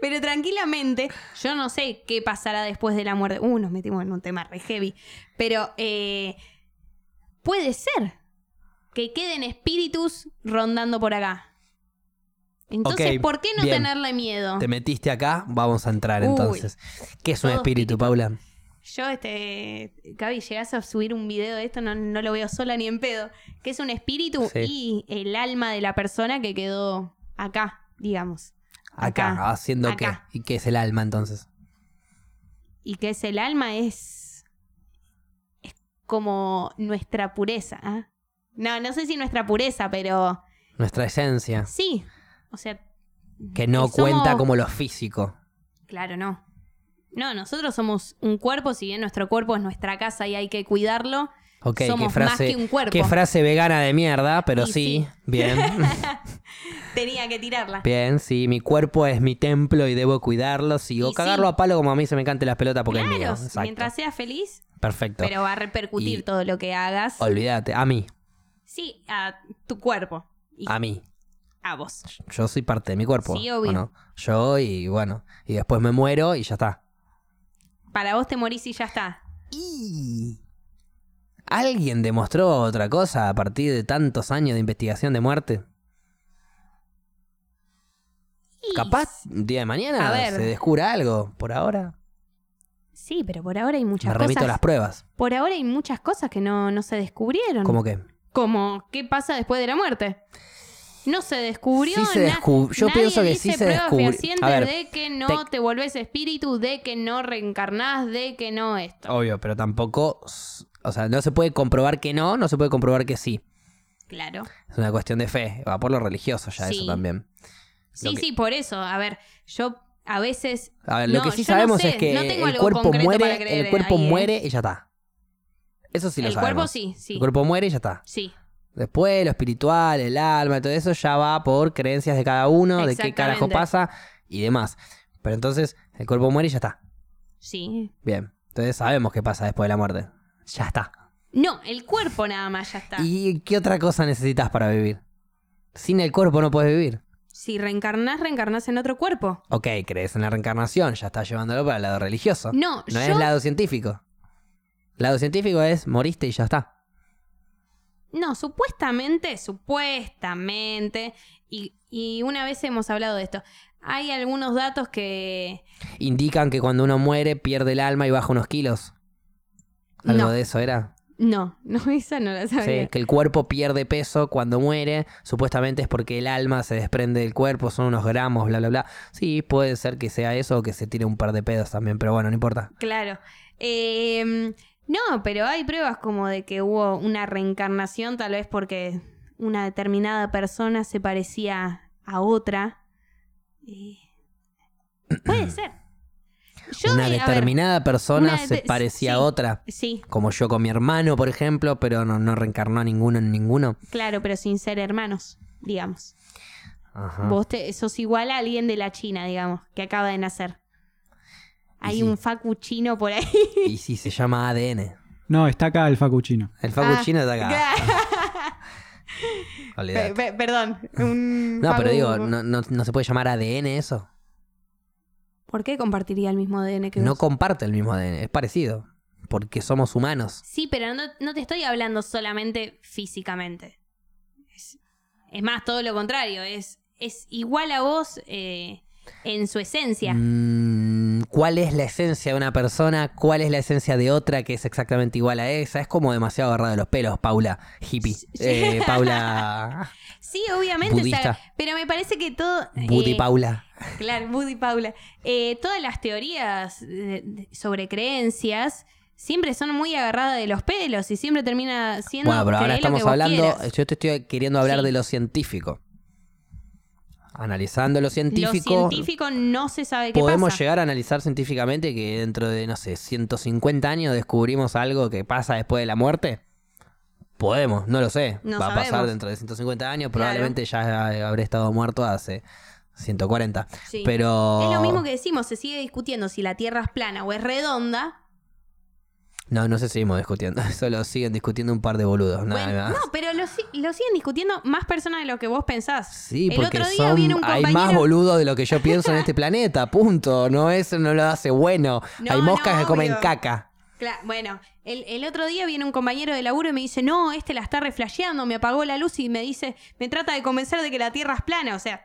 Speaker 2: Pero tranquilamente, yo no sé qué pasará después de la muerte. Uh, nos metimos en un tema re heavy. Pero eh, puede ser que queden espíritus rondando por acá. Entonces,
Speaker 1: Ok,
Speaker 2: ¿por qué no
Speaker 1: bien.
Speaker 2: tenerle miedo?
Speaker 1: Te metiste acá, vamos a entrar
Speaker 2: Ah. Uy,
Speaker 1: entonces. ¿Qué es un
Speaker 2: todo
Speaker 1: espíritu, Paula?
Speaker 2: Yo, este. Gaby, llegás a subir un video de esto, no, no lo veo sola ni en pedo. Que es un espíritu
Speaker 1: Sí.
Speaker 2: y el alma de la persona que quedó acá, digamos.
Speaker 1: Acá,
Speaker 2: Acá,
Speaker 1: haciendo
Speaker 2: acá.
Speaker 1: qué. ¿Y qué es el alma entonces?
Speaker 2: y que es el alma es, es como nuestra pureza. ¿ah? No, no sé si nuestra pureza, pero
Speaker 1: Nuestra esencia,
Speaker 2: sí. O sea,
Speaker 1: que no
Speaker 2: Que somos-
Speaker 1: cuenta como lo físico.
Speaker 2: claro, no. No, nosotros somos un cuerpo, si bien nuestro cuerpo es nuestra casa y hay que cuidarlo,
Speaker 1: Ok, qué
Speaker 2: somos más
Speaker 1: frase,
Speaker 2: que un cuerpo.
Speaker 1: qué frase vegana de mierda, pero
Speaker 2: Y
Speaker 1: sí,
Speaker 2: sí. <laughs>
Speaker 1: bien,
Speaker 2: Tenía que tirarla.
Speaker 1: bien, sí, mi cuerpo es mi templo y debo cuidarlo, sí, o
Speaker 2: Y
Speaker 1: cagarlo
Speaker 2: sí.
Speaker 1: a palo como a mí se me cante las pelotas porque es mío.
Speaker 2: claro,
Speaker 1: Exacto.
Speaker 2: mientras seas feliz,
Speaker 1: Perfecto.
Speaker 2: pero va a repercutir
Speaker 1: Y-
Speaker 2: todo lo que hagas.
Speaker 1: Olvídate, a mí,
Speaker 2: Sí, a tu cuerpo y
Speaker 1: a mí.
Speaker 2: a vos.
Speaker 1: Yo soy parte de mi cuerpo.
Speaker 2: Sí,
Speaker 1: ¿o
Speaker 2: obvio.
Speaker 1: no? Yo y bueno, y después me muero y ya está.
Speaker 2: Para vos te morís y ya está.
Speaker 1: Y alguien demostró otra cosa a partir de tantos años de investigación de muerte.
Speaker 2: Y
Speaker 1: Capaz un día de mañana
Speaker 2: A ver.
Speaker 1: se descubra algo. Por ahora
Speaker 2: Sí, pero por ahora hay
Speaker 1: Me
Speaker 2: muchas
Speaker 1: remito a
Speaker 2: cosas.
Speaker 1: las pruebas.
Speaker 2: Por ahora hay muchas cosas que no, no se descubrieron.
Speaker 1: ¿Cómo que?
Speaker 2: Como, ¿qué pasa después de la muerte? No se descubrió.
Speaker 1: Sí se
Speaker 2: na-
Speaker 1: descub- yo
Speaker 2: nadie
Speaker 1: pienso que sí
Speaker 2: dice
Speaker 1: se
Speaker 2: pruebas
Speaker 1: descubri-
Speaker 2: fehacientes
Speaker 1: A ver,
Speaker 2: de que no
Speaker 1: te-
Speaker 2: te... volvés espíritu, de que no reencarnás, de que no esto.
Speaker 1: Obvio, pero tampoco. s- O sea, no se puede comprobar que no, no se puede comprobar que sí.
Speaker 2: Claro.
Speaker 1: Es una cuestión de fe. Va por lo religioso ya eso
Speaker 2: Sí.
Speaker 1: también.
Speaker 2: Sí,
Speaker 1: que-
Speaker 2: sí, por eso. A ver, yo a veces.
Speaker 1: A ver, lo
Speaker 2: No,
Speaker 1: que sí
Speaker 2: yo no
Speaker 1: sabemos
Speaker 2: sé,
Speaker 1: es que
Speaker 2: no tengo
Speaker 1: el
Speaker 2: algo
Speaker 1: cuerpo
Speaker 2: concreto para
Speaker 1: muere,
Speaker 2: creer
Speaker 1: el cuerpo
Speaker 2: ahí, ¿eh?
Speaker 1: muere y ya está. Eso sí lo
Speaker 2: el
Speaker 1: sabemos.
Speaker 2: cuerpo sí, sí.
Speaker 1: El cuerpo muere y ya está.
Speaker 2: Sí.
Speaker 1: Después, lo espiritual, el alma, todo eso ya va por creencias de cada uno, de qué carajo
Speaker 2: Exactamente.
Speaker 1: pasa y demás. Pero entonces, el cuerpo muere y ya está.
Speaker 2: Sí.
Speaker 1: Bien. Entonces sabemos qué pasa después de la muerte. Ya está.
Speaker 2: No, el cuerpo nada más ya está.
Speaker 1: ¿Y qué otra cosa necesitas para vivir? Sin el cuerpo no puedes vivir.
Speaker 2: Si reencarnás, reencarnás en otro cuerpo.
Speaker 1: Ok, crees en la reencarnación, ya estás llevándolo para el lado religioso.
Speaker 2: No,
Speaker 1: No
Speaker 2: yo.
Speaker 1: es lado científico. Lado científico es moriste y ya está.
Speaker 2: No, supuestamente, supuestamente. Y, y una vez hemos hablado de esto. Hay algunos datos que.
Speaker 1: Indican que cuando uno muere pierde el alma y baja unos kilos. Algo
Speaker 2: No.
Speaker 1: de eso era.
Speaker 2: <laughs> No, no, esa no la sabía.
Speaker 1: Sí, que el cuerpo pierde peso cuando muere. Supuestamente es porque el alma se desprende del cuerpo, son unos gramos, bla, bla, bla. Sí, puede ser que sea eso o que se tire un par de pedos también, pero bueno, no importa.
Speaker 2: Claro. Eh, no, pero hay pruebas como de que hubo una reencarnación, tal vez porque una determinada persona se parecía a otra. Eh,
Speaker 1: <clears throat>
Speaker 2: puede ser. Yo,
Speaker 1: una
Speaker 2: eh, a ver,
Speaker 1: determinada persona
Speaker 2: una
Speaker 1: se
Speaker 2: dete-
Speaker 1: parecía a
Speaker 2: sí.
Speaker 1: otra.
Speaker 2: sí,
Speaker 1: Como yo con mi hermano, por ejemplo, pero no, no reencarnó a ninguno en ninguno.
Speaker 2: claro, pero sin ser hermanos, digamos.
Speaker 1: Ajá.
Speaker 2: Vos te- sos igual a alguien de la China, digamos, que acaba de nacer. Hay
Speaker 1: sí.
Speaker 2: un facu chino por ahí.
Speaker 1: Y sí,
Speaker 2: <laughs>
Speaker 1: se llama ADN.
Speaker 3: No, está acá el facuchino.
Speaker 1: El Facu
Speaker 2: Ah,
Speaker 1: chino está acá.
Speaker 2: <laughs> Pe-
Speaker 1: Olvidate.
Speaker 2: pe- perdón. un
Speaker 1: No, pero
Speaker 2: Eh, facu-
Speaker 1: digo, no, no- no se puede llamar ADN eso.
Speaker 2: ¿Por qué compartiría el mismo ADN que
Speaker 1: No
Speaker 2: vos?
Speaker 1: comparte el mismo ADN, es parecido. Porque somos humanos.
Speaker 2: Sí, pero no, no te estoy hablando solamente físicamente. Es, es más, todo lo contrario. Es, es igual a vos eh, en su esencia.
Speaker 1: Mm, ¿Cuál es la esencia de una persona? ¿Cuál es la esencia de otra que es exactamente igual a esa? Es como demasiado agarrado de los pelos, Paula, hippie.
Speaker 2: Sí.
Speaker 1: Eh,
Speaker 2: <laughs>
Speaker 1: Paula.
Speaker 2: Sí, obviamente. o sea,
Speaker 1: Budista.
Speaker 2: pero me parece que todo...
Speaker 1: Buddy
Speaker 2: eh,
Speaker 1: Paula.
Speaker 2: Claro, Buddy Paula. Eh, todas las teorías eh, de- sobre creencias siempre son muy agarradas de los pelos y siempre termina siendo.
Speaker 1: Bueno, pero ahora
Speaker 2: creé lo que
Speaker 1: estamos
Speaker 2: vos
Speaker 1: hablando. eh,
Speaker 2: quieras.
Speaker 1: Yo te estoy queriendo hablar
Speaker 2: Sí.
Speaker 1: de lo científico. Analizando lo
Speaker 2: Lo
Speaker 1: científico.
Speaker 2: científico no se sabe qué
Speaker 1: podemos
Speaker 2: pasa.
Speaker 1: llegar a analizar científicamente que dentro de, no sé, 150 años descubrimos algo que pasa después de la muerte? Podemos, no lo sé.
Speaker 2: No
Speaker 1: Va a pasar
Speaker 2: sabemos.
Speaker 1: dentro de 150 años,
Speaker 2: Claro.
Speaker 1: probablemente ya habré estado muerto hace 140.
Speaker 2: Sí.
Speaker 1: Pero...
Speaker 2: Es lo mismo que decimos, se sigue discutiendo si la Tierra es plana o es redonda.
Speaker 1: No, no sé si seguimos discutiendo, <laughs> solo siguen discutiendo un par de boludos, nada
Speaker 2: Bueno,
Speaker 1: más.
Speaker 2: no, pero lo, si- lo siguen discutiendo más personas de lo que vos pensás.
Speaker 1: Sí,
Speaker 2: El
Speaker 1: porque
Speaker 2: otro día
Speaker 1: son,
Speaker 2: viene un
Speaker 1: hay más
Speaker 2: compañero-
Speaker 1: boludos de lo que yo pienso
Speaker 2: <laughs>
Speaker 1: en este planeta, punto. No, eso no lo hace bueno.
Speaker 2: No,
Speaker 1: hay moscas
Speaker 2: no,
Speaker 1: que comen
Speaker 2: obvio.
Speaker 1: caca.
Speaker 2: Cla- bueno, el, el otro día viene un compañero de laburo y me dice, no, este la está reflasheando, me apagó la luz y me dice, me trata de convencer de que la Tierra es plana, o sea,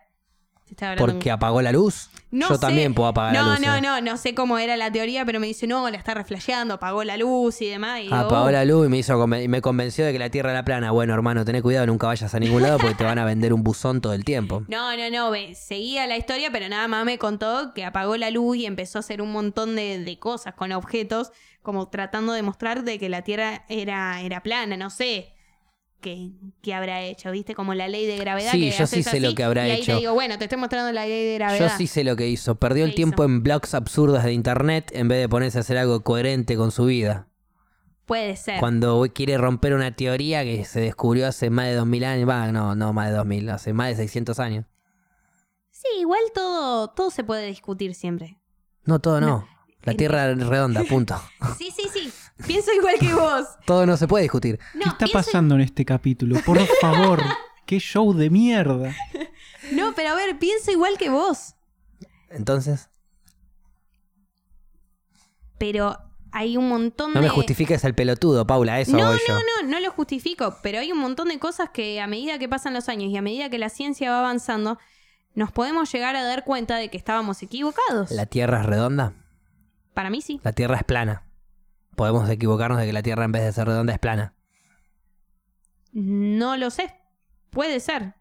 Speaker 2: te estaba hablando
Speaker 1: Porque apagó la luz.
Speaker 2: No
Speaker 1: yo
Speaker 2: sé.
Speaker 1: también puedo apagar
Speaker 2: no,
Speaker 1: la luz.
Speaker 2: No,
Speaker 1: ¿eh?
Speaker 2: no, no sé cómo era la teoría, pero me dice, no, la está reflasheando, apagó la luz y demás. Y digo,
Speaker 1: Apagó
Speaker 2: "Oh".
Speaker 1: la luz y me, hizo conven- y me convenció de que la Tierra era plana. Bueno, hermano, tené cuidado, nunca vayas a ningún lado porque te van a vender un buzón todo el tiempo.
Speaker 2: No, no, no, ve, seguía la historia, pero nada más me contó que apagó la luz y empezó a hacer un montón de, de cosas con objetos, como tratando de mostrar de que la Tierra era, era plana, no sé. ¿Qué, qué habrá hecho? ¿Viste? Como la ley de gravedad.
Speaker 1: Sí,
Speaker 2: que
Speaker 1: yo sí
Speaker 2: haces
Speaker 1: sé lo
Speaker 2: así,
Speaker 1: que habrá
Speaker 2: y ahí
Speaker 1: hecho.
Speaker 2: te digo, bueno, te estoy mostrando <laughs> la ley de
Speaker 1: Yo
Speaker 2: gravedad.
Speaker 1: sí sé lo que hizo. Perdió el
Speaker 2: ¿Qué
Speaker 1: tiempo
Speaker 2: hizo?
Speaker 1: en blogs absurdas de internet en vez de ponerse a hacer algo coherente con su vida.
Speaker 2: Puede ser.
Speaker 1: Cuando quiere romper una teoría que se descubrió hace más de 2000 años, va, no, no más de 2000, hace más de 600 años.
Speaker 2: Sí, igual todo, todo se puede discutir siempre.
Speaker 1: No, todo no.
Speaker 2: No.
Speaker 1: La Tierra es redonda,
Speaker 2: <laughs>
Speaker 1: punto.
Speaker 2: Sí, sí, sí. Pienso igual que vos.
Speaker 1: Todo no se puede discutir.
Speaker 2: No,
Speaker 3: <laughs> ¿Qué está
Speaker 2: pienso-
Speaker 3: pasando en este capítulo?
Speaker 2: <laughs>
Speaker 3: Por favor, qué show de mierda.
Speaker 2: No, pero a ver, pienso igual que vos.
Speaker 1: Entonces,
Speaker 2: Pero hay un montón
Speaker 1: no
Speaker 2: de.
Speaker 1: me justifiques el pelotudo, Paula, eso
Speaker 2: no,
Speaker 1: hago
Speaker 2: no,
Speaker 1: yo.
Speaker 2: no, no lo justifico, pero hay un montón de cosas que a medida que pasan los años y a medida que la ciencia va avanzando, nos podemos llegar a dar cuenta de que estábamos equivocados.
Speaker 1: ¿La Tierra es redonda?
Speaker 2: Para mí sí.
Speaker 1: La Tierra es plana. Podemos equivocarnos de que la Tierra en vez de ser redonda es plana.
Speaker 2: No lo sé. Puede ser.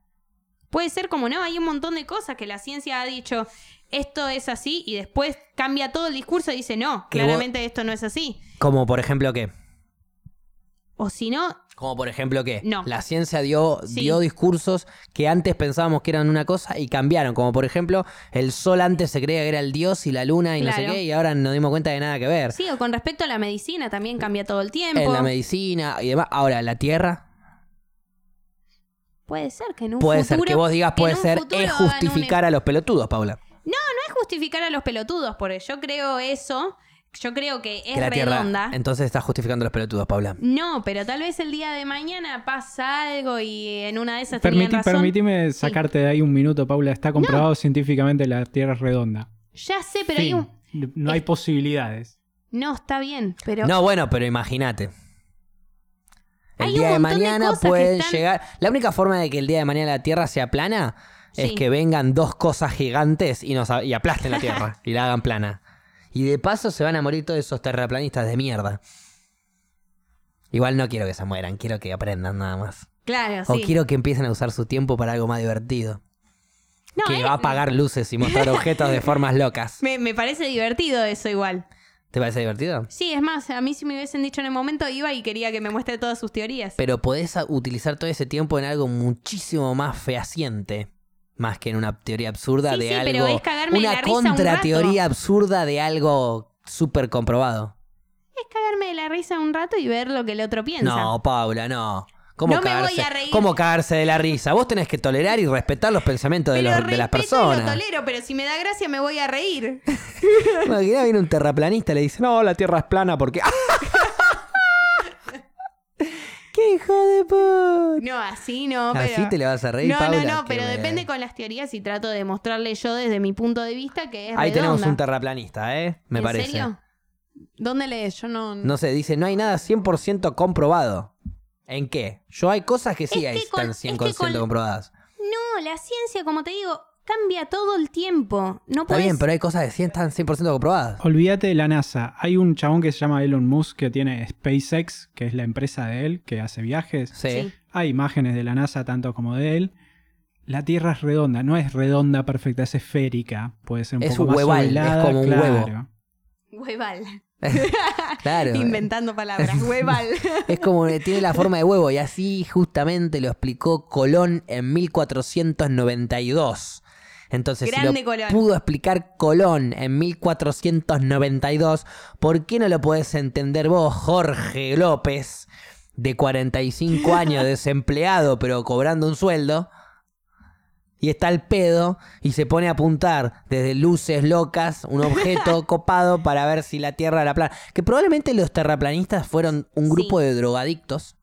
Speaker 2: Puede ser como no. Hay un montón de cosas que la ciencia ha dicho, esto es así, y después cambia todo el discurso y dice, no,
Speaker 1: Que
Speaker 2: claramente esto no es así.
Speaker 1: Como por ejemplo qué?
Speaker 2: O si no,
Speaker 1: Como por ejemplo qué?
Speaker 2: No.
Speaker 1: La ciencia dio,
Speaker 2: Sí.
Speaker 1: dio discursos que antes pensábamos que eran una cosa y cambiaron. Como por ejemplo, el sol antes se creía que era el dios y la luna y no
Speaker 2: Claro.
Speaker 1: sé qué, y ahora nos dimos cuenta de nada que ver.
Speaker 2: sí, o con respecto a la medicina también cambia todo el tiempo.
Speaker 1: en la medicina y demás. Ahora, la Tierra
Speaker 2: Puede ser que en un
Speaker 1: puede ser
Speaker 2: futuro-
Speaker 1: que vos digas,
Speaker 2: en
Speaker 1: puede
Speaker 2: un
Speaker 1: ser,
Speaker 2: futuro
Speaker 1: es
Speaker 2: hagan un-
Speaker 1: justificar a los pelotudos, Paula.
Speaker 2: No es justificar a los pelotudos, porque yo creo eso. Yo creo que es
Speaker 1: que la Tierra.
Speaker 2: redonda.
Speaker 1: Entonces estás justificando a los pelotudos, Paula.
Speaker 2: No, pero tal vez el día de mañana pasa algo y en una de esas
Speaker 3: Permití-
Speaker 2: tenían razón.
Speaker 3: permitime sacarte de ahí un minuto, Paula. Está comprobado científicamente la Tierra es redonda.
Speaker 2: Ya sé, pero hay
Speaker 3: Fin.
Speaker 2: un...
Speaker 3: No hay posibilidades.
Speaker 2: No, está bien, pero...
Speaker 1: No, bueno, pero imagínate. El
Speaker 2: Hay
Speaker 1: día
Speaker 2: un
Speaker 1: de
Speaker 2: montón de
Speaker 1: mañana
Speaker 2: cosas que
Speaker 1: pueden
Speaker 2: están-
Speaker 1: llegar. La única forma de que el día de mañana la Tierra sea plana es
Speaker 2: Sí.
Speaker 1: que vengan dos cosas gigantes y, nos, a- y aplasten la
Speaker 2: <laughs>
Speaker 1: Tierra y la hagan plana. Y de paso se van a morir todos esos terraplanistas de mierda. Igual no quiero que se mueran, quiero que aprendan nada más.
Speaker 2: Claro,
Speaker 1: O
Speaker 2: sí.
Speaker 1: quiero que empiecen a usar su tiempo para algo más divertido.
Speaker 2: No,
Speaker 1: que
Speaker 2: eh,
Speaker 1: va a apagar luces y mostrar objetos de formas locas.
Speaker 2: Me, me parece divertido eso igual.
Speaker 1: ¿Te parece divertido?
Speaker 2: Sí, es más, a mí si me hubiesen dicho en el momento iba y quería que me muestre todas sus teorías.
Speaker 1: Pero podés a- utilizar todo ese tiempo en algo muchísimo más fehaciente. Más que en una teoría absurda
Speaker 2: Sí,
Speaker 1: de
Speaker 2: sí,
Speaker 1: algo.
Speaker 2: pero es cagarme
Speaker 1: una
Speaker 2: la risa un
Speaker 1: contrateoría absurda de algo súper comprobado.
Speaker 2: Es cagarme de la risa un rato y ver lo que el otro piensa.
Speaker 1: No, Paula, no. ¿Cómo,
Speaker 2: No me voy
Speaker 1: cagarse,
Speaker 2: a reír.
Speaker 1: ¿Cómo cagarse de la risa? Vos tenés que tolerar y respetar los pensamientos de,
Speaker 2: pero
Speaker 1: los- de las
Speaker 2: respeto y
Speaker 1: personas.
Speaker 2: lo tolero, pero si me da gracia me voy a reír.
Speaker 1: Imagina viene un terraplanista y le dice, no, la tierra es plana porque. <laughs> ¡Qué hijo de puta!
Speaker 2: No, así no, pero...
Speaker 1: <laughs> Así te le vas a reír,
Speaker 2: no,
Speaker 1: Paula,
Speaker 2: no, no,
Speaker 1: que
Speaker 2: pero
Speaker 1: me-
Speaker 2: depende con las teorías y trato de mostrarle yo desde mi punto de vista que es
Speaker 1: Ahí tenemos
Speaker 2: redonda.
Speaker 1: un terraplanista, ¿eh? Me
Speaker 2: ¿En
Speaker 1: parece.
Speaker 2: serio? ¿Dónde lees? Yo no...
Speaker 1: No sé, dice, no hay nada 100% comprobado. ¿En qué? Yo hay cosas que sí
Speaker 2: Es que
Speaker 1: hay-
Speaker 2: con-
Speaker 1: están
Speaker 2: es que
Speaker 1: 100%
Speaker 2: con-
Speaker 1: comprobadas.
Speaker 2: No, la ciencia, como te digo, cambia todo el tiempo. No
Speaker 1: Está
Speaker 2: podés...
Speaker 1: bien, pero hay cosas que sí están 100% comprobadas.
Speaker 3: Olvídate de la NASA. Hay un chabón que se llama Elon Musk que tiene SpaceX, que es la empresa de él, que hace viajes.
Speaker 1: Sí.
Speaker 2: Sí.
Speaker 3: Hay imágenes de la NASA tanto como de él. La Tierra es redonda, no es redonda perfecta, es esférica. Puede ser un
Speaker 1: Es
Speaker 3: poco
Speaker 1: un
Speaker 3: más
Speaker 1: hueval, es
Speaker 3: ovalada,
Speaker 1: como un
Speaker 3: claro.
Speaker 1: huevo.
Speaker 2: Hueval. <laughs>
Speaker 1: Claro. <laughs>
Speaker 2: Inventando palabras. Hueval.
Speaker 1: Es como que tiene la forma de huevo y así justamente lo explicó Colón en 1492. Entonces, si
Speaker 2: Grande
Speaker 1: lo
Speaker 2: Colón.
Speaker 1: pudo explicar Colón en 1492, ¿por qué no lo podés entender vos, Jorge López, de 45 años, desempleado pero cobrando un sueldo? Y está al pedo y se pone a apuntar desde luces locas un
Speaker 2: <laughs>
Speaker 1: objeto copado para ver si la Tierra la plana. Que probablemente los terraplanistas fueron un grupo de drogadictos,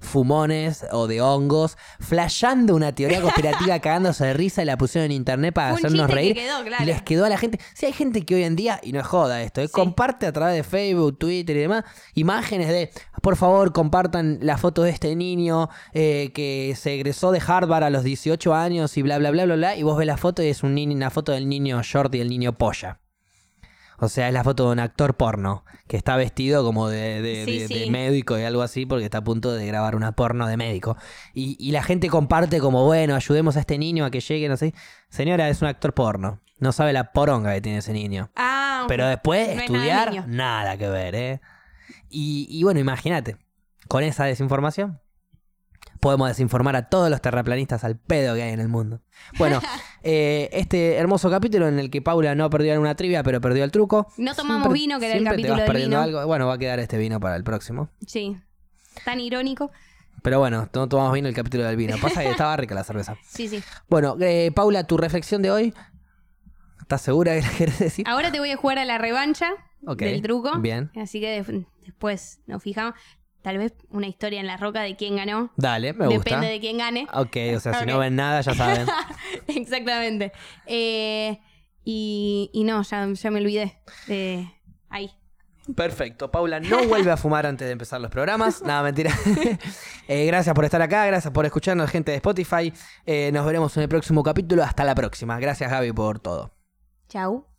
Speaker 1: fumones o de hongos, flasheando una teoría
Speaker 2: <laughs>
Speaker 1: conspirativa, cagándose de risa y la pusieron en internet para
Speaker 2: Fue un
Speaker 1: hacernos
Speaker 2: chiste
Speaker 1: reír.
Speaker 2: que quedó, claro.
Speaker 1: Y les quedó a la gente. Si hay gente que hoy en día, y no es joda esto, eh,
Speaker 2: Sí.
Speaker 1: comparte a través de Facebook, Twitter y demás, imágenes de, por favor, compartan la foto de este niño eh, que se egresó de Harvard a los 18 años y bla, bla, bla, bla, bla. Y vos ves la foto y es un niño, una foto del niño short y el niño polla. O sea, es la foto de un actor porno que está vestido como de, de-
Speaker 2: Sí,
Speaker 1: de-
Speaker 2: sí.
Speaker 1: de médico y algo así porque está a punto de grabar una porno de médico. Y, y la gente comparte como, bueno, ayudemos a este niño a que llegue, no sé. Señora, es un actor porno. No sabe la poronga que tiene ese niño.
Speaker 2: Ah,
Speaker 1: Pero después
Speaker 2: No es nada
Speaker 1: estudiar,
Speaker 2: niño.
Speaker 1: nada, que ver, ¿eh? Y, y bueno, imagínate, con esa desinformación podemos desinformar a todos los terraplanistas al pedo que hay en el mundo.
Speaker 2: <laughs>
Speaker 1: Bueno, eh, este hermoso capítulo en el que Paula no perdió en una trivia, pero perdió el truco.
Speaker 2: No tomamos
Speaker 1: Siempre-
Speaker 2: vino, que era el
Speaker 1: siempre te
Speaker 2: capítulo
Speaker 1: vas
Speaker 2: del
Speaker 1: perdiendo
Speaker 2: vino.
Speaker 1: algo. Bueno, va a quedar este vino para el próximo.
Speaker 2: Sí. Tan irónico.
Speaker 1: Pero bueno, no tomamos vino el capítulo del vino. Pasa que estaba rica la cerveza.
Speaker 2: Sí, sí.
Speaker 1: Bueno, eh, Paula, tu reflexión de hoy. ¿Estás segura que la querés decir?
Speaker 2: Ahora te voy a jugar a la revancha
Speaker 1: Ok,
Speaker 2: Ah, del truco.
Speaker 1: bien.
Speaker 2: Así que de- después nos fijamos. Tal vez una historia en la roca de quién ganó.
Speaker 1: Dale, me gusta.
Speaker 2: Depende de quién gane.
Speaker 1: Ok, o sea, si no
Speaker 2: Ok.
Speaker 1: ven nada, ya saben.
Speaker 2: <laughs> Exactamente. Eh, y, y no, ya, ya me olvidé. Eh, ahí.
Speaker 1: Perfecto. Paula no vuelve a fumar antes de empezar los programas. Nada, mentira. Eh, gracias por estar acá, gracias por escucharnos, gente de Spotify. Eh, nos veremos en el próximo capítulo. Hasta la próxima. Gracias, Gaby, por todo.
Speaker 2: Chau.